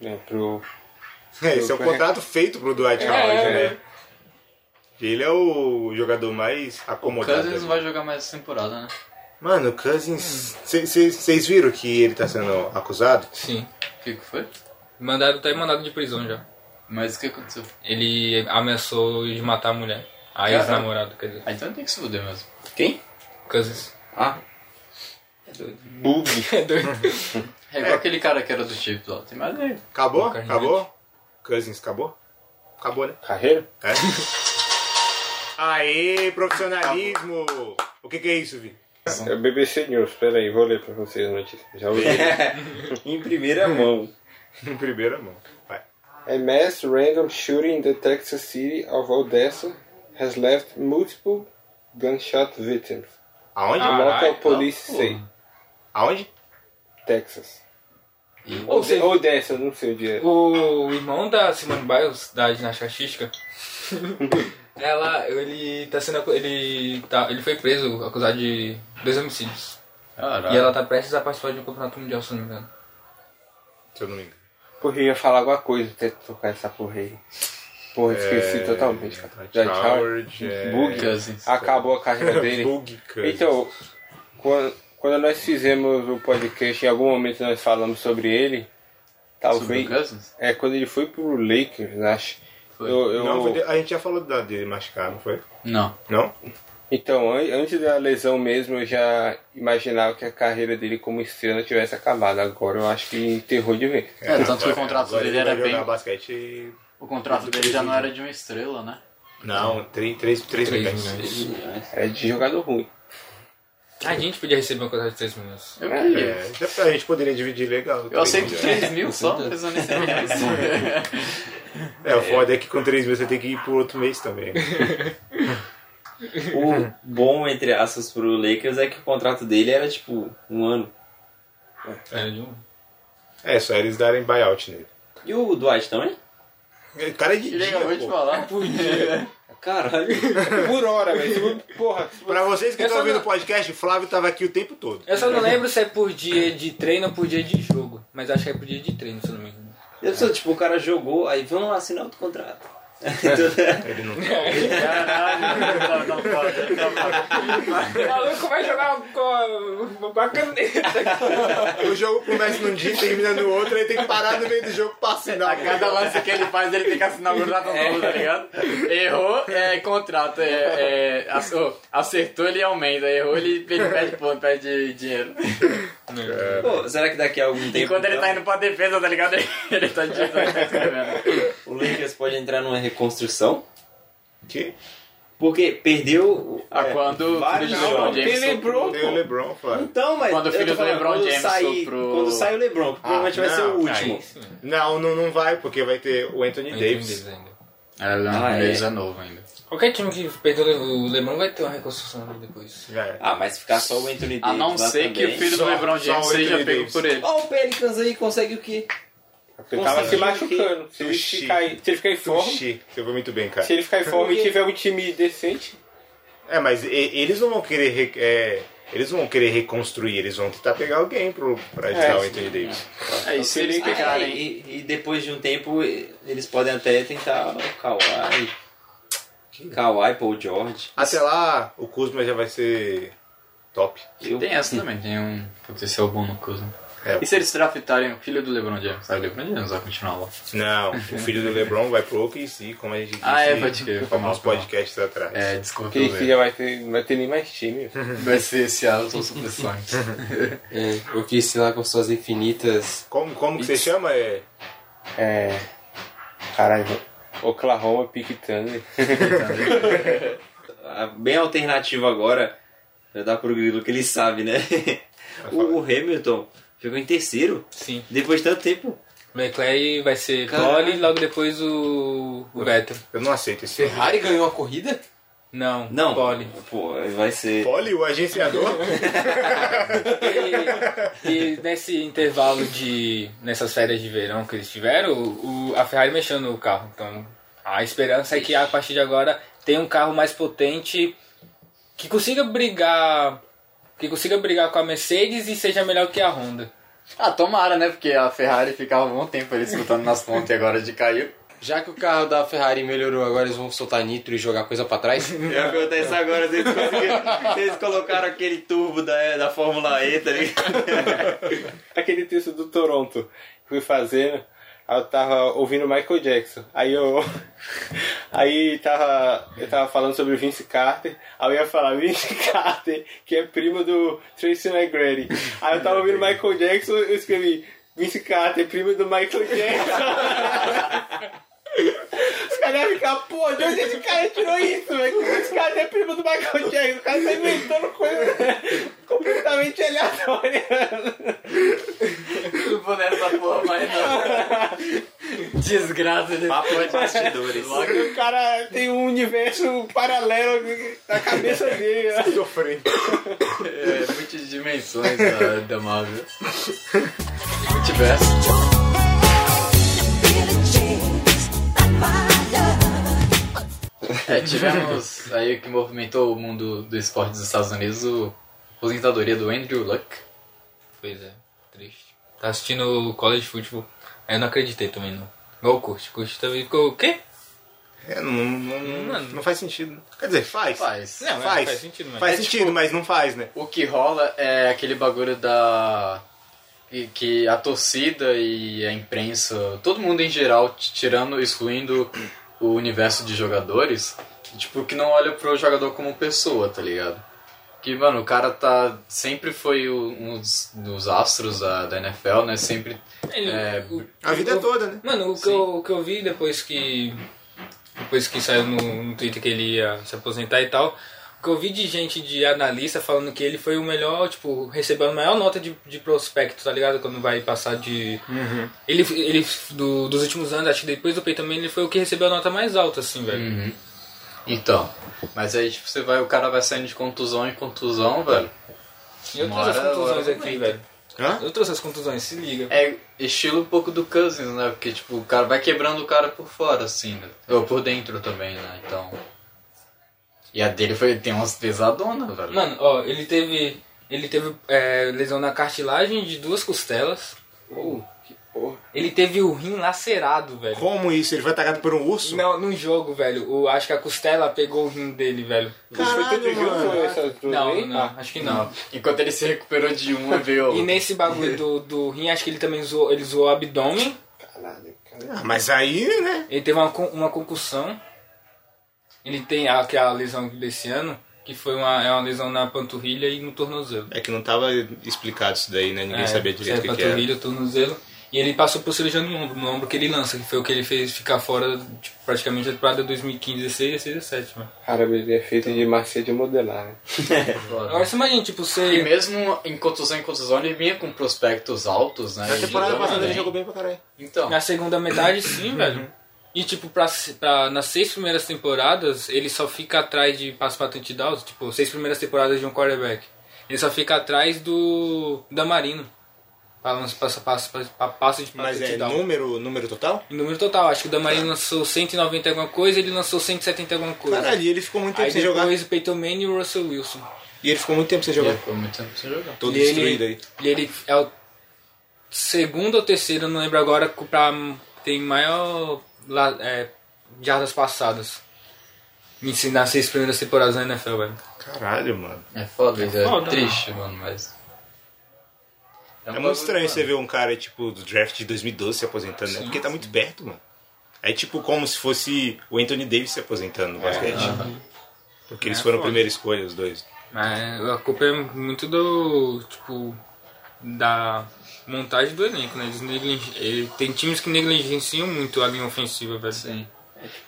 Speaker 13: não, né, pro-
Speaker 8: Esse é um contrato feito pro Dwight
Speaker 5: É,
Speaker 8: Howard,
Speaker 10: É.
Speaker 8: né? Ele é o jogador mais
Speaker 5: O
Speaker 8: acomodado.
Speaker 5: Cousins
Speaker 8: né?
Speaker 5: vai jogar mais essa temporada, né?
Speaker 8: Mano, o Cousins. Vocês viram que ele tá sendo acusado?
Speaker 10: Sim.
Speaker 5: O que, que foi?
Speaker 10: Mandaram, tá mandado de prisão já.
Speaker 5: Mas o que aconteceu?
Speaker 10: Ele ameaçou de matar a mulher. A
Speaker 5: Caralho.
Speaker 10: ex-namorada, quer dizer.
Speaker 5: Ah, então tem que se fuder mesmo.
Speaker 10: Cousins.
Speaker 6: Bug.
Speaker 10: É doido.
Speaker 5: É igual aquele cara que era do Chiefs lá. Tem mais aí.
Speaker 8: Acabou?
Speaker 10: Boca River.
Speaker 8: Acabou? Cousins, acabou? Acabou, né?
Speaker 13: Carreira?
Speaker 8: É. Aê, profissionalismo! O que, que é isso, Vi?
Speaker 13: É BBC News, peraí, vou ler pra vocês a notícia. Já vou ler.
Speaker 6: Em primeira mão.
Speaker 8: Em primeira mão. Vai.
Speaker 13: A mass random shooting in the Texas city of Odessa has left multiple gunshot victims.
Speaker 8: Aonde?
Speaker 13: The local
Speaker 8: Caralho.
Speaker 13: police say,
Speaker 8: Aonde?
Speaker 13: Texas. Ou
Speaker 10: seja-
Speaker 13: Odessa, não sei o dia.
Speaker 10: O irmão da Simone Biles, da ginástica artística, ela, ele tá sendo, acu- ele tá, ele foi preso, acusado de dois homicídios. E ela tá prestes a participar de um campeonato mundial, se não me engano.
Speaker 8: Se eu não me engano.
Speaker 13: Porra, eu ia falar alguma coisa até tocar essa porra aí. Porra, esqueci
Speaker 8: É,
Speaker 13: totalmente, cara.
Speaker 8: Dwight
Speaker 13: Dwight
Speaker 8: Howard, é,
Speaker 13: Bug.
Speaker 5: Cousins.
Speaker 13: Acabou a carreira dele.
Speaker 8: Bug é. Cousins.
Speaker 13: Então, quando, quando nós fizemos o podcast, em algum momento nós falamos sobre ele.
Speaker 5: Sobre
Speaker 13: Talvez.
Speaker 5: o Cousins?
Speaker 13: É, quando ele foi pro Lakers, acho.
Speaker 5: Foi.
Speaker 13: Eu, eu-
Speaker 8: Não, foi de- a gente já falou da dele machucar, não foi?
Speaker 5: Não.
Speaker 8: Não?
Speaker 13: Então, an- antes da lesão mesmo, eu já imaginava que a carreira dele como estrela tivesse acabado. Agora eu acho que enterrou de vez.
Speaker 5: É, tanto que o contrato
Speaker 8: Agora
Speaker 5: dele
Speaker 8: ele
Speaker 5: era
Speaker 8: vai jogar
Speaker 5: bem.
Speaker 8: basquete.
Speaker 5: O contrato dele já não era de uma estrela, né?
Speaker 8: Não, três, três, três, milhões.
Speaker 13: É de jogador ruim.
Speaker 10: A gente podia receber uma coisa de 3 minutos.
Speaker 5: Eu
Speaker 8: É,
Speaker 5: queria.
Speaker 8: já- a gente poderia dividir legal.
Speaker 5: Eu
Speaker 8: três
Speaker 5: aceito
Speaker 8: milhões.
Speaker 5: 3 mil só, não precisa nem ser reais.
Speaker 8: É, o foda é que com três mil você tem que ir por outro mês também. né?
Speaker 6: O bom, entre aspas, pro Lakers é que o contrato dele era tipo um ano.
Speaker 10: Era de um.
Speaker 8: É, só eles darem buyout nele.
Speaker 6: E o Dwight também?
Speaker 8: O Cara é de
Speaker 5: Ele
Speaker 8: dia,
Speaker 5: acabou de
Speaker 8: pô.
Speaker 5: falar.
Speaker 6: Caralho.
Speaker 13: Por hora, velho. Porra.
Speaker 8: Pra vocês que
Speaker 10: Eu
Speaker 8: estão
Speaker 10: só
Speaker 8: ouvindo
Speaker 10: não-
Speaker 8: o podcast, o Flávio tava aqui o tempo todo.
Speaker 10: Eu só não lembro se é por dia de treino ou por dia de jogo, mas acho que é por dia de treino, se eu não me engano.
Speaker 6: E a pessoa, tipo, o cara jogou, aí vamos lá assinar outro contrato.
Speaker 8: É, Ele não
Speaker 5: Caralho, não, não, não,
Speaker 10: O maluco vai jogar com a caneta.
Speaker 8: O jogo começa num dia e termina no outro, aí tem que parar no meio do jogo pra assinar.
Speaker 13: Tá
Speaker 5: não. Cada lance que ele faz, ele tem que assinar o contrato novo, tá ligado? Errou, é contrato. É, é, ac- oh, acertou, ele aumenta. Errou, ele ele perde ponto, perde dinheiro.
Speaker 8: É.
Speaker 5: É.
Speaker 6: Pô, será que daqui a algum tempo
Speaker 5: Enquanto ele
Speaker 6: então,
Speaker 5: tá indo pra defesa, tá ligado? Ele, ele tá de jeito, tá escrevendo.
Speaker 6: o Lakers pode entrar numa reconstrução?
Speaker 8: Que?
Speaker 6: Porque perdeu.
Speaker 8: É,
Speaker 6: É.
Speaker 5: Ah, quando o filho
Speaker 6: vários
Speaker 5: de
Speaker 6: jogos.
Speaker 5: LeBron James
Speaker 6: Tem LeBron,
Speaker 8: Tem o
Speaker 6: pô.
Speaker 8: LeBron, Flávio.
Speaker 6: Então, mas
Speaker 5: Quando o
Speaker 6: eu
Speaker 5: filho
Speaker 6: tô
Speaker 5: do
Speaker 6: falando,
Speaker 5: LeBron
Speaker 6: quando
Speaker 5: James Ah,
Speaker 6: sair,
Speaker 5: soprou-
Speaker 6: quando sair o LeBron, que provavelmente vai
Speaker 8: não,
Speaker 6: ser o
Speaker 5: tá
Speaker 10: Aí,
Speaker 6: último.
Speaker 8: Não, não, não vai, porque vai ter o Anthony Davis.
Speaker 10: ainda.
Speaker 5: É, o
Speaker 6: Ah, é.
Speaker 5: Davis é novo ainda.
Speaker 10: Qualquer time que perdeu o Lebron vai ter uma reconstrução ali depois.
Speaker 8: É.
Speaker 6: Ah, mas ficar só o Anthony Davis.
Speaker 5: A não
Speaker 6: lá
Speaker 5: ser que o
Speaker 6: também.
Speaker 5: filho do
Speaker 8: Só-
Speaker 5: LeBron
Speaker 8: só
Speaker 5: James
Speaker 8: o
Speaker 5: seja
Speaker 8: Anthony
Speaker 5: pego
Speaker 8: Davis.
Speaker 5: por ele.
Speaker 6: Ó, o Pelicans aí consegue o quê?
Speaker 13: Ele tava se
Speaker 6: Conseguiu
Speaker 13: machucando. Se ele,
Speaker 8: Sushi.
Speaker 13: ficar, em- se ele ficar em forma.
Speaker 8: Sushi, você foi muito bem, cara.
Speaker 13: Se ele ficar em forma e tiver um time decente.
Speaker 8: É, mas e- eles não vão querer. re- é, eles não vão querer reconstruir, eles vão tentar pegar alguém pro, pra ajudar o Anthony Davis.
Speaker 5: É, e se eles
Speaker 6: Ah, é,
Speaker 5: pegarem...
Speaker 6: e, e depois de um tempo, e- eles podem até tentar o Kawhi. Kawhi, Paul George.
Speaker 8: Até lá, o Kuzma já vai ser top.
Speaker 6: Eu,
Speaker 5: Tem essa também, tem um potencial bom no Kuzma.
Speaker 8: É.
Speaker 5: E se eles draftarem o filho do LeBron James? Ah, o LeBron James vai continuar lá.
Speaker 8: Não, o filho do LeBron vai pro OKC, como a gente disse
Speaker 5: Ah, é, pode crer, foi mal,
Speaker 8: alguns
Speaker 5: foi mal.
Speaker 8: podcasts atrás.
Speaker 5: É, desculpa
Speaker 13: Que
Speaker 5: pelo
Speaker 13: que
Speaker 5: erro.
Speaker 13: já vai ter, vai ter nem mais time.
Speaker 5: Vai ser esse Alton Super Sonics.
Speaker 6: é, eu quis lá com suas infinitas.
Speaker 8: Como, como que você chama? É,
Speaker 13: É. Caralho. Oklahoma Pick Thunder.
Speaker 6: Bem alternativo agora. Já dá pro grilo que ele sabe, né? o, o Hamilton ficou em terceiro.
Speaker 10: Sim.
Speaker 6: Depois de tanto tempo.
Speaker 10: O McClay vai ser
Speaker 6: Caralho.
Speaker 10: Cole e logo depois o, o Vettel.
Speaker 8: eu não aceito esse nome.
Speaker 9: Ferrari ganhou a corrida?
Speaker 10: Não,
Speaker 6: Não.
Speaker 10: Cole.
Speaker 6: Pô, vai ser.
Speaker 8: Poli, o agenciador?
Speaker 10: E, e nesse intervalo de. nessas férias de verão que eles tiveram, o, a Ferrari mexeu no carro. Então a esperança é que a partir de agora tenha um carro mais potente que consiga brigar. Que consiga brigar com a Mercedes e seja melhor que a Honda.
Speaker 5: ah, tomara, né? Porque a Ferrari ficava um bom tempo ali disputando nas pontas e agora de caiu.
Speaker 9: Já que o carro da Ferrari melhorou, agora eles vão soltar nitro e jogar coisa pra trás?
Speaker 6: Eu ia perguntar
Speaker 8: é.
Speaker 6: isso agora, se eles, conseguiram- se eles colocaram aquele turbo da, da Fórmula E, tá ligado?
Speaker 13: Aquele texto do Toronto que fui fazendo. aí Eu tava ouvindo Michael Jackson. Aí eu. Aí tava. Eu tava falando sobre o Vince Carter. Aí eu ia falar Vince Carter, que é primo do Tracy McGrady. Aí eu tava ouvindo Michael Jackson, eu escrevi. Vince Carter, primo do Michael Jackson. Os Cara, ia ficar, pô, de onde esse cara tirou isso, velho? Esse cara é primo do Michael Jackson. O cara tá inventando coisa completamente aleatória.
Speaker 5: Não vou nessa porra mais não. Desgraça de
Speaker 6: Papo de bastidores.
Speaker 13: O cara tem um universo paralelo na cabeça dele. né?
Speaker 5: É, muitas dimensões da, da Marvel. Multiverso. É, tivemos aí o que movimentou o mundo do esporte dos Estados Unidos, o- a aposentadoria do Andrew Luck.
Speaker 10: Pois é, triste. Tá assistindo o college futebol. Aí eu não acreditei também, não. Igual o Curte. Curte também ficou o quê?
Speaker 8: É, não, não, não, não faz sentido. Quer dizer, faz.
Speaker 5: Faz.
Speaker 8: Não,
Speaker 10: Não,
Speaker 8: faz.
Speaker 10: faz sentido, mas-
Speaker 8: Faz
Speaker 5: É,
Speaker 8: sentido, né? mas não faz, né?
Speaker 5: O que rola é aquele bagulho da. que- que a torcida e a imprensa, todo mundo em geral, t- tirando, excluindo o universo de jogadores, tipo, que não olha pro jogador como pessoa, tá ligado? Que, mano, o cara tá. Sempre foi o- um dos, dos astros da, da NFL, né? Sempre.
Speaker 10: Ele-
Speaker 5: É,
Speaker 10: o-
Speaker 8: A vida toda, né?
Speaker 10: Mano, o que, eu, o que eu vi depois que. Depois que saiu no, no Twitter que ele ia se aposentar e tal, o que eu vi de gente de analista falando que ele foi o melhor, tipo, recebeu a maior nota de, de prospecto, tá ligado? Quando vai passar de.
Speaker 8: Uhum.
Speaker 10: Ele, ele do- dos últimos anos, acho que depois do Peyton também, ele foi o que recebeu a nota mais alta, assim, velho.
Speaker 5: Então. Mas aí, tipo, você vai, o cara vai saindo de contusão em contusão, velho.
Speaker 10: E eu
Speaker 5: Uma
Speaker 10: trouxe as
Speaker 5: hora-
Speaker 10: contusões
Speaker 5: hora
Speaker 10: aqui, velho.
Speaker 8: Hã?
Speaker 10: Eu trouxe as contusões, se liga.
Speaker 5: É estilo um pouco do Cousins, né? Porque, tipo, o cara vai quebrando o cara por fora, assim, né? Ou por dentro também, né? Então. E a dele foi, tem umas pesadonas, velho.
Speaker 10: Mano, ó, ele teve. Ele teve é, lesão na cartilagem de duas costelas. Ele teve o rim lacerado, velho.
Speaker 8: Como isso? Ele foi atacado por um urso?
Speaker 5: Né?
Speaker 10: Não, num jogo, velho. O, acho que a costela pegou o rim dele, velho.
Speaker 8: Caralho, mano.
Speaker 10: Não, não, acho que não.
Speaker 5: Enquanto ele se recuperou de uma, veio.
Speaker 10: E nesse bagulho do, do rim, acho que ele também zoou, ele zoou o abdômen.
Speaker 8: Ah, mas aí, né?
Speaker 10: Ele teve uma, con- uma concussão. Ele tem a, que é a lesão desse ano, que foi uma, é uma lesão na panturrilha e no tornozelo. É,
Speaker 8: É que não tava explicado isso daí, né?
Speaker 5: É.
Speaker 8: Ninguém sabia direito o que, que era.
Speaker 10: panturrilha, tornozelo. E ele passou por cirurgia no ombro, no ombro que ele lança, que foi o que ele fez ficar fora tipo, praticamente a temporada 2015, 16, 16, 17, mano.
Speaker 13: Cara, ele é feito de massinha de modelar, né?
Speaker 10: Agora você imagina, tipo,
Speaker 5: E
Speaker 10: você...
Speaker 5: mesmo em contusão em contusão, ele vinha com prospectos altos, né?
Speaker 8: Na
Speaker 5: Ele
Speaker 8: temporada
Speaker 5: jogava
Speaker 8: passada ele
Speaker 5: bem.
Speaker 8: jogou bem pra caralho.
Speaker 5: Então.
Speaker 10: Na segunda metade,
Speaker 8: Uhum.
Speaker 10: sim, velho. E, tipo, pra, pra- nas seis primeiras temporadas, ele só fica atrás de passo pra touchdown, tipo, seis primeiras temporadas de um quarterback. Ele só fica atrás do da Marino. Pra lança- passa passo passo de
Speaker 8: Mas é
Speaker 5: um
Speaker 10: touchdown.
Speaker 8: número, número total?
Speaker 10: Em número total, acho que o Damarino lançou 190 e alguma coisa, ele lançou 170 e alguma coisa.
Speaker 8: Caralho, e ele ficou muito tempo
Speaker 10: Aí
Speaker 8: sem jogar.
Speaker 10: depois o Peyton Manning e o Russell Wilson.
Speaker 8: E ele ficou muito tempo sem jogar.
Speaker 5: Foi muito tempo sem jogar.
Speaker 8: Todo
Speaker 10: E ele-
Speaker 8: destruído aí.
Speaker 10: E ele é o segundo ou terceiro, não lembro agora, pra, tem maior la- é, jardas passadas. Me ensinar as seis primeiras temporadas na NFL, velho.
Speaker 8: Caralho, mano.
Speaker 5: É foda, é,
Speaker 10: foda,
Speaker 5: triste, mano, mas. um
Speaker 8: É
Speaker 5: bagulho,
Speaker 8: muito estranho
Speaker 5: mano.
Speaker 8: você ver um cara, tipo, do draft de 2012 se aposentando, né? Porque tá muito perto, mano. É tipo como se fosse o Anthony Davis se aposentando no basquete.
Speaker 10: É.
Speaker 8: Porque eles foram a primeira escolha, os dois.
Speaker 10: Mas a culpa é muito do. Tipo. Da montagem do elenco, né? Eles negligen- ele- Tem times que negligenciam muito a linha ofensiva, velho.
Speaker 5: Sim.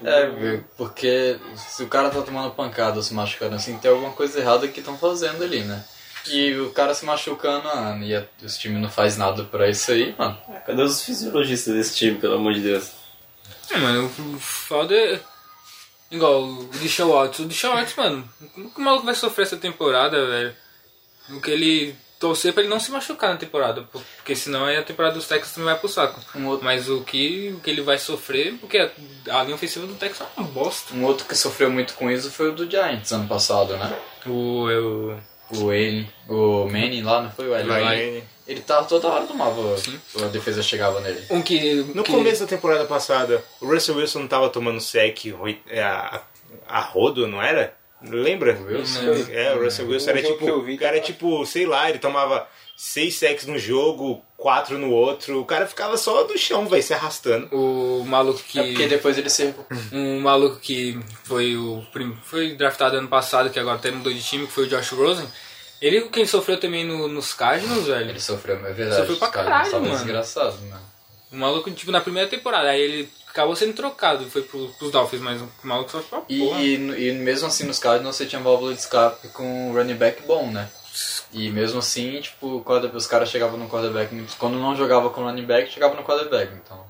Speaker 5: É, porque se o cara tá tomando pancada ou se machucando assim, tem alguma coisa errada que estão fazendo ali, né? E o cara se machucando ah, e a- os times não faz nada pra isso aí, mano.
Speaker 6: Cadê os fisiologistas desse time, pelo amor de Deus?
Speaker 10: É, mano, o foda é. Igual o Deshaun Watson. O Deshaun Watson, mano, como que o maluco vai sofrer essa temporada, velho? O que ele torcer pra ele não se machucar na temporada, pô, porque senão aí a temporada dos Texans também vai pro saco.
Speaker 5: Um outro-
Speaker 10: Mas o que, o que ele vai sofrer, porque a, a linha ofensiva do Texas é uma bosta.
Speaker 5: Um outro que sofreu muito com isso foi o do Giants ano passado, né?
Speaker 10: O, eu,
Speaker 5: O Wayne, o Manning lá, não foi o Eli? Ele tava toda hora tomava, a defesa chegava nele.
Speaker 10: um que.
Speaker 8: No
Speaker 10: que-
Speaker 8: começo da temporada passada, o Russell Wilson não tava tomando sec oi- é, a, a rodo, não era? Lembra?
Speaker 10: Wilson?
Speaker 8: É, o Russell Wilson era
Speaker 13: jogo
Speaker 8: tipo.
Speaker 13: que eu vi,
Speaker 8: o cara, tipo, sei lá, ele tomava seis secs num jogo, quatro no outro. O cara ficava só no chão, velho, se arrastando.
Speaker 10: O maluco que.
Speaker 5: É porque depois ele se recuperou.
Speaker 10: Um maluco que foi o prim- foi draftado ano passado, que agora até mudou de time, que foi o Josh Rosen. Ele é quem sofreu também no- nos Cardinals, velho.
Speaker 5: Ele sofreu, é verdade.
Speaker 10: Sofreu pra
Speaker 5: Os caras
Speaker 10: caralho,
Speaker 5: estavam
Speaker 10: mano.
Speaker 5: desgraçados, mano.
Speaker 10: O maluco, tipo, na primeira temporada, aí ele acabou sendo trocado. Foi pro, pros Dolphins, mas o maluco só pra
Speaker 12: E,
Speaker 10: porra.
Speaker 12: e, e mesmo assim, nos Cardinals, você tinha válvula de escape com um running back bom, né? E mesmo assim, tipo, o quarterback- os caras chegavam no quarterback. muito- Quando não jogava com running back, chegava no quarterback, então.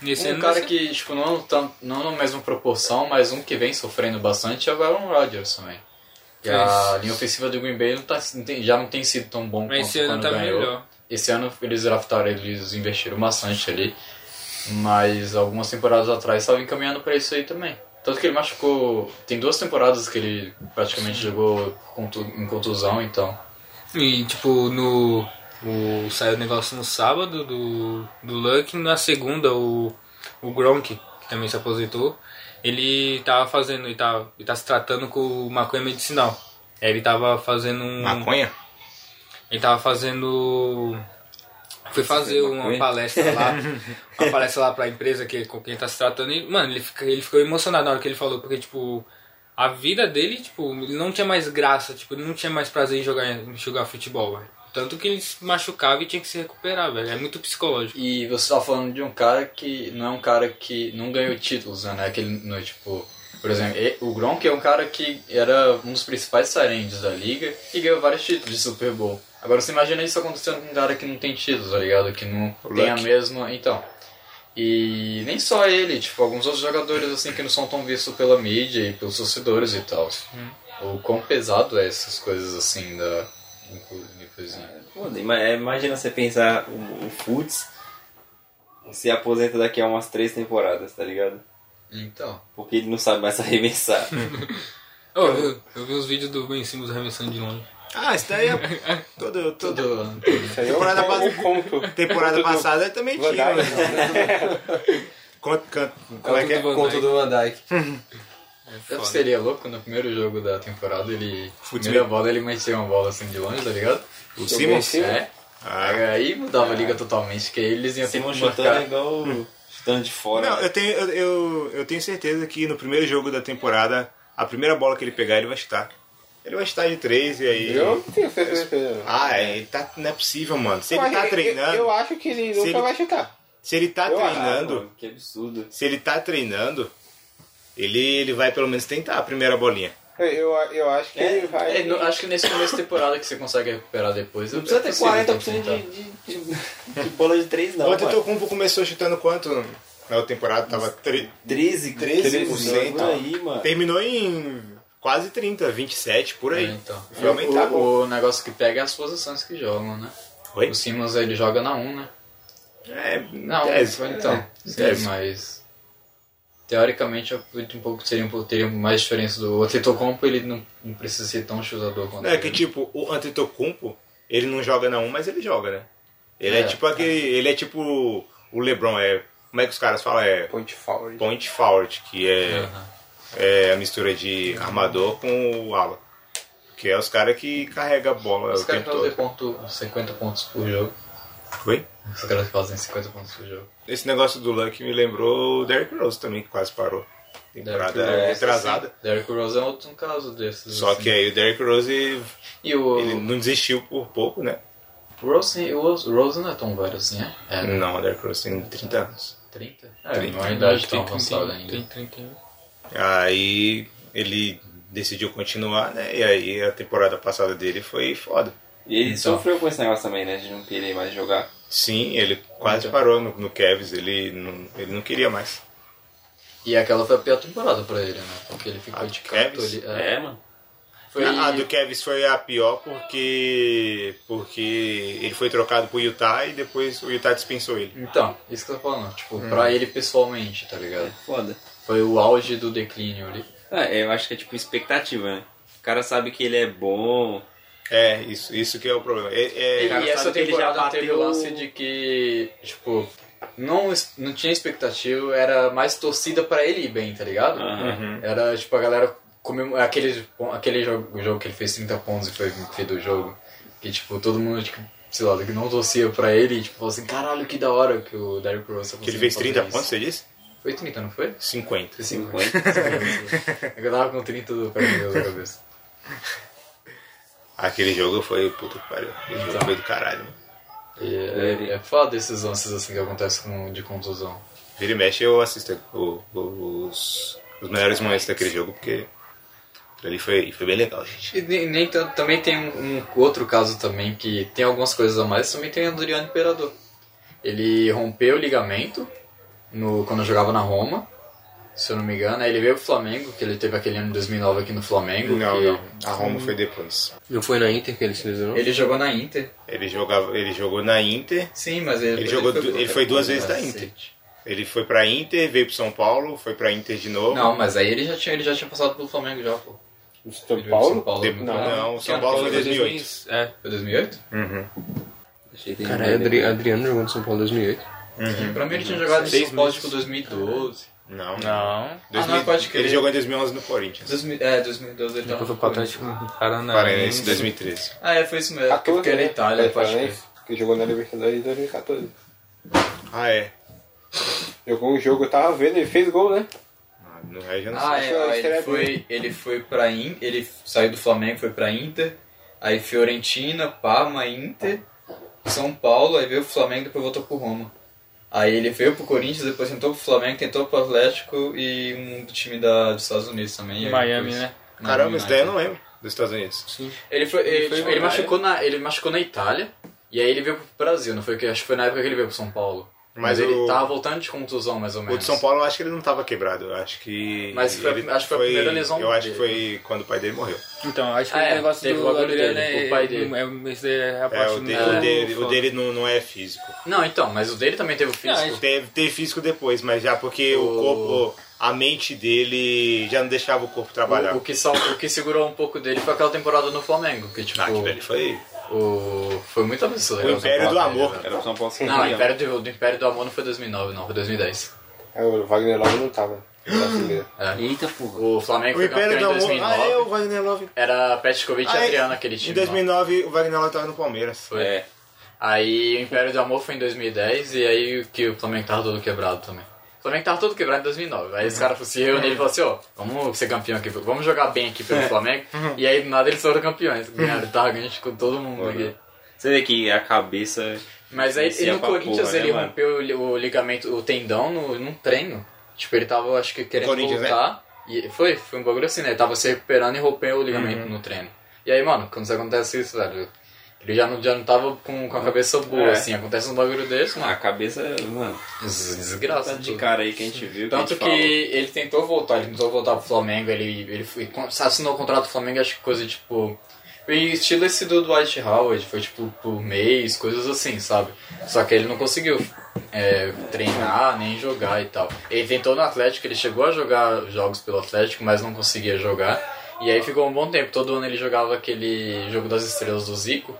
Speaker 10: Nesse
Speaker 12: um
Speaker 10: ano
Speaker 12: cara
Speaker 10: vai ser-
Speaker 12: que, tipo, não, tam- não na mesma proporção, mas um que vem sofrendo bastante é o Aaron Rodgers também. E a
Speaker 10: Mas-
Speaker 12: linha ofensiva do Green Bay não tá- não tem- já não tem sido tão bom
Speaker 10: Mas
Speaker 12: quanto
Speaker 10: esse ano
Speaker 12: quando
Speaker 10: tá
Speaker 12: ganhou.
Speaker 10: melhor.
Speaker 12: Esse ano eles draftaram, eles investiram bastante ali. Mas algumas temporadas atrás estava encaminhando para isso aí também. Tanto que ele machucou. Tem duas temporadas que ele praticamente jogou contu- em contusão, então.
Speaker 10: E tipo, no. O, saiu o negócio no sábado do, do Luck, na segunda o, o Gronk, que também se aposentou, ele tava fazendo, ele tava, ele tá se tratando com maconha medicinal. Aí ele tava fazendo um.
Speaker 8: Maconha?
Speaker 10: Ele tava fazendo. Fui fazer uma palestra lá. Uma palestra lá pra empresa que, com quem ele tá se tratando. E, mano, ele, fica- ele ficou emocionado na hora que ele falou, porque, tipo, a vida dele, tipo, ele não tinha mais graça, tipo, ele não tinha mais prazer em jogar, em jogar futebol, velho. Tanto que ele se machucava e tinha que se recuperar, velho. É muito psicológico.
Speaker 12: E você tá falando de um cara que não é um cara que não ganhou títulos, né? Aquele, no, tipo, por exemplo, e- o Gronk é um cara que era um dos principais sarendes da liga e ganhou vários títulos de Super Bowl. Agora você imagina isso acontecendo com um cara que não tem títulos, tá ligado? Que não tem a mesma. Então. E nem só ele, tipo, alguns outros jogadores assim que não são tão vistos pela mídia e pelos torcedores e tal. O quão pesado é essas coisas assim da. Depois,
Speaker 6: Pô, ima- é, imagina você pensar o, o Futs se aposenta daqui a umas três temporadas, tá ligado?
Speaker 12: Então.
Speaker 6: Porque ele não sabe mais arremessar.
Speaker 10: Ô, eu, eu vi uns vídeos do Ben Simmons arremessando de longe.
Speaker 8: Ah, isso daí é. Todo, todo...
Speaker 12: Tudo.
Speaker 8: Temporada, pas-
Speaker 13: O conto.
Speaker 8: Temporada passada eu também
Speaker 13: Van
Speaker 8: tinha. né? Conta, canta. Como é que é?
Speaker 10: Van
Speaker 15: Conto
Speaker 10: Dyke.
Speaker 15: do Van Dyke.
Speaker 10: Foda.
Speaker 12: Sabe o que seria louco no primeiro jogo da temporada ele. tipo, Primeira bola ele metia uma bola assim de longe, tá ligado?
Speaker 8: O Simmons?
Speaker 12: É.
Speaker 8: Ah.
Speaker 12: Aí mudava a liga totalmente, que aí eles iam ter que
Speaker 6: Simon
Speaker 12: marcar.
Speaker 6: chutando igual o- chutando de fora. né?
Speaker 8: Não, eu tenho, eu, eu, eu tenho certeza que no primeiro jogo da temporada, a primeira bola que ele pegar, ele vai chutar. Ele vai chutar de três e aí.
Speaker 13: Eu tenho certeza.
Speaker 8: Ah, é, ele tá, não é possível, mano. Se ele
Speaker 13: Eu
Speaker 8: tá
Speaker 13: acho-
Speaker 8: treinando.
Speaker 13: Eu, eu acho que ele
Speaker 8: Se
Speaker 13: nunca
Speaker 8: ele-
Speaker 13: vai chutar.
Speaker 8: Se ele tá
Speaker 13: eu acho,
Speaker 8: treinando.
Speaker 6: Ah, Pô, que absurdo.
Speaker 8: Se ele tá treinando, ele, ele vai pelo menos tentar a primeira bolinha.
Speaker 13: Eu, eu, eu acho que ele vai.
Speaker 12: É, no- acho que nesse começo de temporada que você consegue recuperar depois. é
Speaker 6: Não precisa ter 40%
Speaker 12: tentar.
Speaker 6: de, de, de, de bola de três, não.
Speaker 8: Ontem o
Speaker 6: mano.
Speaker 8: Tocumpo começou chutando quanto na outra temporada? Tava tri-
Speaker 6: 13,
Speaker 8: 13%,
Speaker 6: 13%. Por aí, mano.
Speaker 8: Terminou em quase 30, 27, por
Speaker 12: É,
Speaker 8: aí.
Speaker 12: então.
Speaker 8: Foi aumentar,
Speaker 12: o,
Speaker 8: pô.
Speaker 12: o negócio que pega é as posições que jogam, né?
Speaker 8: Oi?
Speaker 12: O Simmons ele joga na 1, né?
Speaker 8: É,
Speaker 12: Não,
Speaker 8: tese.
Speaker 12: então. sim,
Speaker 8: tese.
Speaker 12: mas. Teoricamente, eu acredito um pouco que seria um pouco, teria mais diferença do Antetokounmpo, ele não, não precisa ser tão chutador quanto
Speaker 8: É
Speaker 12: ele.
Speaker 8: que tipo, o Antetokounmpo, ele não joga na 1, mas ele joga, né? Ele é,
Speaker 12: É.
Speaker 8: tipo aquele. Ele é tipo o Lebron, é. Como é que os caras falam? É
Speaker 13: Point forward.
Speaker 8: point forward, que é, é a mistura de armador com o ala. Que é os caras que carrega a bola
Speaker 12: Os
Speaker 8: o é
Speaker 12: caras
Speaker 8: tempo
Speaker 12: fazem
Speaker 8: todo.
Speaker 12: ponto, 50 pontos por jogo.
Speaker 8: Oi?
Speaker 12: Os caras fazem 50 pontos por jogo.
Speaker 8: Esse negócio do Luck me lembrou o Derrick Rose também, que quase parou. Temporada
Speaker 12: Derrick Rose,
Speaker 8: retrasada.
Speaker 12: Derrick Rose é outro caso desses.
Speaker 8: Só
Speaker 12: assim.
Speaker 8: que aí o Derrick Rose
Speaker 12: E o
Speaker 8: ele não desistiu por pouco, né?
Speaker 12: Rose, o Rose não é tão velho assim, é? É,
Speaker 8: Não, o Derrick Rose tem 30 anos.
Speaker 12: 30? É, não é uma idade tão avançada ainda.
Speaker 10: Tem 31.
Speaker 8: Aí ele decidiu continuar, né? E aí a temporada passada dele foi foda.
Speaker 6: E ele sofreu com esse negócio também, né? De não querer mais jogar.
Speaker 8: Sim, ele quase parou no, no Cavs, ele não, ele não queria mais.
Speaker 12: E aquela foi a pior temporada pra ele, né? Porque ele ficou
Speaker 8: Ah,
Speaker 12: de
Speaker 8: de
Speaker 12: canto
Speaker 8: Cavs?
Speaker 12: ali. É.
Speaker 6: É, mano.
Speaker 12: Foi...
Speaker 8: A do Cavs foi a pior porque porque ele foi trocado pro Utah e depois o Utah dispensou ele.
Speaker 12: Então, isso que eu tô falando. Tipo,
Speaker 8: Hum.
Speaker 12: pra ele pessoalmente, tá ligado?
Speaker 6: Foda.
Speaker 12: Foi o auge do declínio ali.
Speaker 6: Ah, é, eu acho que é tipo expectativa, né? O cara sabe que ele é bom.
Speaker 8: É, isso, isso que é o problema. É, é-
Speaker 12: E,
Speaker 6: cara
Speaker 12: e essa
Speaker 6: sabe que ele
Speaker 12: temporada
Speaker 6: já bateu-
Speaker 12: teve o lance de que, tipo, não, es- não tinha expectativa, era mais torcida pra ele ir bem, tá ligado?
Speaker 6: Aham.
Speaker 12: Era, tipo, a galera comem- aquele, pon- aquele jogo, o jogo que ele fez 30 pontos e foi MVP do jogo, que, tipo, todo mundo, tipo, sei lá, que não torcia pra ele, tipo, falou assim, caralho, que da hora que o Derrick Rose tá
Speaker 8: que ele
Speaker 12: conseguindo
Speaker 8: fez
Speaker 12: fazer
Speaker 8: 30
Speaker 12: isso."
Speaker 8: pontos, você disse?
Speaker 12: Foi 30, não foi?
Speaker 8: 50.
Speaker 12: Foi 50. eu tava com 30 do Carlinhos na cabeça.
Speaker 8: Aquele jogo foi, puta que pariu. Aquele jogo foi do caralho, mano.
Speaker 5: E é, é foda esses lances assim que acontecem com, de contusão.
Speaker 8: Vira e mexe eu assisto o- o- os, os melhores momentos daquele jogo, porque ali foi, foi bem legal, gente.
Speaker 5: E nem, nem tanto, também tem um, um outro caso também que tem algumas coisas a mais, também tem o Adriano Imperador. Ele rompeu o ligamento no, quando jogava na Roma, se eu não me engano, aí ele veio pro Flamengo, que ele teve aquele ano de 2009 aqui no Flamengo.
Speaker 8: Não,
Speaker 5: que
Speaker 8: não. A Roma
Speaker 5: hum.
Speaker 8: foi depois.
Speaker 9: Não foi na Inter que ele se lesionou?
Speaker 5: Ele jogou na Inter.
Speaker 8: Ele, jogava, ele jogou na Inter,
Speaker 5: Sim, mas ele,
Speaker 8: Ele jogou du-
Speaker 5: pro- né?
Speaker 8: ele foi duas vezes da
Speaker 5: cacete.
Speaker 8: ele foi pra Inter, veio pro São Paulo, foi pra Inter de novo.
Speaker 5: Não, mas aí ele já tinha, ele já tinha passado pelo Flamengo já, pô.
Speaker 12: O
Speaker 5: Ele
Speaker 12: São
Speaker 5: veio pro São
Speaker 12: Paulo?
Speaker 5: Paulo né?
Speaker 8: De-
Speaker 5: no-
Speaker 8: não, o São Paulo foi em 2008.
Speaker 10: É.
Speaker 5: Foi 2008?
Speaker 12: Achei que ele
Speaker 9: Cara,
Speaker 12: não ia
Speaker 9: Adri-
Speaker 12: lembrar.
Speaker 9: Adriano jogou no São Paulo em 2008.
Speaker 8: Hum.
Speaker 5: Pra mim ele tinha jogado em São Paulo, tipo, 2012.
Speaker 8: Não.
Speaker 10: Não.
Speaker 8: 2000
Speaker 5: Ah, não, pode crer.
Speaker 8: Ele jogou em 2011 no Corinthians.
Speaker 5: 2000, é, 2012 ele tava
Speaker 10: Eu fui
Speaker 5: no
Speaker 10: pra
Speaker 5: Corinthians.
Speaker 10: Atlético Paraná.
Speaker 8: Paranaense 2013.
Speaker 5: Ah, é, foi isso mesmo. Porque porque
Speaker 8: né?
Speaker 5: era Itália, pode crer.
Speaker 12: Que jogou na Libertadores em 2014.
Speaker 8: Ah, é.
Speaker 12: Jogou um jogo, eu tava vendo, ele fez gol, né?
Speaker 8: Ah, No Rio eu não
Speaker 5: Ah,
Speaker 8: sei.
Speaker 5: é, ó, ele foi, ele foi pra In, ele saiu do Flamengo, foi pra Inter, aí Fiorentina, Parma, Inter, São Paulo, aí veio pro Flamengo, depois voltou pro Roma. Aí ele veio pro Corinthians, depois tentou pro Flamengo, tentou pro Atlético e um do time da, dos Estados Unidos também. e aí
Speaker 10: Miami,
Speaker 5: depois-
Speaker 10: né?
Speaker 8: Caramba,
Speaker 5: Miami
Speaker 8: isso daí eu
Speaker 5: United.
Speaker 8: não lembro. Dos Estados Unidos.
Speaker 5: Ele foi, ele,
Speaker 10: foi
Speaker 5: tipo,
Speaker 10: pra
Speaker 5: ele
Speaker 10: Itália.
Speaker 5: machucou na, ele machucou na Itália. E aí ele veio pro Brasil, não foi que acho que foi na época que ele veio pro São Paulo. Mas,
Speaker 8: Mas
Speaker 5: ele
Speaker 8: o-
Speaker 5: tava voltando de contusão mais ou
Speaker 8: O
Speaker 5: menos.
Speaker 8: de São Paulo eu acho que ele não tava quebrado. Eu acho que.
Speaker 5: Mas foi a-
Speaker 8: ele
Speaker 5: acho que foi a primeira lesão
Speaker 8: Eu acho que
Speaker 5: dele. né?
Speaker 8: foi quando o pai dele morreu.
Speaker 10: Então, acho que
Speaker 5: Ah, é,
Speaker 10: o negócio
Speaker 5: teve o
Speaker 10: do
Speaker 5: bagulho
Speaker 10: Adriano
Speaker 5: dele,
Speaker 10: é...
Speaker 5: o pai dele.
Speaker 10: É, esse é a
Speaker 8: É,
Speaker 10: parte
Speaker 8: o dele,
Speaker 10: do-
Speaker 8: o dele,
Speaker 10: foda.
Speaker 8: o dele não, não é físico.
Speaker 5: Não, então, mas o dele também teve o físico.
Speaker 10: Não,
Speaker 8: Teve, teve físico depois, mas já porque o...
Speaker 5: O-
Speaker 8: corpo, a mente dele já não deixava o corpo trabalhar.
Speaker 5: O, o que sal- o que segurou um pouco dele foi aquela temporada no Flamengo, que tipo,
Speaker 8: Ah, que velho, foi
Speaker 5: o, foi muito absurdo.
Speaker 8: o
Speaker 5: aquela
Speaker 8: império do
Speaker 5: temporada dele,
Speaker 8: amor.
Speaker 5: velho.
Speaker 6: Era o São Paulo sem
Speaker 5: Não, o Império do, do Império do Amor não foi 2009, não, foi 2010.
Speaker 12: É, o Wagner Love não tava. na primeira.
Speaker 10: Eita porra.
Speaker 5: O Flamengo
Speaker 8: O
Speaker 5: foi
Speaker 8: império do
Speaker 5: campeão em
Speaker 8: amor. Ah,
Speaker 5: 2009.
Speaker 8: é, o Wagner Love.
Speaker 5: Era Petkovic e
Speaker 8: Ah, é.
Speaker 5: Adriano aquele time.
Speaker 8: Em
Speaker 5: lá.
Speaker 8: 2009, o Wagner Love tava no Palmeiras.
Speaker 5: Foi.
Speaker 6: É.
Speaker 5: Aí o Império do Amor foi em 2010 e aí o que o Flamengo tava todo quebrado também. O Flamengo tava todo quebrado em 2009. Aí os caras se reuniram e falaram assim, ó, vamos ser campeão aqui, vamos jogar bem aqui pelo Flamengo. E aí do nada eles foram campeões. Ganharam, tava ganhando com todo mundo aqui.
Speaker 6: Você vê que a cabeça.
Speaker 5: Mas aí
Speaker 6: Esse
Speaker 5: ele
Speaker 6: é
Speaker 5: no
Speaker 6: pra
Speaker 5: Corinthians
Speaker 6: porra, né,
Speaker 5: ele
Speaker 6: mano?
Speaker 5: rompeu o li- o ligamento, o tendão no, num treino. Tipo, ele tava, acho que querendo
Speaker 8: Corinthians, né?
Speaker 5: voltar. E foi, foi um bagulho assim, né? Ele tava se recuperando e rompeu o ligamento
Speaker 6: Uhum.
Speaker 5: no treino. E aí, mano, quando isso acontece isso, velho, ele já não, já não tava com, com a cabeça boa,
Speaker 6: É.
Speaker 5: assim. Acontece um bagulho desse,
Speaker 6: A
Speaker 5: mano.
Speaker 6: cabeça, mano.
Speaker 5: des- Desgraça.
Speaker 6: Tanto Tá de
Speaker 5: tudo.
Speaker 6: cara aí que a gente viu.
Speaker 5: Tanto
Speaker 6: que.
Speaker 5: que
Speaker 6: a gente
Speaker 5: ele tentou voltar, ele tentou voltar pro Flamengo, ele, ele foi, con- assinou o contrato do Flamengo, acho que coisa tipo. E estilo esse do Dwight Howard, foi tipo por mês, coisas assim, sabe? Só que ele não conseguiu é, treinar nem jogar e tal. Ele tentou no Atlético, ele chegou a jogar jogos pelo Atlético, mas não conseguia jogar. E aí ficou um bom tempo, todo ano ele jogava aquele jogo das estrelas do Zico.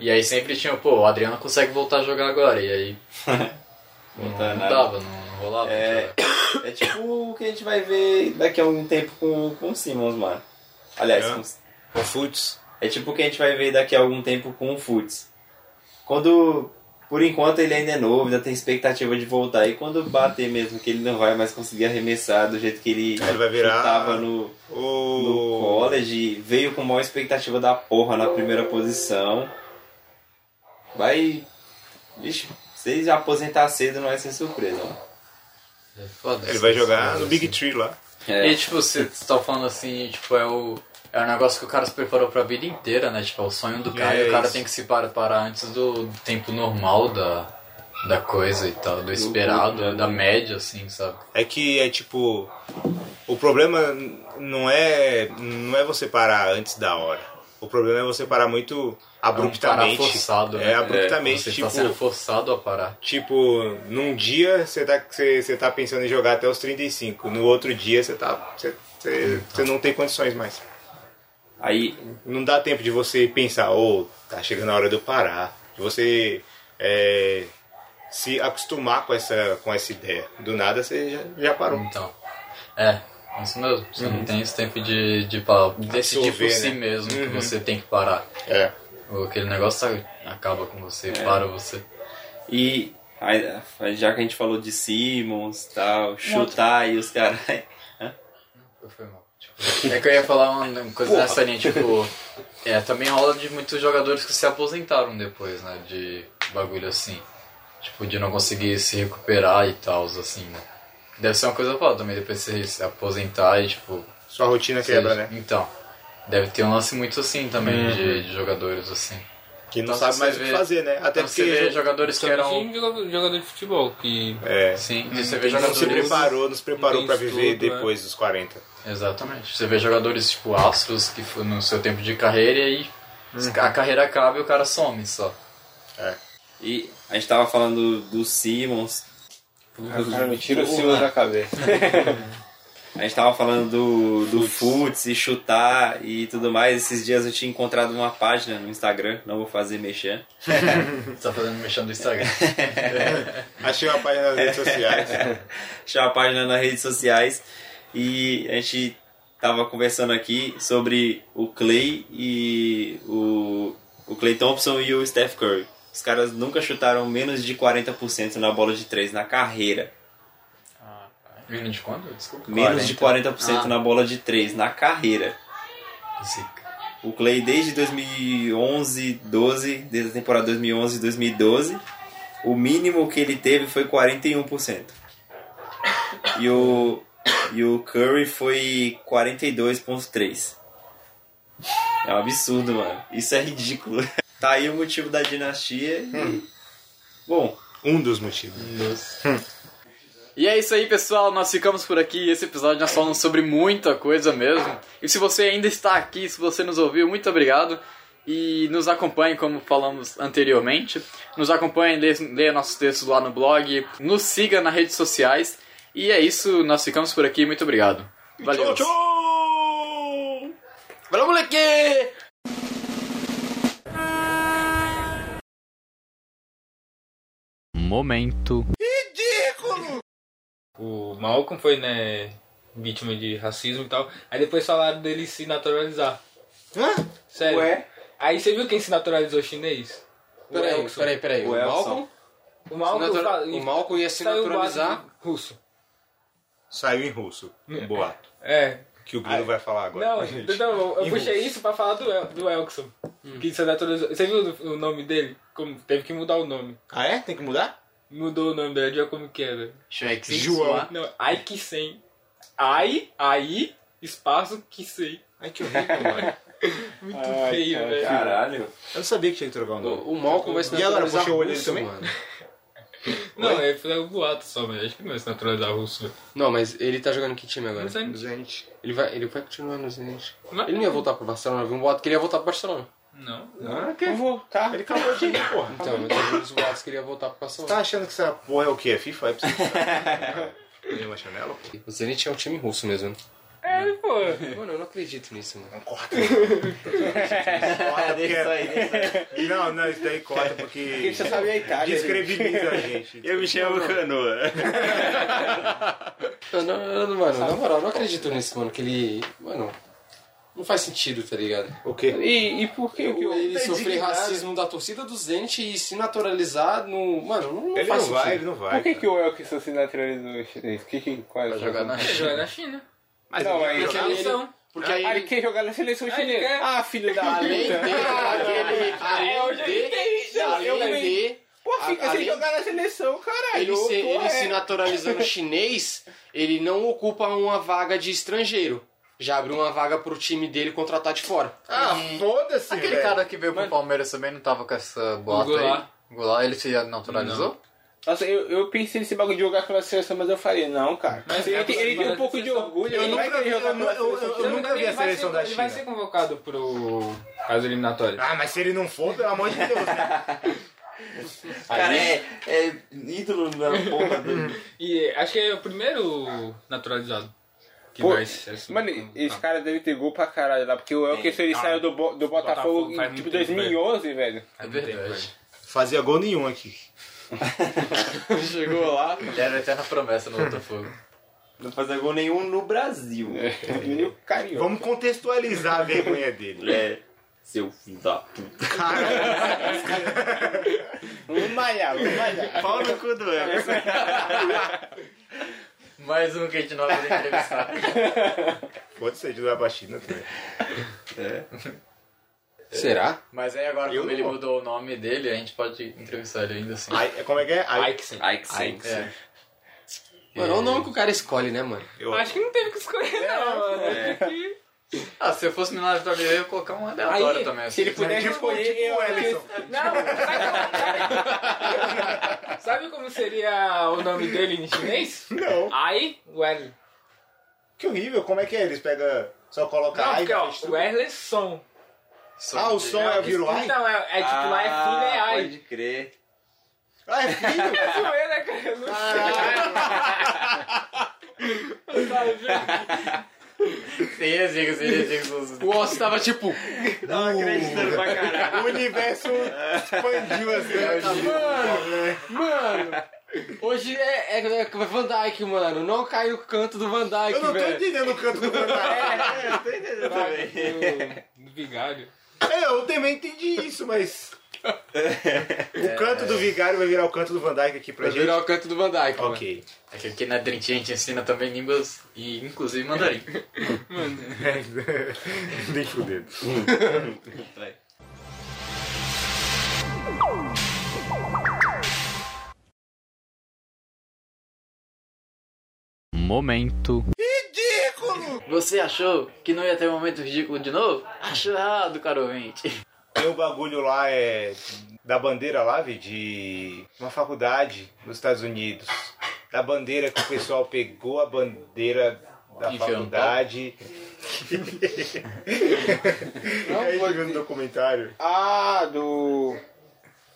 Speaker 5: E aí sempre tinha, pô, o Adriano consegue voltar a jogar agora. E aí não,
Speaker 6: Voltar tá nada.
Speaker 5: dava, não, não rolava.
Speaker 6: É.
Speaker 5: não
Speaker 6: fala. É tipo o que a gente vai ver daqui a algum tempo com, com o Simmons, mano. Aliás,
Speaker 8: É.
Speaker 6: com,
Speaker 8: O Futs.
Speaker 6: É tipo o que a gente vai ver daqui a algum tempo com o Futs. Quando, por enquanto, ele ainda é novo, ainda tem expectativa de voltar. E quando bater mesmo, que ele não vai mais conseguir arremessar do jeito que ele,
Speaker 8: Ele vai virar-
Speaker 6: chutava no, no
Speaker 8: Ah, O.
Speaker 6: college, veio com maior expectativa da porra na primeira posição. Vai. Vixe, se ele aposentar cedo, não vai ser surpresa, mano.
Speaker 5: É foda
Speaker 8: Ele vai
Speaker 5: isso,
Speaker 8: jogar
Speaker 5: cara,
Speaker 8: no Big Tree lá.
Speaker 6: É.
Speaker 5: E tipo, você tá falando assim, tipo, é o. É um negócio que o cara se preparou pra vida inteira, né? Tipo, é o sonho do cara.
Speaker 8: É
Speaker 5: e o cara
Speaker 8: isso.
Speaker 5: tem que se para- parar antes do tempo normal da, da coisa e tal, do esperado,
Speaker 8: né?
Speaker 5: da média, assim, sabe?
Speaker 8: É que é tipo. O problema não é não é você parar antes da hora. O problema é você parar muito abruptamente.
Speaker 5: parar forçado, né?
Speaker 8: É, abruptamente.
Speaker 5: Você
Speaker 8: tipo,
Speaker 5: tá sendo forçado a parar.
Speaker 8: tipo, num dia você tá, você, você tá pensando em jogar até os 35. No outro dia você tá. Você, você, você não tem condições mais.
Speaker 6: Aí,
Speaker 8: Não dá tempo de você pensar, ô, tá chegando a hora de eu parar. De você é, se acostumar com essa, com essa ideia. Do nada você já, já parou.
Speaker 5: Então. É, é isso mesmo. Você não tem esse tempo de, de pa- decidir por
Speaker 8: Uhum. Absorver,
Speaker 5: si
Speaker 8: né?
Speaker 5: mesmo que você tem que parar.
Speaker 8: É.
Speaker 5: Aquele negócio tá, acaba com você, para você.
Speaker 6: E aí, já que a gente falou de Simmons e tal, chutar e os caras.
Speaker 5: Foi mal. Tipo, é que eu ia falar uma uma coisa é nessa linha, tipo. É, também rola de muitos jogadores que se aposentaram depois, né? De bagulho assim. Tipo, de não conseguir se recuperar e tal, assim, né? Deve ser uma coisa foda também, depois você se aposentar e, tipo,
Speaker 8: Sua rotina quebra, né?
Speaker 5: Então, deve ter um lance muito assim também de, de jogadores assim.
Speaker 8: Que não
Speaker 5: Então,
Speaker 8: sabe
Speaker 5: você
Speaker 8: mais o que
Speaker 5: vê-
Speaker 8: fazer, né? Até
Speaker 5: Então, você vê
Speaker 8: porque.
Speaker 5: jogadores que eram.
Speaker 8: um-
Speaker 10: Principalmente assim, jogador- jogador de futebol, que
Speaker 8: É.
Speaker 5: Sim, e você vê
Speaker 8: Não se
Speaker 5: jogadores.
Speaker 8: preparou, não se preparou
Speaker 10: Não tem
Speaker 8: pra viver
Speaker 10: estudo, né?
Speaker 8: depois dos 40.
Speaker 5: Exatamente. Você vê jogadores tipo astros que foi no seu tempo de carreira e aí a carreira acaba e o cara some só.
Speaker 6: E a gente tava falando do, do Simmons.
Speaker 13: Cara, me tira o Silas da cabeça.
Speaker 6: A gente tava falando do, do futs e chutar e tudo mais. Esses dias eu tinha encontrado uma página no Instagram, não vou fazer mexer.
Speaker 5: Tá fazendo mexendo no Instagram.
Speaker 8: Achei uma página nas redes sociais.
Speaker 6: Tinha uma página nas redes sociais e a gente tava conversando aqui sobre o Clay e o, o Clay Thompson e o Steph Curry. Os caras nunca chutaram menos de 40% na bola de 3 na carreira.
Speaker 5: Vindo de quando? Desculpa.
Speaker 6: Menos de
Speaker 9: Ah.
Speaker 6: 40% na bola de 3 na carreira.
Speaker 5: Zica.
Speaker 6: O Clay desde 2011, 12, desde a temporada 2011 e 2012, o mínimo que ele teve foi 41%. E o e o Curry foi 42.3. É um absurdo, mano. Isso é ridículo. Tá aí o motivo da dinastia. e- Bom,
Speaker 8: Um dos motivos.
Speaker 5: E é isso aí, pessoal. Nós ficamos por aqui. Esse episódio nós falamos sobre muita coisa mesmo. E se você ainda está aqui, se você nos ouviu, muito obrigado. E nos acompanhe, como falamos anteriormente. Nos acompanhe, lê, leia nossos textos lá no blog. Nos siga nas redes sociais. E é isso. Nós ficamos por aqui. Muito obrigado. Valeu.
Speaker 8: Tchau, tchau!
Speaker 5: Valeu, moleque! Momento.
Speaker 10: o Malcolm foi, né, vítima de racismo e tal. Aí depois falaram dele se naturalizar.
Speaker 8: Hã?
Speaker 10: Sério. Aí você viu quem se naturalizou chinês? O
Speaker 9: Peraí,
Speaker 10: Elkson.
Speaker 9: peraí, peraí. O
Speaker 6: O Elson.
Speaker 9: Malcolm,
Speaker 10: O Malcolm,
Speaker 9: se natura-
Speaker 10: fala-
Speaker 9: o Malcolm ia se
Speaker 10: saiu
Speaker 9: naturalizar.
Speaker 10: boato Russo.
Speaker 8: Saiu em russo. Um boato.
Speaker 10: É.
Speaker 8: Que o Bruno vai falar agora.
Speaker 10: Não, é
Speaker 8: pra gente.
Speaker 10: não, eu
Speaker 8: Em
Speaker 10: puxei
Speaker 8: russo.
Speaker 10: isso pra falar do, El, do Elkson.
Speaker 9: Hum.
Speaker 10: Que se naturalizou. Você viu o nome dele? Como, teve que mudar o nome.
Speaker 8: Ah, é? Tem que mudar?
Speaker 10: Mudou o nome dele, olha como que era.
Speaker 8: João.
Speaker 10: Não, ai que sem. Ai, aí, espaço que sem.
Speaker 8: Ai, que horrível, mano. Eu
Speaker 10: Muito feio, velho.
Speaker 6: caralho.
Speaker 8: não sabia que tinha que trocar o nome.
Speaker 9: O, o Malcolm vai se
Speaker 8: E agora,
Speaker 9: naturalizar.
Speaker 8: puxou o olho
Speaker 9: russo,
Speaker 8: também?
Speaker 9: mano.
Speaker 10: Não, é, é um boato só, mas acho que não é se naturalizar russo. velho.
Speaker 9: Não, mas ele tá jogando em que time agora?
Speaker 10: Não sei.
Speaker 8: Gente.
Speaker 9: Ele vai, ele vai continuar no Zenit.
Speaker 10: Não.
Speaker 9: Ele não ia voltar pro Barcelona. Eu vi um boato que ele ia voltar pro Barcelona.
Speaker 10: Não.
Speaker 8: Eu vou, tá? Ele acabou de ir, porra.
Speaker 9: Então, mas eu vi uns boatos que ele ia voltar pro Barcelona.
Speaker 8: Tá achando que essa porra é o quê? É FIFA? É pra você- Tem uma chanela? pô?
Speaker 9: O Zenit é um time russo mesmo. né?
Speaker 10: É, pô.
Speaker 9: Mano, eu não acredito nisso, mano.
Speaker 8: Corta, porque... Não, não, isso daí corta porque
Speaker 12: Você sabia a Itália.
Speaker 8: descredibiliza a gente.
Speaker 6: Eu me chamo Canoa.
Speaker 9: Eu não, eu não- mano, na moral, eu não acredito nisso, mano. Que ele. Mano. Não faz sentido, tá ligado?
Speaker 8: O quê?
Speaker 10: E, e por que o que
Speaker 9: Ele
Speaker 8: tem
Speaker 9: sofrer
Speaker 8: dignidade.
Speaker 9: racismo da torcida do Zenit e se naturalizar no. Mano, não, não
Speaker 8: Ele
Speaker 9: faz
Speaker 8: não vai,
Speaker 9: sentido.
Speaker 8: ele não vai.
Speaker 13: Por que,
Speaker 8: cara.
Speaker 13: que o Elkson se naturalizou chinês? Que, que, qual é a
Speaker 5: Jogar na
Speaker 10: Ele joga na China.
Speaker 8: Mas
Speaker 13: Não,
Speaker 8: ele
Speaker 13: aí-
Speaker 9: Porque aí ele, porque aí
Speaker 13: Ah, ele
Speaker 9: ele,
Speaker 13: quer jogar na seleção
Speaker 10: ele
Speaker 13: chinesa.
Speaker 10: quer.
Speaker 13: Ah, filho da
Speaker 9: além de.
Speaker 13: puta.
Speaker 9: Ah, Aquele, além
Speaker 13: hoje ele tem isso,
Speaker 9: de.
Speaker 13: eu
Speaker 9: Além
Speaker 13: vi.
Speaker 9: de.
Speaker 13: Pô, fica
Speaker 9: A-
Speaker 13: sem
Speaker 9: além-
Speaker 13: jogar na seleção, caralho.
Speaker 9: Ele se,
Speaker 13: Pô,
Speaker 9: ele
Speaker 13: é.
Speaker 9: se naturalizando chinês, ele não ocupa uma vaga de estrangeiro. Já abriu uma vaga pro time dele contratar de fora.
Speaker 8: Ah, foda-se,
Speaker 5: Aquele
Speaker 8: velho.
Speaker 5: cara que veio pro Palmeiras também não tava com essa boata aí.
Speaker 10: Goulart.
Speaker 5: Goulart, ele se naturalizou?
Speaker 13: Nossa, eu, eu pensei nesse bagulho de jogar pela seleção, mas eu falei, não, cara.
Speaker 10: Mas
Speaker 13: ele,
Speaker 10: é
Speaker 13: tem-
Speaker 10: você
Speaker 13: ele tem
Speaker 10: jogar
Speaker 13: um pouco
Speaker 10: na
Speaker 13: de
Speaker 10: seleção.
Speaker 13: orgulho,
Speaker 8: Eu
Speaker 13: ele vai
Speaker 8: nunca vi,
Speaker 13: querer
Speaker 8: eu,
Speaker 13: jogar
Speaker 8: nu-
Speaker 13: pela
Speaker 8: eu-
Speaker 13: seleção.
Speaker 8: eu nunca vi a
Speaker 10: Ele vai
Speaker 8: seleção
Speaker 10: ser-
Speaker 8: da
Speaker 10: Ele vai ser
Speaker 8: China.
Speaker 10: convocado pro... As eliminatórias.
Speaker 8: Ah, mas se ele não for, pelo amor de Deus, né?
Speaker 6: Cara, é, é ídolo na porra do.
Speaker 10: E acho que é o primeiro naturalizado. Que
Speaker 13: Pô,
Speaker 10: vai ser assim. Ah,
Speaker 13: Mano, esse cara deve ter gol pra caralho lá, porque o Elkson ele
Speaker 10: tá.
Speaker 13: saiu do, Bo- do Botafogo,
Speaker 10: Botafogo faz
Speaker 13: em
Speaker 10: muito
Speaker 13: tipo
Speaker 10: tempo,
Speaker 13: 2011, velho.
Speaker 10: É verdade.
Speaker 8: Fazia gol nenhum aqui.
Speaker 5: Chegou lá. Ele era a eterna promessa no Botafogo.
Speaker 6: Não fazia gol nenhum no Brasil.
Speaker 13: Menino carioca.
Speaker 8: Vamos contextualizar a vergonha dele.
Speaker 6: É. Seu filho da puta.
Speaker 13: Vamos malhar, vamos malhar.
Speaker 6: Pau no cu do Emerson.
Speaker 5: Mais um que a gente não vai poder entrevistar.
Speaker 8: Pode ser de lá pra China também.
Speaker 9: Será?
Speaker 5: Mas aí agora,
Speaker 8: Eu
Speaker 5: como ele
Speaker 8: não.
Speaker 5: mudou o nome dele, a gente pode entrevistar ele ainda assim.
Speaker 8: Ai- como é que é? Ai-
Speaker 10: Aiksen.
Speaker 6: Aiksen.
Speaker 5: É.
Speaker 9: Mano, olha o nome que o cara escolhe, né, mano?
Speaker 8: eu-
Speaker 13: Acho que não teve que
Speaker 8: É,
Speaker 13: escolher, não, mano.
Speaker 5: Ah, se eu fosse milionário da vida, eu ia colocar uma dela
Speaker 13: Aí,
Speaker 5: agora também. assim.
Speaker 13: se ele puder
Speaker 8: Tipo-
Speaker 13: escolher,
Speaker 8: tipo
Speaker 13: eu...
Speaker 8: o Ellison.
Speaker 13: Não,
Speaker 10: Sabe como seria o nome dele em chinês?
Speaker 8: Não.
Speaker 10: Ai, Well.
Speaker 8: Que horrível. Como é que é? Eles pegam... Só colocam...
Speaker 10: Não,
Speaker 8: ai,
Speaker 10: porque ó,
Speaker 8: faz tudo.
Speaker 10: Wellerson.
Speaker 8: ah, o som é o viro ai?
Speaker 10: Então, é, é tipo, lá é filho, é
Speaker 6: Ah,
Speaker 10: ai.
Speaker 6: Pode crer.
Speaker 8: Ah, é filho?
Speaker 13: zoeira, cara. Eu não
Speaker 8: Ah.
Speaker 5: Seria zica, seria zica.
Speaker 9: O Osso tava tipo.
Speaker 6: Não acreditando pra caralho.
Speaker 8: O universo expandiu assim. né?
Speaker 9: Mano, hoje é, é, é Van Dyke, mano. Não caiu o canto do Van
Speaker 8: Eu não
Speaker 9: Dyke,
Speaker 8: tô
Speaker 9: velho.
Speaker 8: entendendo o canto do Vandai.
Speaker 9: É,
Speaker 10: Do vigário.
Speaker 8: É, eu também entendi isso, mas. O canto do Vigário vai virar o canto do Van Dyke aqui pra
Speaker 9: Pra
Speaker 8: gente.
Speaker 9: É. virar o canto do Van Dyke, mano.
Speaker 8: Ok.
Speaker 5: É que aqui na Trinity a gente ensina também línguas, e inclusive mandarim.
Speaker 8: Deixa o dedo.
Speaker 5: Momento. Ridículo! Você achou que não ia ter um momento ridículo de novo? Achou errado, caro ouvinte.
Speaker 8: Tem um bagulho lá é da bandeira lá, vi, de uma faculdade nos Estados Unidos. Da bandeira que o pessoal pegou a bandeira da
Speaker 5: Enfiou no
Speaker 8: faculdade. Não, aí pode... no documentário.
Speaker 13: Ah, do.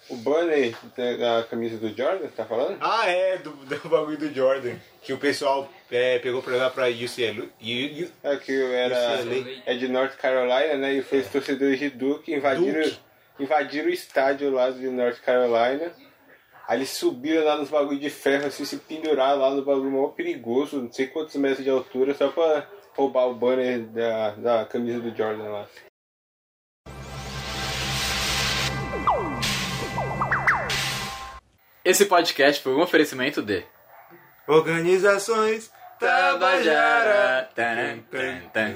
Speaker 13: O Bunny da camisa do Jordan, tá falando?
Speaker 8: Ah, é, do, do bagulho do Jordan. Que o pessoal é, pegou pra lá pra UCLA. U- U-
Speaker 13: É que eu era.
Speaker 8: UCLA.
Speaker 13: É de North Carolina, né? E foi os torcedores de Duke invadiram,
Speaker 8: Duke.
Speaker 13: invadiram o estádio lá de North Carolina. Aí eles subiram lá nos bagulho de ferro, assim, se penduraram lá no bagulho mó perigoso, não sei quantos metros de altura, só pra roubar o banner da, da camisa do Jordan lá.
Speaker 5: Esse podcast foi um oferecimento de.
Speaker 8: Organizações Tabajara.
Speaker 5: Tabajara. Tan, tan, tan.